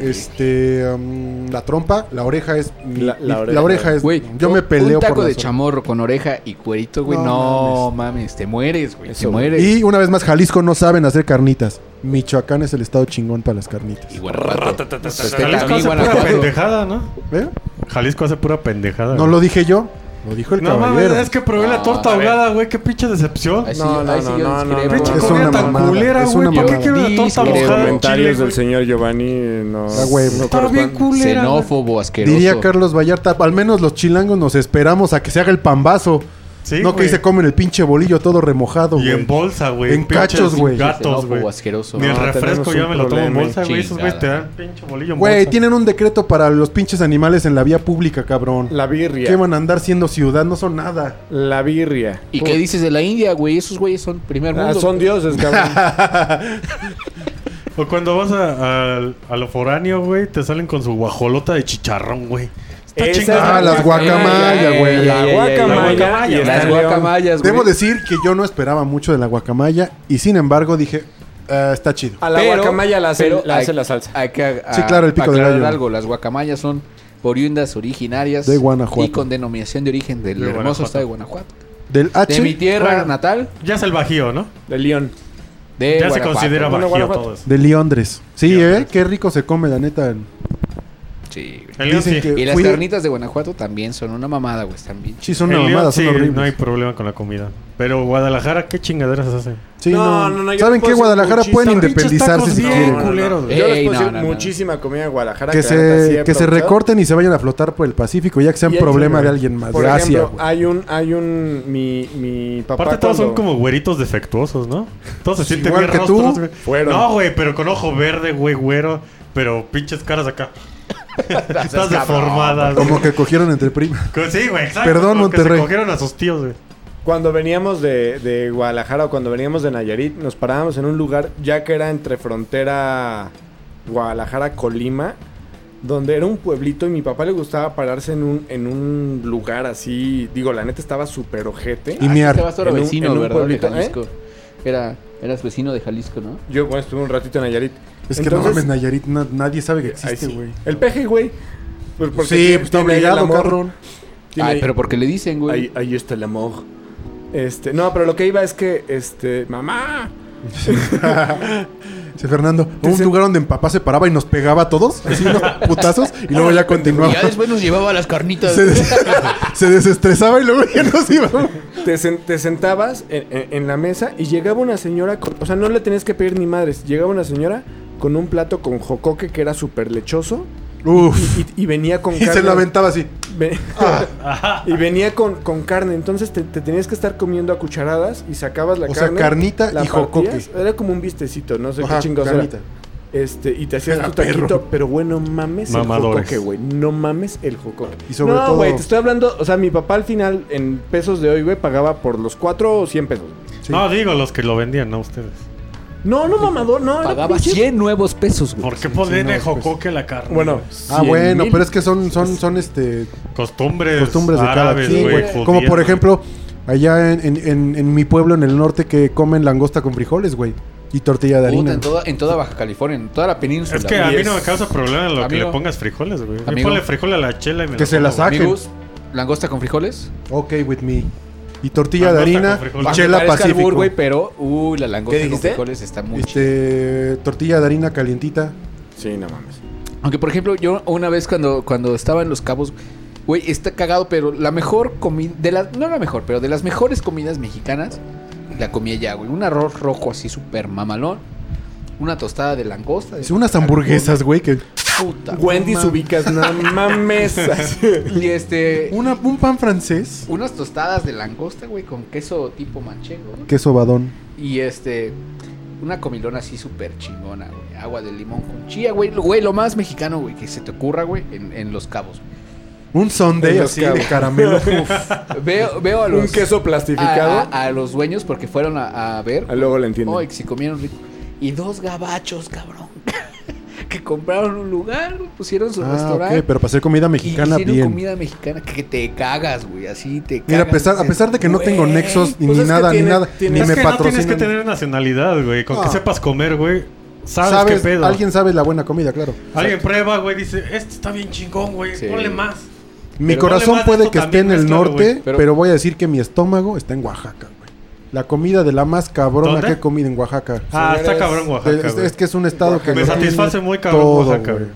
[SPEAKER 2] Este, um, la trompa, la oreja es. mi- mi-
[SPEAKER 4] La-
[SPEAKER 2] La,
[SPEAKER 4] la oreja.
[SPEAKER 2] oreja, es.
[SPEAKER 1] Güey,
[SPEAKER 2] yo
[SPEAKER 1] un-
[SPEAKER 2] me peleo
[SPEAKER 1] Un taco
[SPEAKER 2] por la
[SPEAKER 1] de
[SPEAKER 2] zona.
[SPEAKER 1] chamorro con oreja y cuerito, güey.
[SPEAKER 2] No
[SPEAKER 1] No, mames. te mueres, güey. Te
[SPEAKER 4] Eso,
[SPEAKER 1] mueres.
[SPEAKER 2] Y una vez más, Jalisco no saben hacer carnitas. Michoacán es el estado chingón para las carnitas.
[SPEAKER 1] Y Guanajuato. Pues te la
[SPEAKER 3] Jalisco
[SPEAKER 1] vi,
[SPEAKER 3] hace pura
[SPEAKER 1] Guanajuato.
[SPEAKER 3] pendejada, ¿no?
[SPEAKER 2] ¿Eh?
[SPEAKER 3] Jalisco hace pura pendejada.
[SPEAKER 2] No
[SPEAKER 3] güey.
[SPEAKER 2] lo dije yo, lo dijo el
[SPEAKER 3] No mames,
[SPEAKER 2] caballero.
[SPEAKER 3] es que probé la
[SPEAKER 1] No,
[SPEAKER 3] torta
[SPEAKER 1] a ver.
[SPEAKER 3] ahogada, güey. Qué pinche decepción.
[SPEAKER 1] Ahí sí
[SPEAKER 4] No,
[SPEAKER 1] yo-
[SPEAKER 4] no,
[SPEAKER 1] ahí sí
[SPEAKER 4] no,
[SPEAKER 1] yo
[SPEAKER 4] no,
[SPEAKER 1] discrepo.
[SPEAKER 4] no,
[SPEAKER 3] Pinche
[SPEAKER 4] Es
[SPEAKER 3] comida
[SPEAKER 2] una
[SPEAKER 3] tan
[SPEAKER 2] mamada,
[SPEAKER 3] culera,
[SPEAKER 2] es
[SPEAKER 3] güey.
[SPEAKER 2] una
[SPEAKER 3] ¿Por qué
[SPEAKER 2] mamada.
[SPEAKER 3] quiero una torta
[SPEAKER 1] Discrepo.
[SPEAKER 3] mojada en
[SPEAKER 4] Comentarios
[SPEAKER 3] chile,
[SPEAKER 4] del
[SPEAKER 3] güey?
[SPEAKER 4] señor Giovanni eh, no.
[SPEAKER 2] Ah, güey,
[SPEAKER 4] no
[SPEAKER 3] Está bien
[SPEAKER 4] corresponden.
[SPEAKER 3] culera. güey.
[SPEAKER 1] Xenófobo, asqueroso.
[SPEAKER 2] Diría Carlos Vallarta, al menos los chilangos nos esperamos a que se haga el pambazo.
[SPEAKER 3] Sí,
[SPEAKER 2] no
[SPEAKER 3] güey.
[SPEAKER 2] que se comen el pinche bolillo todo remojado.
[SPEAKER 3] Y
[SPEAKER 2] güey.
[SPEAKER 3] en bolsa, güey.
[SPEAKER 2] En
[SPEAKER 3] Pinches
[SPEAKER 2] cachos, güey.
[SPEAKER 3] Gatos, güey.
[SPEAKER 1] Xenófobo, asqueroso.
[SPEAKER 3] Ni el
[SPEAKER 4] No,
[SPEAKER 3] refresco
[SPEAKER 4] tenemos
[SPEAKER 3] yo
[SPEAKER 4] un
[SPEAKER 3] me lo tomo en
[SPEAKER 4] problema,
[SPEAKER 3] bolsa, güey. Esos güeyes te
[SPEAKER 1] chingada.
[SPEAKER 3] dan pinche bolillo en
[SPEAKER 2] Güey,
[SPEAKER 3] bolsa.
[SPEAKER 2] tienen un decreto para los pinches animales en la vía pública, cabrón.
[SPEAKER 4] La birria.
[SPEAKER 2] ¿Qué van a andar siendo ciudad? No son nada.
[SPEAKER 4] La birria.
[SPEAKER 1] ¿Y
[SPEAKER 2] Pues-
[SPEAKER 1] qué dices de la India, güey? Esos güeyes son primer mundo.
[SPEAKER 4] Ah, son dioses,
[SPEAKER 1] (laughs)
[SPEAKER 4] cabrón.
[SPEAKER 3] O cuando vas a, al- a lo foráneo, güey, te salen con su guajolota de chicharrón, güey. Está
[SPEAKER 4] Esa
[SPEAKER 3] chingada.
[SPEAKER 4] es la
[SPEAKER 2] Ah, las guacamaya, güey.
[SPEAKER 4] La guacamaya. y
[SPEAKER 1] Las
[SPEAKER 4] el león.
[SPEAKER 1] guacamayas, güey.
[SPEAKER 2] Debo decir que yo no esperaba mucho de la guacamaya y sin embargo dije, "Ah, está chido.
[SPEAKER 4] A la
[SPEAKER 1] Pero-
[SPEAKER 4] guacamaya la hace,
[SPEAKER 1] pero
[SPEAKER 4] la, hace
[SPEAKER 1] hay-
[SPEAKER 4] la salsa.
[SPEAKER 1] Hay que a-
[SPEAKER 2] Sí, claro, el pico de
[SPEAKER 1] aclarar
[SPEAKER 2] gallo.
[SPEAKER 1] algo. Las guacamayas son oriundas originarias
[SPEAKER 2] De Guanajuato.
[SPEAKER 1] y con denominación de origen del
[SPEAKER 3] De
[SPEAKER 1] hermoso
[SPEAKER 3] Guanajuato.
[SPEAKER 1] estado de Guanajuato.
[SPEAKER 2] Del H.
[SPEAKER 1] De mi tierra
[SPEAKER 3] Bueno.
[SPEAKER 1] natal,
[SPEAKER 3] Ya es el bajío, ¿no?
[SPEAKER 4] De León.
[SPEAKER 1] de
[SPEAKER 3] ya se
[SPEAKER 1] Guanajuato.
[SPEAKER 3] considera bajío
[SPEAKER 4] Bueno, Eh, Guanajuato.
[SPEAKER 3] todo eso.
[SPEAKER 2] De Liondres. Sí,
[SPEAKER 3] Liondres.
[SPEAKER 2] ¿eh? Qué rico se come, la neta.
[SPEAKER 1] Sí, güey.
[SPEAKER 3] El León
[SPEAKER 2] Dicen
[SPEAKER 3] sí.
[SPEAKER 2] que-
[SPEAKER 1] Y las
[SPEAKER 2] Eh, Fui de-
[SPEAKER 1] carnitas de Guanajuato también son una mamada, güey. Están bien
[SPEAKER 2] Sí, son
[SPEAKER 3] El
[SPEAKER 2] una
[SPEAKER 3] León
[SPEAKER 2] mamada, son
[SPEAKER 3] sí,
[SPEAKER 2] horribles.
[SPEAKER 3] no hay problema con la comida. Pero Guadalajara, ¿qué chingaderas hacen?
[SPEAKER 2] Sí,
[SPEAKER 4] No,
[SPEAKER 2] no.
[SPEAKER 4] no, no, yo
[SPEAKER 2] ¿Saben
[SPEAKER 4] puedo
[SPEAKER 2] qué?
[SPEAKER 4] hacer
[SPEAKER 2] Guadalajara
[SPEAKER 4] muchísimo-
[SPEAKER 2] pueden
[SPEAKER 3] Pinches
[SPEAKER 2] independizarse
[SPEAKER 3] tacos
[SPEAKER 2] si
[SPEAKER 3] bien
[SPEAKER 2] quieren.
[SPEAKER 4] No, no,
[SPEAKER 3] culeros,
[SPEAKER 4] no.
[SPEAKER 3] güey.
[SPEAKER 4] Yo les
[SPEAKER 1] Ey,
[SPEAKER 4] puedo
[SPEAKER 1] no,
[SPEAKER 4] decir
[SPEAKER 1] no, no.
[SPEAKER 4] muchísima comida en Guadalajara.
[SPEAKER 2] Que
[SPEAKER 4] la neta sí
[SPEAKER 2] se,
[SPEAKER 4] he
[SPEAKER 2] que se
[SPEAKER 4] aprovechado.
[SPEAKER 2] recorten y se vayan a flotar por el Pacífico, ya que sean
[SPEAKER 4] Y
[SPEAKER 2] problema
[SPEAKER 4] ese,
[SPEAKER 2] de alguien más.
[SPEAKER 4] Por
[SPEAKER 2] Gracias.
[SPEAKER 4] ejemplo, hay un, hay un, mi, mi papá.
[SPEAKER 3] Aparte todos son
[SPEAKER 4] cuando-
[SPEAKER 3] como güeritos defectuosos, ¿no? Todos se sienten
[SPEAKER 2] igual
[SPEAKER 3] bien
[SPEAKER 2] que tú,
[SPEAKER 3] rostros, güey.
[SPEAKER 4] fueron.
[SPEAKER 3] No, güey, pero con ojo verde, güey, güero. Pero pinches caras acá. Estás deformadas.
[SPEAKER 2] Como
[SPEAKER 3] güey.
[SPEAKER 2] que cogieron entre primas.
[SPEAKER 3] Co- Sí, güey, exacto.
[SPEAKER 2] Perdón,
[SPEAKER 3] como que
[SPEAKER 2] Monterrey.
[SPEAKER 3] Se cogieron a sus tíos, güey.
[SPEAKER 4] Cuando veníamos de, de Guadalajara o cuando veníamos de Nayarit, nos parábamos en un lugar ya que era entre frontera Guadalajara-Colima, donde era un pueblito y mi papá le gustaba pararse en un, en un lugar así. Digo, la neta estaba súper ojete.
[SPEAKER 2] Y miar.
[SPEAKER 1] Estabas ahora
[SPEAKER 4] En un-
[SPEAKER 1] vecino,
[SPEAKER 4] en un
[SPEAKER 1] ¿verdad?
[SPEAKER 2] ¿eh?
[SPEAKER 4] pueblito,
[SPEAKER 1] de Jalisco. Era, eras vecino de Jalisco, ¿no?
[SPEAKER 4] Yo, bueno, estuve un ratito en Nayarit.
[SPEAKER 2] (laughs) Es que no
[SPEAKER 4] Entonces,
[SPEAKER 2] mames, Nayarit, na- nadie sabe que
[SPEAKER 4] ahí
[SPEAKER 2] existe,
[SPEAKER 4] sí.
[SPEAKER 2] güey.
[SPEAKER 4] El peje, güey. Pues porque
[SPEAKER 2] Sí,
[SPEAKER 4] tiene-
[SPEAKER 2] pues está
[SPEAKER 4] tiene ahí el
[SPEAKER 2] obligado,
[SPEAKER 4] amor.
[SPEAKER 2] cabrón.
[SPEAKER 4] Tiene
[SPEAKER 1] Ay,
[SPEAKER 4] ahí-
[SPEAKER 1] pero porque le dicen, güey.
[SPEAKER 4] Ahí, ahí está el amor. Este, no, pero lo que iba es que, este, mamá.
[SPEAKER 2] Sí, Fernando, hubo un
[SPEAKER 4] Dice-
[SPEAKER 2] lugar donde mi papá se paraba y nos pegaba a todos, así unos putazos, y
[SPEAKER 1] (laughs)
[SPEAKER 2] luego ya
[SPEAKER 1] Y
[SPEAKER 2] continuaba.
[SPEAKER 1] ya después nos llevaba las carnitas.
[SPEAKER 2] Se, des- se desestresaba y luego ya nos
[SPEAKER 4] Ah.
[SPEAKER 2] íbamos.
[SPEAKER 4] Te, sen- te sentabas en, en- en la mesa y llegaba una señora, con- o sea, no le tenías que pedir ni madres. Llegaba una señora con un plato con jocoque que era súper lechoso
[SPEAKER 2] Uf.
[SPEAKER 4] y, y- y venía
[SPEAKER 2] (laughs)
[SPEAKER 4] con
[SPEAKER 2] Y se lo Ah. aventaba así.
[SPEAKER 4] Ve- (laughs) y venía con, con carne, entonces te, te tenías que estar comiendo a cucharadas y sacabas la
[SPEAKER 2] O sea,
[SPEAKER 4] carne.
[SPEAKER 2] carnita
[SPEAKER 4] la
[SPEAKER 2] y jocoque.
[SPEAKER 4] partías, Era como un vistecito, no sé
[SPEAKER 2] Ajá,
[SPEAKER 4] qué chingados
[SPEAKER 2] carnita.
[SPEAKER 4] era. Este, y
[SPEAKER 2] (laughs)
[SPEAKER 4] te hacías
[SPEAKER 2] Era
[SPEAKER 4] tu taquito,
[SPEAKER 2] perro.
[SPEAKER 4] pero bueno, mames
[SPEAKER 3] Mamadores.
[SPEAKER 4] el jocoque, güey. No mames el jocoque.
[SPEAKER 2] Y sobre
[SPEAKER 4] no,
[SPEAKER 2] todo-
[SPEAKER 4] güey, te estoy hablando, o sea, mi papá al final en pesos de hoy, güey, pagaba por los 4 o 100 pesos.
[SPEAKER 2] Sí. Ah,
[SPEAKER 3] No, digo los que lo vendían, no ustedes.
[SPEAKER 4] No, no mamador, no. era
[SPEAKER 1] Pagaba
[SPEAKER 4] pinche-
[SPEAKER 1] 100 nuevos pesos, güey.
[SPEAKER 3] ¿Por qué ponen
[SPEAKER 2] no,
[SPEAKER 3] en
[SPEAKER 2] pues.
[SPEAKER 3] jocoque la carne?
[SPEAKER 4] Bueno,
[SPEAKER 3] güey?
[SPEAKER 2] Ah,
[SPEAKER 1] Cien
[SPEAKER 2] bueno,
[SPEAKER 1] mil.
[SPEAKER 2] pero es que son, son, son este
[SPEAKER 3] costumbres,
[SPEAKER 2] costumbres de cada
[SPEAKER 3] Pues, árabes,
[SPEAKER 2] quien,
[SPEAKER 3] güey,
[SPEAKER 2] güey. Como
[SPEAKER 3] judías,
[SPEAKER 2] por
[SPEAKER 3] güey.
[SPEAKER 2] ejemplo, allá en, en- en- en mi pueblo en el norte que comen langosta con frijoles, güey. Y tortilla
[SPEAKER 1] Puta,
[SPEAKER 2] de harina.
[SPEAKER 1] en, toda, en toda Baja California, en toda la península.
[SPEAKER 3] Es que
[SPEAKER 1] güey.
[SPEAKER 3] a mí no me causa problema lo que
[SPEAKER 1] Amigo.
[SPEAKER 3] le pongas frijoles, güey. A mí
[SPEAKER 1] Amigo.
[SPEAKER 3] ponle frijol a la chela y me
[SPEAKER 2] Ah, Que
[SPEAKER 3] lo
[SPEAKER 2] se
[SPEAKER 3] como,
[SPEAKER 2] la
[SPEAKER 3] güey.
[SPEAKER 2] saquen.
[SPEAKER 1] Amigos, langosta con frijoles.
[SPEAKER 2] Ok with me. Y tortilla de
[SPEAKER 3] Langosta
[SPEAKER 2] harina,
[SPEAKER 3] con frijoles.
[SPEAKER 2] y
[SPEAKER 3] Va a
[SPEAKER 2] chela
[SPEAKER 1] Parezca albur,
[SPEAKER 2] pacífico.
[SPEAKER 1] güey, pero, uy, la
[SPEAKER 4] ¿Qué
[SPEAKER 1] langosta con
[SPEAKER 4] dijiste?
[SPEAKER 1] frijoles está muy chida.
[SPEAKER 2] Este, tortilla de harina calientita.
[SPEAKER 4] Sí, no mames.
[SPEAKER 1] Aunque, por ejemplo, yo una vez cuando, cuando estaba en Los Cabos, güey, está cagado, pero la mejor comida, de la, no la mejor, pero de las mejores comidas mexicanas, la comí allá, güey. Un arroz rojo así súper mamalón, una tostada de langosta. de-
[SPEAKER 2] Sí, unas hamburguesas, güey, que
[SPEAKER 1] Puta.
[SPEAKER 4] Wendy's
[SPEAKER 2] Ah, mames. (laughs)
[SPEAKER 4] ubicas, no mames.
[SPEAKER 1] Y este,
[SPEAKER 2] una, un pan francés,
[SPEAKER 1] unas tostadas de langosta, güey, con queso tipo manchego. güey.
[SPEAKER 2] queso badón.
[SPEAKER 1] Y este, una comilona así súper chingona, güey. Agua de limón con chía, güey. Lo- Güey, lo más mexicano, güey, que se te ocurra, güey, en, en Los Cabos.
[SPEAKER 2] Un sundae
[SPEAKER 4] En los
[SPEAKER 2] así
[SPEAKER 4] cabos.
[SPEAKER 2] de
[SPEAKER 1] (laughs)
[SPEAKER 2] caramelo.
[SPEAKER 1] Veo, veo a los... Ah,
[SPEAKER 4] Un queso plastificado.
[SPEAKER 1] a, a- a los dueños porque fueron a, a ver.
[SPEAKER 4] Ah, Luego le entiendo.
[SPEAKER 1] Oh, y que si comieron rico. Y dos gabachos, cabrón. (laughs) que compraron un lugar, güey, pusieron su
[SPEAKER 2] ah,
[SPEAKER 1] restaurante.
[SPEAKER 2] ok, pero para hacer comida
[SPEAKER 1] y
[SPEAKER 2] mexicana
[SPEAKER 1] hicieron
[SPEAKER 2] bien.
[SPEAKER 1] comida mexicana que te cagas, güey. Así te cagas.
[SPEAKER 2] Mira, a pesar, a
[SPEAKER 1] Dices,
[SPEAKER 2] pesar de que no tengo
[SPEAKER 1] "Güey".
[SPEAKER 2] nexos ni,
[SPEAKER 4] pues
[SPEAKER 2] ni
[SPEAKER 4] es que
[SPEAKER 2] nada,
[SPEAKER 4] tiene-
[SPEAKER 2] ni nada,
[SPEAKER 4] tiene-
[SPEAKER 2] ni
[SPEAKER 3] es
[SPEAKER 2] me
[SPEAKER 3] que no tienes
[SPEAKER 2] patrocinan.
[SPEAKER 3] que tener nacionalidad, güey. Con
[SPEAKER 2] Ah.
[SPEAKER 3] que sepas comer, güey. Sabes,
[SPEAKER 2] ¿Sabes?
[SPEAKER 3] qué pedo. Ah,
[SPEAKER 2] Alguien sabe la buena comida, claro.
[SPEAKER 3] Alguien prueba, güey. Dice, este está bien chingón, güey.
[SPEAKER 1] Sí.
[SPEAKER 3] Ponle más.
[SPEAKER 2] Mi
[SPEAKER 3] Pero
[SPEAKER 2] corazón
[SPEAKER 3] no le mandes
[SPEAKER 2] puede
[SPEAKER 3] esto
[SPEAKER 2] que esté en
[SPEAKER 3] también,
[SPEAKER 2] el
[SPEAKER 3] es claro,
[SPEAKER 2] norte,
[SPEAKER 3] güey,
[SPEAKER 2] pero...
[SPEAKER 1] pero-
[SPEAKER 2] voy a decir que mi estómago está en Oaxaca, güey. La comida de la más cabrona
[SPEAKER 3] ¿Dónde?
[SPEAKER 2] que he comido en Oaxaca.
[SPEAKER 3] Ah,
[SPEAKER 4] Señores,
[SPEAKER 3] está cabrón Oaxaca,
[SPEAKER 2] es,
[SPEAKER 3] güey.
[SPEAKER 2] es que es un estado que
[SPEAKER 3] Me
[SPEAKER 2] lo
[SPEAKER 3] satisface
[SPEAKER 2] tiene
[SPEAKER 3] muy cabrón Oaxaca,
[SPEAKER 2] güey.
[SPEAKER 3] güey.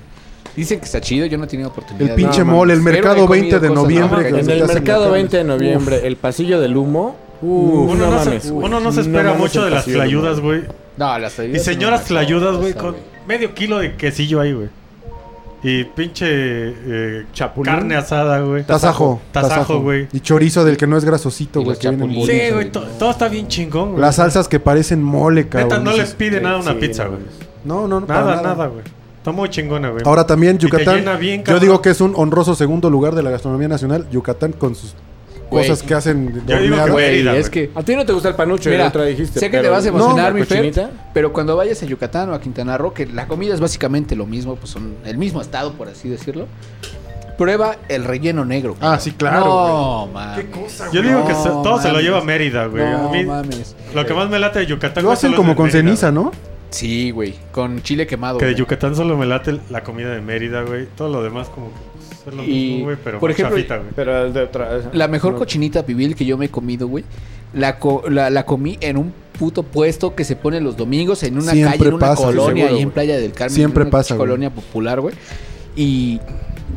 [SPEAKER 1] Dicen que está chido, yo no he tenido oportunidad.
[SPEAKER 2] El
[SPEAKER 1] de-
[SPEAKER 2] pinche
[SPEAKER 1] No, mames.
[SPEAKER 2] mole, el
[SPEAKER 1] Pero he
[SPEAKER 2] mercado
[SPEAKER 1] comido
[SPEAKER 2] 20 de
[SPEAKER 1] cosas
[SPEAKER 2] noviembre.
[SPEAKER 1] mames,
[SPEAKER 2] que
[SPEAKER 1] en
[SPEAKER 2] se
[SPEAKER 4] En
[SPEAKER 2] te
[SPEAKER 4] el
[SPEAKER 2] hacen
[SPEAKER 4] mercado
[SPEAKER 2] locales.
[SPEAKER 4] 20 de noviembre, el pasillo del humo. Uf,
[SPEAKER 3] uno,
[SPEAKER 4] no,
[SPEAKER 3] no
[SPEAKER 4] mames.
[SPEAKER 3] se, uno no se espera mucho de las tlayudas, güey.
[SPEAKER 1] No, las
[SPEAKER 3] Y
[SPEAKER 1] ayudas.
[SPEAKER 3] señoras
[SPEAKER 1] son una
[SPEAKER 3] tlayudas, güey,
[SPEAKER 1] cosa,
[SPEAKER 3] con medio kilo de quesillo ahí, güey. Y pinche eh, carne asada, güey.
[SPEAKER 2] Tasajo.
[SPEAKER 3] Tasajo, güey.
[SPEAKER 2] Y chorizo del que no es grasosito,
[SPEAKER 1] Y
[SPEAKER 2] güey.
[SPEAKER 1] los
[SPEAKER 2] que viene en
[SPEAKER 1] chapulines.
[SPEAKER 2] bolsa.
[SPEAKER 3] Sí, güey, to- todo está bien chingón, güey.
[SPEAKER 2] Las salsas que parecen mole,
[SPEAKER 3] Neta,
[SPEAKER 2] cabrón.
[SPEAKER 3] no les
[SPEAKER 2] Dices,
[SPEAKER 3] pide nada una
[SPEAKER 4] sí,
[SPEAKER 3] pizza,
[SPEAKER 4] no
[SPEAKER 3] güey.
[SPEAKER 4] mames.
[SPEAKER 2] No, no, no. para
[SPEAKER 3] Nada, nada, güey. Está muy chingona, güey.
[SPEAKER 2] Ahora también
[SPEAKER 3] te
[SPEAKER 2] Yucatán.
[SPEAKER 3] llena bien,
[SPEAKER 2] yo
[SPEAKER 3] cabrón.
[SPEAKER 2] digo que es un honroso segundo lugar de la gastronomía nacional. Yucatán con sus
[SPEAKER 1] Güey.
[SPEAKER 2] cosas que hacen.
[SPEAKER 3] Yo digo que,
[SPEAKER 1] Güey,
[SPEAKER 3] güey,
[SPEAKER 1] es
[SPEAKER 3] güey.
[SPEAKER 1] que.
[SPEAKER 4] A ti no te gusta el panucho,
[SPEAKER 1] Mira,
[SPEAKER 4] la otra dijiste.
[SPEAKER 1] sé que
[SPEAKER 4] pero-
[SPEAKER 1] te vas a emocionar,
[SPEAKER 4] No,
[SPEAKER 1] mi
[SPEAKER 4] la cochinita.
[SPEAKER 1] Fer, pero cuando vayas a Yucatán o a Quintana Roo, que la comida es básicamente lo mismo, pues son el mismo estado, por así decirlo. Prueba el relleno negro.
[SPEAKER 2] Ah, sí, claro. güey.
[SPEAKER 1] No, mames.
[SPEAKER 3] Yo digo que
[SPEAKER 1] No,
[SPEAKER 3] se- todo se lo
[SPEAKER 1] mames.
[SPEAKER 3] lleva Mérida, güey.
[SPEAKER 1] No,
[SPEAKER 3] a mí,
[SPEAKER 1] mames.
[SPEAKER 3] lo que más me late de Yucatán,
[SPEAKER 2] Lo
[SPEAKER 3] güey,
[SPEAKER 2] hacen
[SPEAKER 3] solo
[SPEAKER 2] como
[SPEAKER 3] es de
[SPEAKER 2] con
[SPEAKER 3] Mérida,
[SPEAKER 2] ceniza, ¿no?
[SPEAKER 1] Sí, güey. Con chile quemado.
[SPEAKER 3] Que de
[SPEAKER 1] güey.
[SPEAKER 3] Yucatán solo me late la comida de Mérida, güey. Todo lo demás como que pues, es lo
[SPEAKER 1] Y,
[SPEAKER 3] mismo, güey, pero
[SPEAKER 1] por
[SPEAKER 3] por
[SPEAKER 1] ejemplo,
[SPEAKER 3] chafita, güey.
[SPEAKER 4] Pero el de otra.
[SPEAKER 1] La mejor
[SPEAKER 4] no.
[SPEAKER 1] cochinita pibil que yo me he comido, güey. La, co- la, la comí en un puto puesto que se pone los domingos en una
[SPEAKER 2] Siempre
[SPEAKER 1] calle, en una
[SPEAKER 2] pasa,
[SPEAKER 1] colonia,
[SPEAKER 2] seguro,
[SPEAKER 1] ahí en
[SPEAKER 2] güey.
[SPEAKER 1] Playa del Carmen.
[SPEAKER 2] Siempre
[SPEAKER 1] en una
[SPEAKER 2] pasa, güey.
[SPEAKER 1] Colonia popular, güey. Y,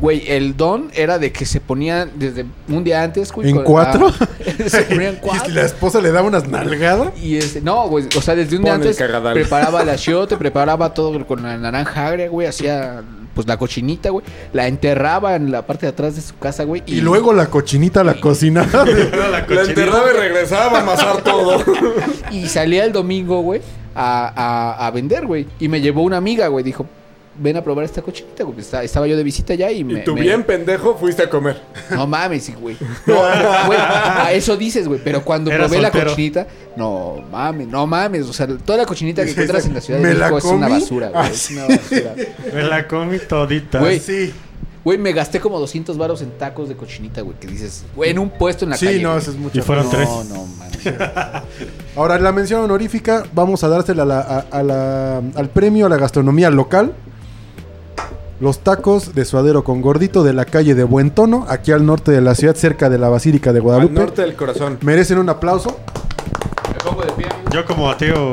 [SPEAKER 1] güey, el don era de que se ponía desde un día antes, güey.
[SPEAKER 2] ¿En
[SPEAKER 1] con-
[SPEAKER 2] cuatro?
[SPEAKER 1] ah, (laughs) se
[SPEAKER 4] (laughs)
[SPEAKER 1] ponían
[SPEAKER 2] (laughs) Y
[SPEAKER 1] cuatro.
[SPEAKER 2] la esposa le da unas nalgadas.
[SPEAKER 1] Y este, no, güey, o sea, desde un día
[SPEAKER 4] Pon el
[SPEAKER 1] antes
[SPEAKER 4] cagadal.
[SPEAKER 1] preparaba la te preparaba todo con la naranja agria, güey, hacía pues la cochinita, güey, la enterraba en la parte de atrás de su casa, güey.
[SPEAKER 2] Y luego la cochinita la cocina.
[SPEAKER 3] Pero la
[SPEAKER 4] La
[SPEAKER 3] cochinita-
[SPEAKER 4] enterraba y regresaba
[SPEAKER 1] (laughs)
[SPEAKER 4] a amasar todo.
[SPEAKER 1] Y salía el domingo, güey, a, a- a vender, güey. Y me llevó una amiga, güey, dijo, ven a probar esta cochinita, güey. Está- estaba yo de visita allá y me...
[SPEAKER 4] Y tú
[SPEAKER 1] me-
[SPEAKER 4] bien pendejo fuiste a comer.
[SPEAKER 1] No mames, sí,
[SPEAKER 2] (laughs)
[SPEAKER 1] güey. No, güey, a eso dices, güey. Pero cuando
[SPEAKER 3] Era
[SPEAKER 1] probé la
[SPEAKER 3] soltero.
[SPEAKER 1] cochinita, no mames, no mames. O sea, toda la cochinita que encuentras en la Ciudad de
[SPEAKER 2] "Me la
[SPEAKER 1] México es una
[SPEAKER 2] comí".
[SPEAKER 1] basura, güey.
[SPEAKER 2] Ah,
[SPEAKER 1] Es una basura.
[SPEAKER 3] Me la comí todita.
[SPEAKER 1] Güey,
[SPEAKER 2] Sí.
[SPEAKER 1] Güey, me gasté como 200 varos en tacos de cochinita, güey. Que dices, güey, en un puesto en la calle.
[SPEAKER 2] Sí, no,
[SPEAKER 1] güey.
[SPEAKER 2] eso es mucho.
[SPEAKER 3] Y fueron
[SPEAKER 1] No,
[SPEAKER 3] tres.
[SPEAKER 1] no, mames.
[SPEAKER 2] Ahora, la mención honorífica, vamos a dársela a la- a- a la- al premio a la gastronomía local. Los tacos de suadero con gordito de la calle de Buen Tono, aquí al norte de la ciudad, cerca de la Basílica de
[SPEAKER 4] Al
[SPEAKER 2] Guadalupe.
[SPEAKER 4] norte del corazón.
[SPEAKER 2] Merecen un aplauso.
[SPEAKER 1] Me pongo de pie.
[SPEAKER 3] Yo como ateo...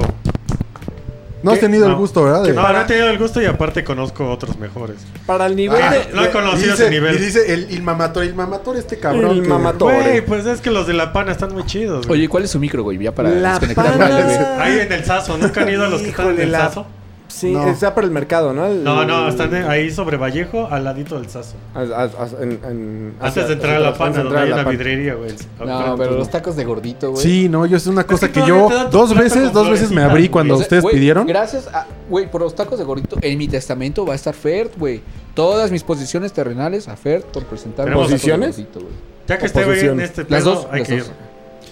[SPEAKER 2] No has
[SPEAKER 1] ¿Qué?
[SPEAKER 2] tenido el
[SPEAKER 3] No.
[SPEAKER 2] gusto, ¿verdad? De-
[SPEAKER 3] No, no he tenido el gusto y aparte conozco otros mejores.
[SPEAKER 4] Para el nivel
[SPEAKER 3] Ah,
[SPEAKER 4] de.
[SPEAKER 3] no he conocido ese nivel.
[SPEAKER 2] Y dice el, el mamator, el mamator este cabrón.
[SPEAKER 4] El
[SPEAKER 2] que-
[SPEAKER 4] mamator.
[SPEAKER 3] Güey, pues es que los de La Pana están muy chidos. güey.
[SPEAKER 1] Oye, ¿cuál es su micro, güey? Ya para
[SPEAKER 4] La
[SPEAKER 1] (laughs) desconectarme.
[SPEAKER 4] pana.
[SPEAKER 1] güey.
[SPEAKER 3] Ahí en el Sazo, ¿nunca han ido a los que están en
[SPEAKER 4] Híjole,
[SPEAKER 3] el
[SPEAKER 4] la-
[SPEAKER 3] Sazo?
[SPEAKER 4] Sí,
[SPEAKER 2] No.
[SPEAKER 4] está para el mercado, ¿no? El-
[SPEAKER 3] No, no, están
[SPEAKER 1] Mm.
[SPEAKER 3] en- ahí sobre Vallejo, al ladito del Sazo.
[SPEAKER 4] As- as- as- en- en- hacia-
[SPEAKER 3] Antes de entrar a La Pana,
[SPEAKER 4] hacia atrás, antes de
[SPEAKER 3] donde
[SPEAKER 4] entrar a
[SPEAKER 3] hay
[SPEAKER 4] La
[SPEAKER 3] una
[SPEAKER 4] Pana.
[SPEAKER 3] vidrería, güey.
[SPEAKER 1] No, pero los tacos de gordito, güey.
[SPEAKER 2] Sí, no, yo es una cosa
[SPEAKER 3] que
[SPEAKER 2] que,
[SPEAKER 3] todavía
[SPEAKER 2] yo
[SPEAKER 3] te dan tu
[SPEAKER 2] dos
[SPEAKER 3] plato
[SPEAKER 2] veces,
[SPEAKER 3] con
[SPEAKER 2] dos veces me
[SPEAKER 3] florecitas,
[SPEAKER 2] abrí
[SPEAKER 3] güey.
[SPEAKER 2] cuando
[SPEAKER 1] O sea,
[SPEAKER 2] ustedes
[SPEAKER 1] güey,
[SPEAKER 2] pidieron.
[SPEAKER 1] Gracias a. Güey, por los tacos de gordito, en mi testamento va a estar Fert, güey. Todas mis posiciones terrenales a Fert por presentar
[SPEAKER 3] ¿Tenemos
[SPEAKER 1] los tacos de
[SPEAKER 4] posiciones?
[SPEAKER 1] gordito, güey.
[SPEAKER 3] Ya que esté güey en
[SPEAKER 4] Oposición.
[SPEAKER 3] este
[SPEAKER 1] Las
[SPEAKER 3] pedo,
[SPEAKER 1] dos.
[SPEAKER 3] hay
[SPEAKER 1] las
[SPEAKER 3] que ir.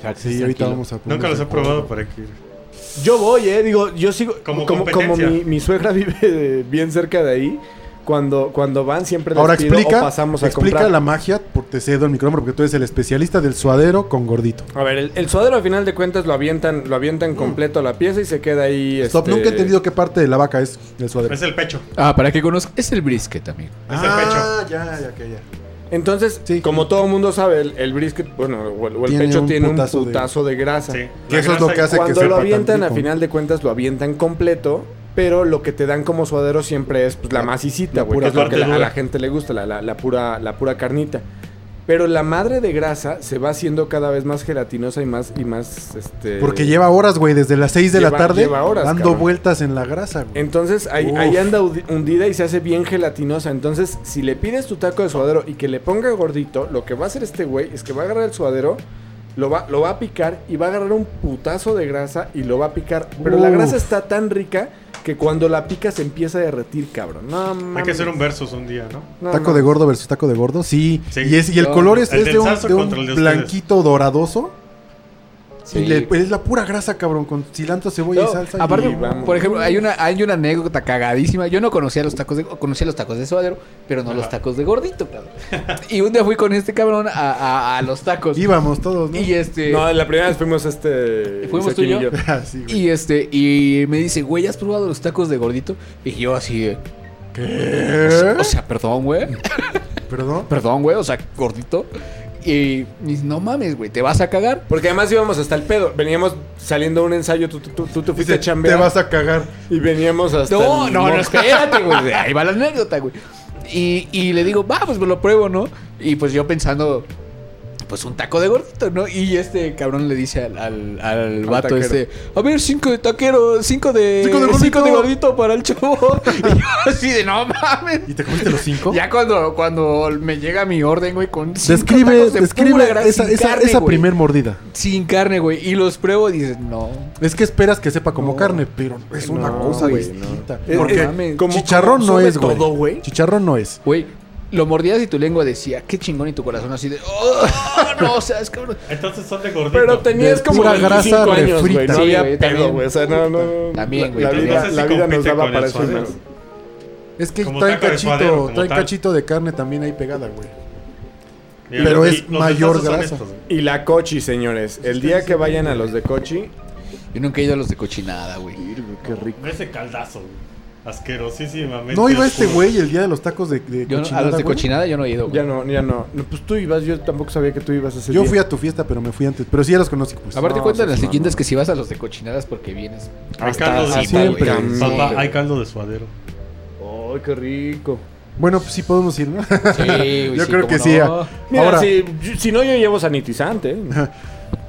[SPEAKER 1] dos.
[SPEAKER 2] Sí, ahorita vamos a poner
[SPEAKER 3] Nunca los he
[SPEAKER 2] ese-
[SPEAKER 3] probado, pero hay que ir.
[SPEAKER 4] Yo voy, eh, digo, yo sigo.
[SPEAKER 3] Como
[SPEAKER 4] Como, como
[SPEAKER 3] competencia.
[SPEAKER 4] (laughs) mi, mi suegra vive de- bien cerca de ahí. Cuando, cuando van siempre les
[SPEAKER 2] Ahora
[SPEAKER 4] pido
[SPEAKER 2] explica,
[SPEAKER 4] o pasamos a
[SPEAKER 2] explica
[SPEAKER 4] comprar.
[SPEAKER 2] la magia, por te cedo el micrófono porque tú eres el especialista del suadero con gordito.
[SPEAKER 4] A ver, el, el suadero al final de cuentas lo avientan, lo avientan completo a la pieza y se queda ahí.
[SPEAKER 2] Stop,
[SPEAKER 4] este,
[SPEAKER 2] nunca he entendido qué parte de la vaca es el suadero. Ah,
[SPEAKER 5] Es el pecho.
[SPEAKER 1] Ah, para que conozca. Es el brisket, amigo.
[SPEAKER 5] es el pecho.
[SPEAKER 2] ya, ya, que ya.
[SPEAKER 4] Entonces,
[SPEAKER 2] Sí.
[SPEAKER 4] como todo mundo sabe, el, el brisket, bueno, o el, o el
[SPEAKER 2] Tiene
[SPEAKER 4] pecho
[SPEAKER 2] un
[SPEAKER 4] tiene
[SPEAKER 2] putazo
[SPEAKER 4] un
[SPEAKER 2] de-
[SPEAKER 4] putazo de, grasa.
[SPEAKER 5] Sí.
[SPEAKER 2] Que
[SPEAKER 5] La
[SPEAKER 2] eso es lo
[SPEAKER 5] grasa-
[SPEAKER 2] que hace que
[SPEAKER 4] Cuando lo
[SPEAKER 2] sepa
[SPEAKER 4] avientan,
[SPEAKER 2] tantito.
[SPEAKER 4] a final de cuentas lo avientan completo, pero lo que te dan como suadero siempre es pues, la macicita, güey,
[SPEAKER 5] pura
[SPEAKER 4] que es lo
[SPEAKER 5] parte
[SPEAKER 4] que la- a
[SPEAKER 5] dura.
[SPEAKER 4] la gente le gusta, la, la- la pura, la pura carnita. Pero la madre de grasa se va haciendo cada vez más gelatinosa y más, y más, este...
[SPEAKER 2] Porque lleva horas, güey, desde las 6 de la
[SPEAKER 4] Lleva-
[SPEAKER 2] tarde
[SPEAKER 4] lleva horas,
[SPEAKER 2] dando
[SPEAKER 4] cabrón.
[SPEAKER 2] vueltas en la grasa, güey.
[SPEAKER 4] Entonces ahí,
[SPEAKER 2] Uf.
[SPEAKER 4] ahí anda hundi- hundida y se hace bien gelatinosa. Entonces, si le pides tu taco de suadero y que le ponga gordito, lo que va a hacer este güey es que va a agarrar el suadero, lo va, lo va a picar y va a agarrar un putazo de grasa y lo va a picar. Pero la
[SPEAKER 2] Uf.
[SPEAKER 4] grasa está tan rica que cuando la pica se empieza a derretir, cabrón. No mames.
[SPEAKER 5] Hay que hacer un versus un día, ¿no?
[SPEAKER 4] No,
[SPEAKER 2] taco
[SPEAKER 4] no.
[SPEAKER 2] de gordo versus taco de gordo, sí.
[SPEAKER 5] Sí.
[SPEAKER 2] Y, es, y el
[SPEAKER 1] No.
[SPEAKER 2] color es,
[SPEAKER 5] El
[SPEAKER 2] es
[SPEAKER 5] del
[SPEAKER 2] de un,
[SPEAKER 5] Sasso
[SPEAKER 2] de un
[SPEAKER 5] contra el de ustedes.
[SPEAKER 2] blanquito doradoso.
[SPEAKER 1] Sí.
[SPEAKER 2] Y le- es la pura grasa, cabrón, con cilantro, cebolla y
[SPEAKER 1] No,
[SPEAKER 2] salsa. y-
[SPEAKER 1] aparte,
[SPEAKER 4] vamos.
[SPEAKER 1] por ejemplo, hay una, hay una anécdota cagadísima. Yo no conocía los tacos de, conocía los tacos de suadero, pero no los tacos de gordito, cabrón. Y un día fui con este cabrón a, a- a los
[SPEAKER 4] pues,
[SPEAKER 1] tacos.
[SPEAKER 2] íbamos todos, ¿no? (laughs)
[SPEAKER 1] Y este.
[SPEAKER 4] No, la primera vez fuimos este.
[SPEAKER 1] Fuimos tú y
[SPEAKER 4] Joaquín
[SPEAKER 1] yo.
[SPEAKER 2] Así, Ah, güey.
[SPEAKER 1] Y este, y me dice, güey, ¿has probado los tacos de gordito? Y yo así, de, o sea,
[SPEAKER 2] ¿Qué?
[SPEAKER 1] o sea, perdón, güey.
[SPEAKER 2] Perdón.
[SPEAKER 1] Perdón, güey, o sea, gordito. Y me dice, no mames, güey, te vas a cagar.
[SPEAKER 4] Porque además íbamos hasta el pedo. Veníamos saliendo a un ensayo, tú, tú, tú- tú te
[SPEAKER 2] Dice,
[SPEAKER 4] fuiste a chambear.
[SPEAKER 2] te vas a cagar.
[SPEAKER 4] Y veníamos hasta.
[SPEAKER 1] No,
[SPEAKER 4] el
[SPEAKER 1] no, no,
[SPEAKER 4] moco.
[SPEAKER 1] espérate, güey. Ahí va la anécdota, güey. Y, y le digo, va, pues me lo pruebo, ¿no? Y pues yo pensando, pues un taco de gordito, ¿no? Y este cabrón le dice al, al, al vato
[SPEAKER 4] taquero.
[SPEAKER 1] este, a ver, cinco de taquero, cinco de,
[SPEAKER 2] Cinco de gordito.
[SPEAKER 1] cinco de gordito para el chavo. (laughs) y yo así de, no mames.
[SPEAKER 2] ¿Y te comiste los cinco?
[SPEAKER 1] Ya cuando, cuando me llega mi orden, güey, con cinco
[SPEAKER 2] Describe,
[SPEAKER 1] tacos de pura
[SPEAKER 2] describe
[SPEAKER 1] grasa
[SPEAKER 2] esa,
[SPEAKER 1] sin
[SPEAKER 2] esa,
[SPEAKER 1] carne,
[SPEAKER 2] esa
[SPEAKER 1] güey.
[SPEAKER 2] primer mordida.
[SPEAKER 1] Sin carne, güey. Y los pruebo y dices, no.
[SPEAKER 2] Es que esperas que sepa como
[SPEAKER 4] No.
[SPEAKER 2] carne, pero es una
[SPEAKER 4] No,
[SPEAKER 2] cosa
[SPEAKER 4] güey,
[SPEAKER 2] distinta.
[SPEAKER 4] Es-
[SPEAKER 2] Porque
[SPEAKER 4] es- como- como
[SPEAKER 2] chicharrón no
[SPEAKER 4] absorbe
[SPEAKER 2] es, güey.
[SPEAKER 4] todo, güey.
[SPEAKER 2] Chicharrón no es.
[SPEAKER 1] Güey, lo mordías y tu lengua decía, qué chingón, y tu corazón así de, oh, no, o sea, es cabrón.
[SPEAKER 5] Entonces son de gordito.
[SPEAKER 4] Pero tenías
[SPEAKER 2] De
[SPEAKER 4] como
[SPEAKER 2] pura
[SPEAKER 4] 25
[SPEAKER 2] grasa
[SPEAKER 4] años, güey.
[SPEAKER 2] refrita.
[SPEAKER 4] No
[SPEAKER 1] Sí,
[SPEAKER 4] había
[SPEAKER 1] güey,
[SPEAKER 4] pedo,
[SPEAKER 1] también.
[SPEAKER 4] güey. O sea, no, no, no.
[SPEAKER 1] También, güey,
[SPEAKER 4] La,
[SPEAKER 1] también.
[SPEAKER 4] vida,
[SPEAKER 1] No
[SPEAKER 5] sé si
[SPEAKER 4] la vida nos
[SPEAKER 5] compite
[SPEAKER 4] daba
[SPEAKER 5] con
[SPEAKER 4] para
[SPEAKER 5] el
[SPEAKER 4] eso.
[SPEAKER 5] suadero.
[SPEAKER 4] ¿no?
[SPEAKER 2] Es que
[SPEAKER 5] Como
[SPEAKER 2] trae
[SPEAKER 5] taco de
[SPEAKER 2] cachito,
[SPEAKER 5] suadero, como
[SPEAKER 2] trae
[SPEAKER 5] tal.
[SPEAKER 2] cachito de carne también ahí pegada, güey.
[SPEAKER 5] Mira,
[SPEAKER 2] pero
[SPEAKER 5] los-
[SPEAKER 2] es
[SPEAKER 5] los
[SPEAKER 2] mayor
[SPEAKER 5] tazos son
[SPEAKER 2] grasa.
[SPEAKER 5] estos, güey.
[SPEAKER 4] Y la cochi, señores. El día que vayan a los de cochi.
[SPEAKER 1] Yo nunca he ido a los de cochinada, güey.
[SPEAKER 4] Qué rico.
[SPEAKER 5] Ese caldazo, güey. Asquerosísimamente.
[SPEAKER 2] No iba este
[SPEAKER 5] oscuro.
[SPEAKER 2] güey el día de los tacos de, de
[SPEAKER 1] Yo no- a
[SPEAKER 2] cochinada,
[SPEAKER 1] los de
[SPEAKER 2] güey.
[SPEAKER 1] cochinada yo no he ido, güey.
[SPEAKER 4] Ya no, ya no. No, Pues tú ibas, yo tampoco sabía que tú ibas a hacer.
[SPEAKER 2] Yo fui a tu fiesta, pero me fui antes. Pero sí ya los conocí, pues.
[SPEAKER 1] Aparte
[SPEAKER 4] No,
[SPEAKER 1] cuentan
[SPEAKER 4] seas
[SPEAKER 1] las
[SPEAKER 4] mamón.
[SPEAKER 1] leyendas que si vas a los de cochinadas porque
[SPEAKER 2] (laughs)
[SPEAKER 1] vienes.
[SPEAKER 5] Hay caldo de
[SPEAKER 1] Hasta
[SPEAKER 2] Ah, siempre,
[SPEAKER 5] suadero.
[SPEAKER 4] güey.
[SPEAKER 5] Papá,
[SPEAKER 4] Sí.
[SPEAKER 5] hay caldo de suadero.
[SPEAKER 4] ¡Ay, qué rico!
[SPEAKER 2] Bueno, pues sí podemos ir, (laughs) ¿no?
[SPEAKER 1] Sí, güey,
[SPEAKER 2] Yo
[SPEAKER 1] sí,
[SPEAKER 2] creo
[SPEAKER 1] cómo
[SPEAKER 2] que
[SPEAKER 1] no.
[SPEAKER 2] sí. ah.
[SPEAKER 4] Mira,
[SPEAKER 2] Ahora,
[SPEAKER 4] si, si no, yo llevo
[SPEAKER 2] (laughs)
[SPEAKER 4] sanitizante. ¿eh?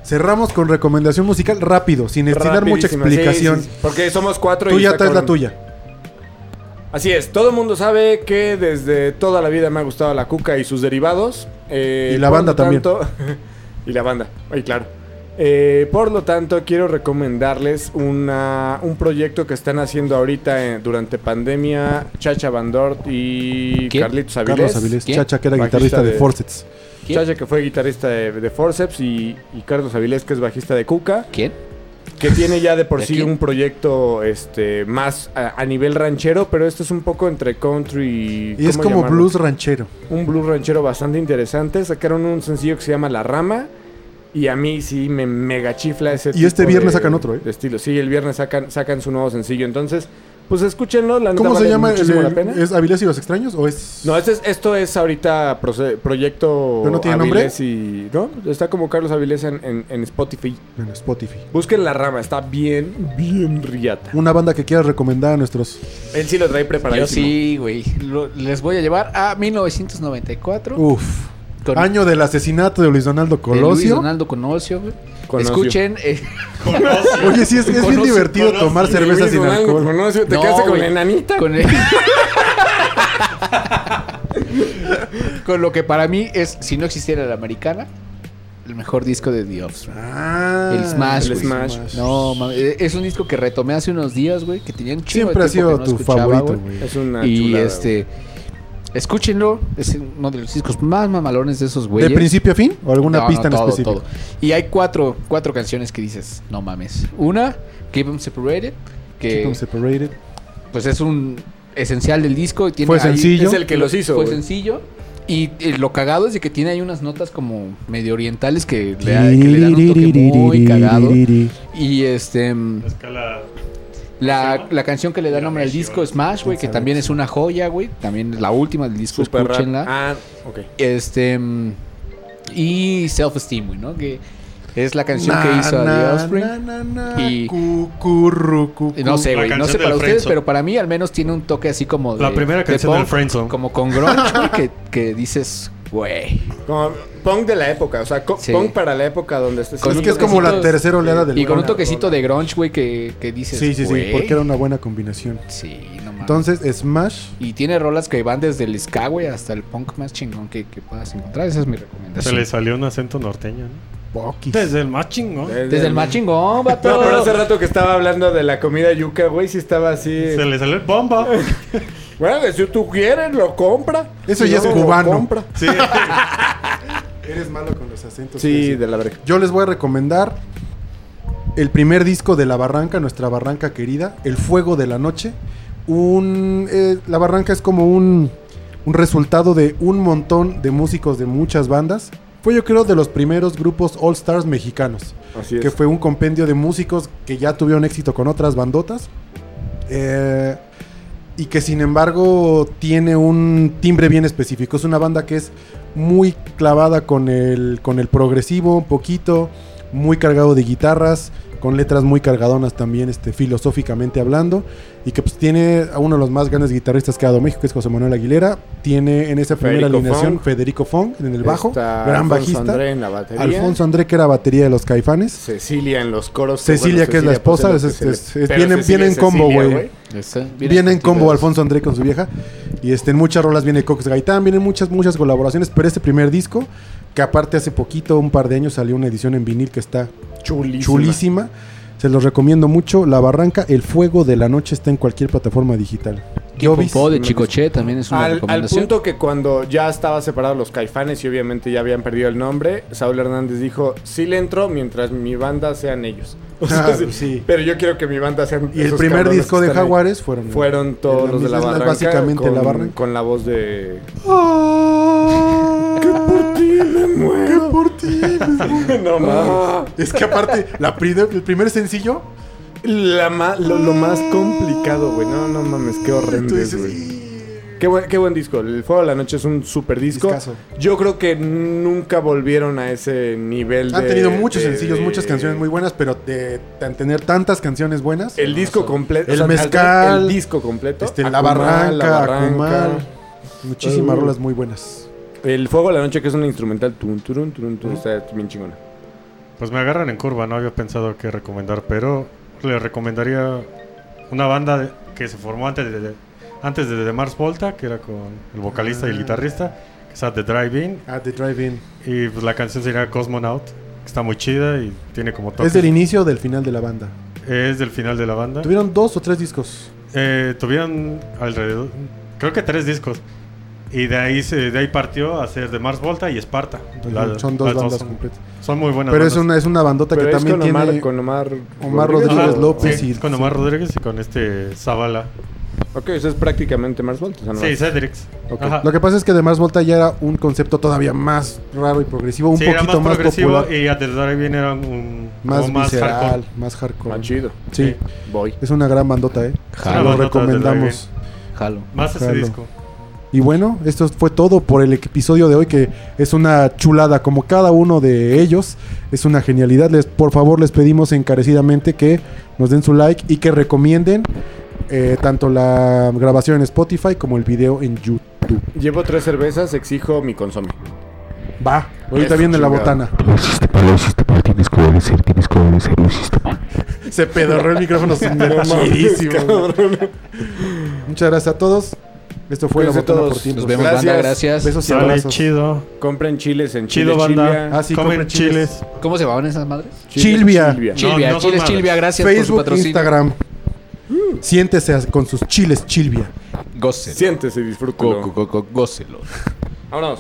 [SPEAKER 2] cerramos con recomendación musical rápido, sin estirar mucha
[SPEAKER 4] Rapidísimo. Sí,
[SPEAKER 2] explicación.
[SPEAKER 4] sí, sí. Porque somos cuatro
[SPEAKER 2] Tú
[SPEAKER 4] y
[SPEAKER 2] ya
[SPEAKER 4] está
[SPEAKER 2] traes la
[SPEAKER 4] cabrón.
[SPEAKER 2] tuya.
[SPEAKER 4] Así es, todo el mundo sabe que desde toda la vida me ha gustado la cuca y sus derivados. Eh,
[SPEAKER 2] Y la
[SPEAKER 4] por
[SPEAKER 2] banda
[SPEAKER 4] lo
[SPEAKER 2] también.
[SPEAKER 4] tanto- (laughs) y la banda, ay, claro. Eh, por lo tanto, quiero recomendarles una, un proyecto que están haciendo ahorita eh, durante pandemia Chacha Bandort y
[SPEAKER 1] ¿Quién?
[SPEAKER 4] Carlitos Avilés.
[SPEAKER 2] Carlos Avilés,
[SPEAKER 1] ¿Quién?
[SPEAKER 2] Chacha, que era
[SPEAKER 4] Bajista
[SPEAKER 2] guitarrista de
[SPEAKER 4] de-
[SPEAKER 2] Forcets.
[SPEAKER 1] ¿Quién?
[SPEAKER 4] Chacha que fue guitarrista de, de Forceps y, y Carlos Avilés que es bajista de Cuca.
[SPEAKER 1] ¿Quién?
[SPEAKER 4] que tiene ya de por
[SPEAKER 1] ¿De
[SPEAKER 4] sí
[SPEAKER 1] quién?
[SPEAKER 4] un proyecto este más a, a nivel ranchero, pero este es un poco entre country
[SPEAKER 2] Y es
[SPEAKER 4] ¿cómo
[SPEAKER 2] como
[SPEAKER 4] llamarlo?
[SPEAKER 2] blues ranchero.
[SPEAKER 4] un blues ranchero bastante interesante. Sacaron un sencillo que se llama La Rama y a mí sí me mega chifla ese
[SPEAKER 2] Y este
[SPEAKER 4] tipo
[SPEAKER 2] viernes
[SPEAKER 4] de-
[SPEAKER 2] sacan otro, ¿eh?
[SPEAKER 4] de estilo. Sí, el viernes sacan sacan su nuevo sencillo. Entonces, pues escúchenlo, la neta
[SPEAKER 2] ¿Cómo se
[SPEAKER 4] vale
[SPEAKER 2] llama? El,
[SPEAKER 4] muchísimo la pena.
[SPEAKER 2] ¿Es Avilés y los extraños o es...?
[SPEAKER 4] No, este es- esto es ahorita proce- proyecto
[SPEAKER 2] ¿Pero no tiene nombre?
[SPEAKER 4] Avilés y no, está como Carlos Avilés en, en- en Spotify.
[SPEAKER 2] En Spotify.
[SPEAKER 4] Busquen La Rama, está bien bien riata.
[SPEAKER 2] Una banda que quieras recomendar a nuestros...
[SPEAKER 4] Él sí lo trae
[SPEAKER 1] Yo
[SPEAKER 4] preparado.
[SPEAKER 1] sí, güey. Lo- Les voy a llevar a 1994.
[SPEAKER 2] Uf.
[SPEAKER 1] con
[SPEAKER 2] Uh, Año del asesinato de Luis Donaldo
[SPEAKER 1] de Luis
[SPEAKER 2] Colosio.
[SPEAKER 1] Donaldo Conocio, güey.
[SPEAKER 4] Colosio.
[SPEAKER 1] Escuchen. eh,
[SPEAKER 5] Colosio.
[SPEAKER 2] (laughs) Oye, sí, es, es bien
[SPEAKER 5] Colosio,
[SPEAKER 2] divertido
[SPEAKER 5] Colosio.
[SPEAKER 2] tomar cerveza sin alcohol.
[SPEAKER 4] ¿Te
[SPEAKER 1] No,
[SPEAKER 4] quedaste con
[SPEAKER 1] güey.
[SPEAKER 4] la enanita?
[SPEAKER 1] con, el- (laughs) Con lo que para mí es, si no existiera la americana, el mejor disco de The Offspring.
[SPEAKER 2] Ah,
[SPEAKER 1] El Smash,
[SPEAKER 4] el
[SPEAKER 1] güey.
[SPEAKER 4] Smash.
[SPEAKER 1] No, mames, eh, es un disco que retomé hace unos días, güey, que tenían chingo
[SPEAKER 2] Siempre
[SPEAKER 1] de
[SPEAKER 2] ha
[SPEAKER 1] tiempo que
[SPEAKER 2] sido
[SPEAKER 1] no
[SPEAKER 2] tu
[SPEAKER 1] escuchaba,
[SPEAKER 2] favorito,
[SPEAKER 1] güey.
[SPEAKER 2] güey.
[SPEAKER 4] Es una
[SPEAKER 1] Y
[SPEAKER 4] chulada,
[SPEAKER 1] este escúchenlo, es uno de los discos más mamalones de esos
[SPEAKER 2] ¿De
[SPEAKER 1] güeyes.
[SPEAKER 2] principio a fin o alguna
[SPEAKER 1] No, no,
[SPEAKER 2] pista en
[SPEAKER 1] todo,
[SPEAKER 2] específico?
[SPEAKER 1] todo. Y hay cuatro, cuatro canciones que dices, no mames. Una, Keep 'em Separated,
[SPEAKER 2] Keep
[SPEAKER 1] que
[SPEAKER 2] 'em separated.
[SPEAKER 1] pues es un esencial del disco. y Tiene
[SPEAKER 2] Fue
[SPEAKER 1] ahí-
[SPEAKER 2] sencillo.
[SPEAKER 4] Es el que los hizo.
[SPEAKER 1] Fue
[SPEAKER 4] güey.
[SPEAKER 1] sencillo. Y eh, lo cagado es de que tiene ahí unas notas como medio orientales que le, da- que le dan un toque muy cagado. Y este. mm,
[SPEAKER 5] La escala.
[SPEAKER 1] La, la canción que le da nombre al disco, Smash, güey, que también es una joya, güey. También es la última del disco,
[SPEAKER 4] Super rap.
[SPEAKER 1] escúchenla.
[SPEAKER 4] Ah, ok.
[SPEAKER 1] Este. mm, Y Self Esteem, güey, ¿no? Que es la canción que hizo
[SPEAKER 2] Na,
[SPEAKER 1] The
[SPEAKER 2] na,
[SPEAKER 1] Offspring.
[SPEAKER 2] na, na, na,
[SPEAKER 1] y-
[SPEAKER 2] cu, curru, cu, cu.
[SPEAKER 1] No sé,
[SPEAKER 5] La
[SPEAKER 1] güey. No
[SPEAKER 5] canción
[SPEAKER 1] sé
[SPEAKER 5] del
[SPEAKER 1] para ustedes,
[SPEAKER 5] Friendzone.
[SPEAKER 1] pero para mí al menos tiene un toque así como de.
[SPEAKER 5] La primera
[SPEAKER 1] de
[SPEAKER 5] canción del
[SPEAKER 1] punk,
[SPEAKER 5] Friendzone.
[SPEAKER 1] Como con grunge, güey, que, que dices, güey.
[SPEAKER 4] Como punk de la época, o sea, co-
[SPEAKER 1] Sí.
[SPEAKER 4] punk para la época donde este estés.
[SPEAKER 1] Con
[SPEAKER 2] Es
[SPEAKER 1] un
[SPEAKER 2] que es como la
[SPEAKER 1] toquecito-
[SPEAKER 2] tercera oleada del
[SPEAKER 1] Y con un
[SPEAKER 2] grunge.
[SPEAKER 1] toquecito de grunge, güey, que, que dices,
[SPEAKER 2] Sí, sí, sí,
[SPEAKER 1] "Güey".
[SPEAKER 2] porque era una buena combinación.
[SPEAKER 1] Sí, no mames.
[SPEAKER 2] Entonces, Smash.
[SPEAKER 1] Y tiene rolas que van desde el ska, güey, hasta el punk más chingón que, que puedas encontrar. Esa es mi
[SPEAKER 5] Se
[SPEAKER 1] recomendación.
[SPEAKER 5] le salió un acento norteño, ¿no?
[SPEAKER 2] Bokis.
[SPEAKER 5] Desde el más chingón.
[SPEAKER 1] Desde el más chingón, vato.
[SPEAKER 4] No, pero hace rato que estaba hablando de la comida yuca, güey, sí estaba así.
[SPEAKER 5] Se le salió el
[SPEAKER 1] (laughs)
[SPEAKER 5] bomba.
[SPEAKER 4] Bueno, que si tú quieres, lo compra.
[SPEAKER 2] Eso
[SPEAKER 4] Y
[SPEAKER 2] ya es
[SPEAKER 4] luego lo
[SPEAKER 2] cubano.
[SPEAKER 4] compra.
[SPEAKER 5] Sí.
[SPEAKER 2] Eres malo con los acentos.
[SPEAKER 4] Sí,
[SPEAKER 2] Ceci.
[SPEAKER 4] de la verga.
[SPEAKER 2] Yo les voy a recomendar el primer disco de La Barranca, nuestra barranca querida, El Fuego de la Noche. Un, eh, la Barranca es como un, un resultado de un montón de músicos de muchas bandas. Fue yo creo de los primeros grupos All Stars mexicanos
[SPEAKER 4] Así es.
[SPEAKER 2] que fue un compendio de músicos que ya tuvieron éxito con otras bandotas. eh, y que sin embargo tiene un timbre bien específico. Es una banda que es muy clavada con el, con el progresivo, un poquito, muy cargado de guitarras, con letras muy cargadonas también este, filosóficamente hablando. Y que pues, tiene a uno de los más grandes guitarristas que ha dado México, que es José Manuel Aguilera. Tiene en esa primera
[SPEAKER 4] Federico
[SPEAKER 2] alineación
[SPEAKER 4] Fong.
[SPEAKER 2] Federico Fong en el bajo,
[SPEAKER 4] Está
[SPEAKER 2] gran
[SPEAKER 4] Alfonso
[SPEAKER 2] bajista.
[SPEAKER 4] André en la batería.
[SPEAKER 2] Alfonso André, que era batería de los caifanes.
[SPEAKER 4] Cecilia en los coros.
[SPEAKER 2] Cecilia,
[SPEAKER 4] Bueno,
[SPEAKER 2] que es la
[SPEAKER 4] pues,
[SPEAKER 2] esposa,
[SPEAKER 4] lo
[SPEAKER 2] es-
[SPEAKER 4] que se
[SPEAKER 2] es-
[SPEAKER 4] le-
[SPEAKER 2] es-
[SPEAKER 4] Pero
[SPEAKER 2] vienen-
[SPEAKER 4] Cecilia
[SPEAKER 2] vienen
[SPEAKER 4] es
[SPEAKER 2] combo,
[SPEAKER 4] Cecilia,
[SPEAKER 2] güey.
[SPEAKER 1] Está bien
[SPEAKER 2] Viene en combo
[SPEAKER 1] escogido.
[SPEAKER 2] Alfonso André con su vieja. Y este, en muchas rolas viene Cox Gaitán, vienen muchas, muchas colaboraciones. Pero este primer disco, que aparte hace poquito, un par de años, salió una edición en vinil que está
[SPEAKER 4] Chulísima.
[SPEAKER 2] chulísima. Se los recomiendo mucho. La Barranca, El Fuego de la Noche está en cualquier plataforma digital.
[SPEAKER 1] Yo
[SPEAKER 2] Yobis.
[SPEAKER 1] de Chicoche también es una
[SPEAKER 4] Al, al
[SPEAKER 1] recomendación.
[SPEAKER 4] punto que cuando ya estaba separado los caifanes y obviamente ya habían perdido el nombre, Saúl Hernández dijo, sí le entro mientras mi banda sean ellos. (laughs) O sea,
[SPEAKER 2] Ah,
[SPEAKER 4] sí,
[SPEAKER 2] sí.
[SPEAKER 4] pero yo quiero que mi banda sean
[SPEAKER 2] Y el
[SPEAKER 4] esos
[SPEAKER 2] primer
[SPEAKER 4] cabrones
[SPEAKER 2] disco
[SPEAKER 4] que
[SPEAKER 2] de
[SPEAKER 4] están ahí".
[SPEAKER 2] Jaguares fueron.
[SPEAKER 4] Fueron todos
[SPEAKER 2] la
[SPEAKER 4] los de la
[SPEAKER 2] misma-
[SPEAKER 4] barranca.
[SPEAKER 2] Básicamente
[SPEAKER 4] con,
[SPEAKER 2] la barranca.
[SPEAKER 4] Con la
[SPEAKER 2] (laughs)
[SPEAKER 4] voz de...
[SPEAKER 2] Ah, ¡Qué Ah.
[SPEAKER 4] (laughs)
[SPEAKER 2] por ti! (laughs)
[SPEAKER 4] no mames.
[SPEAKER 2] es que aparte, la pri- el primer sencillo.
[SPEAKER 4] La ma- lo, lo más complicado, güey. No, no mames, qué horrendo,
[SPEAKER 2] tú dices,
[SPEAKER 4] güey. Qué buen, qué buen disco. El Fuego de la Noche es un super disco.
[SPEAKER 2] Discazo.
[SPEAKER 4] Yo creo que nunca volvieron a ese nivel.
[SPEAKER 2] Han
[SPEAKER 4] de-
[SPEAKER 2] tenido muchos
[SPEAKER 4] de-
[SPEAKER 2] sencillos,
[SPEAKER 4] de-
[SPEAKER 2] muchas canciones muy buenas, pero de tan- tener tantas canciones buenas.
[SPEAKER 4] El disco completo.
[SPEAKER 2] El
[SPEAKER 4] al-
[SPEAKER 2] mezcal,
[SPEAKER 4] El disco completo.
[SPEAKER 2] este, la
[SPEAKER 4] Akumal,
[SPEAKER 2] barranca,
[SPEAKER 4] La Barranca.
[SPEAKER 2] Akumal, muchísimas
[SPEAKER 4] Uh.
[SPEAKER 2] rolas muy buenas.
[SPEAKER 4] El Fuego de la Noche, que es una instrumental. Tun, turun, turun, turun, Está bien chingona.
[SPEAKER 5] Pues me agarran en curva, no había pensado qué recomendar, pero le recomendaría una banda de- que se formó antes de, de- antes de The Mars Volta, que era con el vocalista y el
[SPEAKER 2] Ah.
[SPEAKER 5] guitarrista, que es The Drive-In,
[SPEAKER 2] Ah, The Drive-In.
[SPEAKER 5] y pues la canción sería Cosmonaut, que está muy chida y tiene como toques.
[SPEAKER 2] Es del inicio o del final de la banda.
[SPEAKER 5] es del final de la banda.
[SPEAKER 2] Tuvieron dos o tres discos.
[SPEAKER 5] Eh, tuvieron alrededor, creo que tres discos. Y de ahí, se, de ahí partió a hacer The Mars Volta y Esparta. La-
[SPEAKER 2] son dos
[SPEAKER 5] las
[SPEAKER 2] bandas
[SPEAKER 5] son,
[SPEAKER 2] completas.
[SPEAKER 5] son muy buenas.
[SPEAKER 2] Pero es
[SPEAKER 5] bandas.
[SPEAKER 2] una, es una bandota
[SPEAKER 4] Pero
[SPEAKER 2] que
[SPEAKER 4] es
[SPEAKER 2] también
[SPEAKER 4] con Omar,
[SPEAKER 2] tiene.
[SPEAKER 4] con Omar, Ah,
[SPEAKER 2] Omar Rodríguez
[SPEAKER 4] ¿no?
[SPEAKER 2] López.
[SPEAKER 5] sí,
[SPEAKER 2] y-
[SPEAKER 5] con Omar Rodríguez y con este Zavala.
[SPEAKER 4] Ok, eso es prácticamente Mars Volta. o sea, no
[SPEAKER 5] Sí,
[SPEAKER 4] más.
[SPEAKER 5] Cedrix. Ajá.
[SPEAKER 2] Lo que pasa es que además Volta ya era un concepto todavía más raro y progresivo, un
[SPEAKER 5] Sí, era
[SPEAKER 2] poquito más,
[SPEAKER 5] progresivo
[SPEAKER 2] popular,
[SPEAKER 5] y a The Drive-In era un
[SPEAKER 2] más
[SPEAKER 5] como
[SPEAKER 2] visceral,
[SPEAKER 5] hardcore.
[SPEAKER 2] más hardcore.
[SPEAKER 4] Más Ah, chido.
[SPEAKER 2] Sí,
[SPEAKER 4] Voy.
[SPEAKER 2] es una gran bandota, eh.
[SPEAKER 5] Una
[SPEAKER 2] Lo
[SPEAKER 1] Jalo,
[SPEAKER 5] bandota de
[SPEAKER 2] recomendamos.
[SPEAKER 1] jalo.
[SPEAKER 5] Más ese
[SPEAKER 2] Jalo.
[SPEAKER 5] disco.
[SPEAKER 2] Y bueno, esto fue todo por el episodio de hoy, que es una chulada, como cada uno de ellos. Es una genialidad. Les, por favor, les pedimos encarecidamente que nos den su like y que recomienden eh, tanto la grabación en Spotify como el video en YouTube.
[SPEAKER 4] Llevo tres cervezas, exijo mi consome.
[SPEAKER 2] Va, ahorita
[SPEAKER 4] Eso,
[SPEAKER 2] viene la
[SPEAKER 4] chingado.
[SPEAKER 2] botana.
[SPEAKER 7] Lo hiciste mal, lo hiciste mal, tienes que obedecer, tienes que obedecer, lo hiciste mal.
[SPEAKER 2] Se pedorró el micrófono (laughs) sin Ah,
[SPEAKER 4] (laughs)
[SPEAKER 2] Chidísimo. Muchas gracias a todos. Esto fue la
[SPEAKER 4] Cuídense
[SPEAKER 2] botana
[SPEAKER 4] todos.
[SPEAKER 2] por tiempo.
[SPEAKER 1] Nos vemos,
[SPEAKER 4] Gracias.
[SPEAKER 1] banda, gracias.
[SPEAKER 2] Besos y
[SPEAKER 5] Sale
[SPEAKER 2] abrazos.
[SPEAKER 5] chido.
[SPEAKER 4] Compren chiles en
[SPEAKER 5] Chido,
[SPEAKER 4] Chile,
[SPEAKER 5] banda.
[SPEAKER 4] Chilvia.
[SPEAKER 2] Ah, sí,
[SPEAKER 5] Comen
[SPEAKER 2] compren chiles.
[SPEAKER 5] chiles.
[SPEAKER 1] ¿Cómo se llamaban esas madres?
[SPEAKER 4] Chiles,
[SPEAKER 2] Chilvia.
[SPEAKER 1] Chilvia,
[SPEAKER 5] no son
[SPEAKER 1] Chiles
[SPEAKER 5] madres.
[SPEAKER 1] Chilvia, gracias por su
[SPEAKER 2] Facebook,
[SPEAKER 1] patrocinio. Mm.
[SPEAKER 2] Instagram. Siéntese as- con sus chiles chilvia.
[SPEAKER 1] Gócelo.
[SPEAKER 4] Siéntese y
[SPEAKER 1] Go- go-
[SPEAKER 4] disfrútelo.
[SPEAKER 1] go- go- Gócelo.
[SPEAKER 4] Vámonos.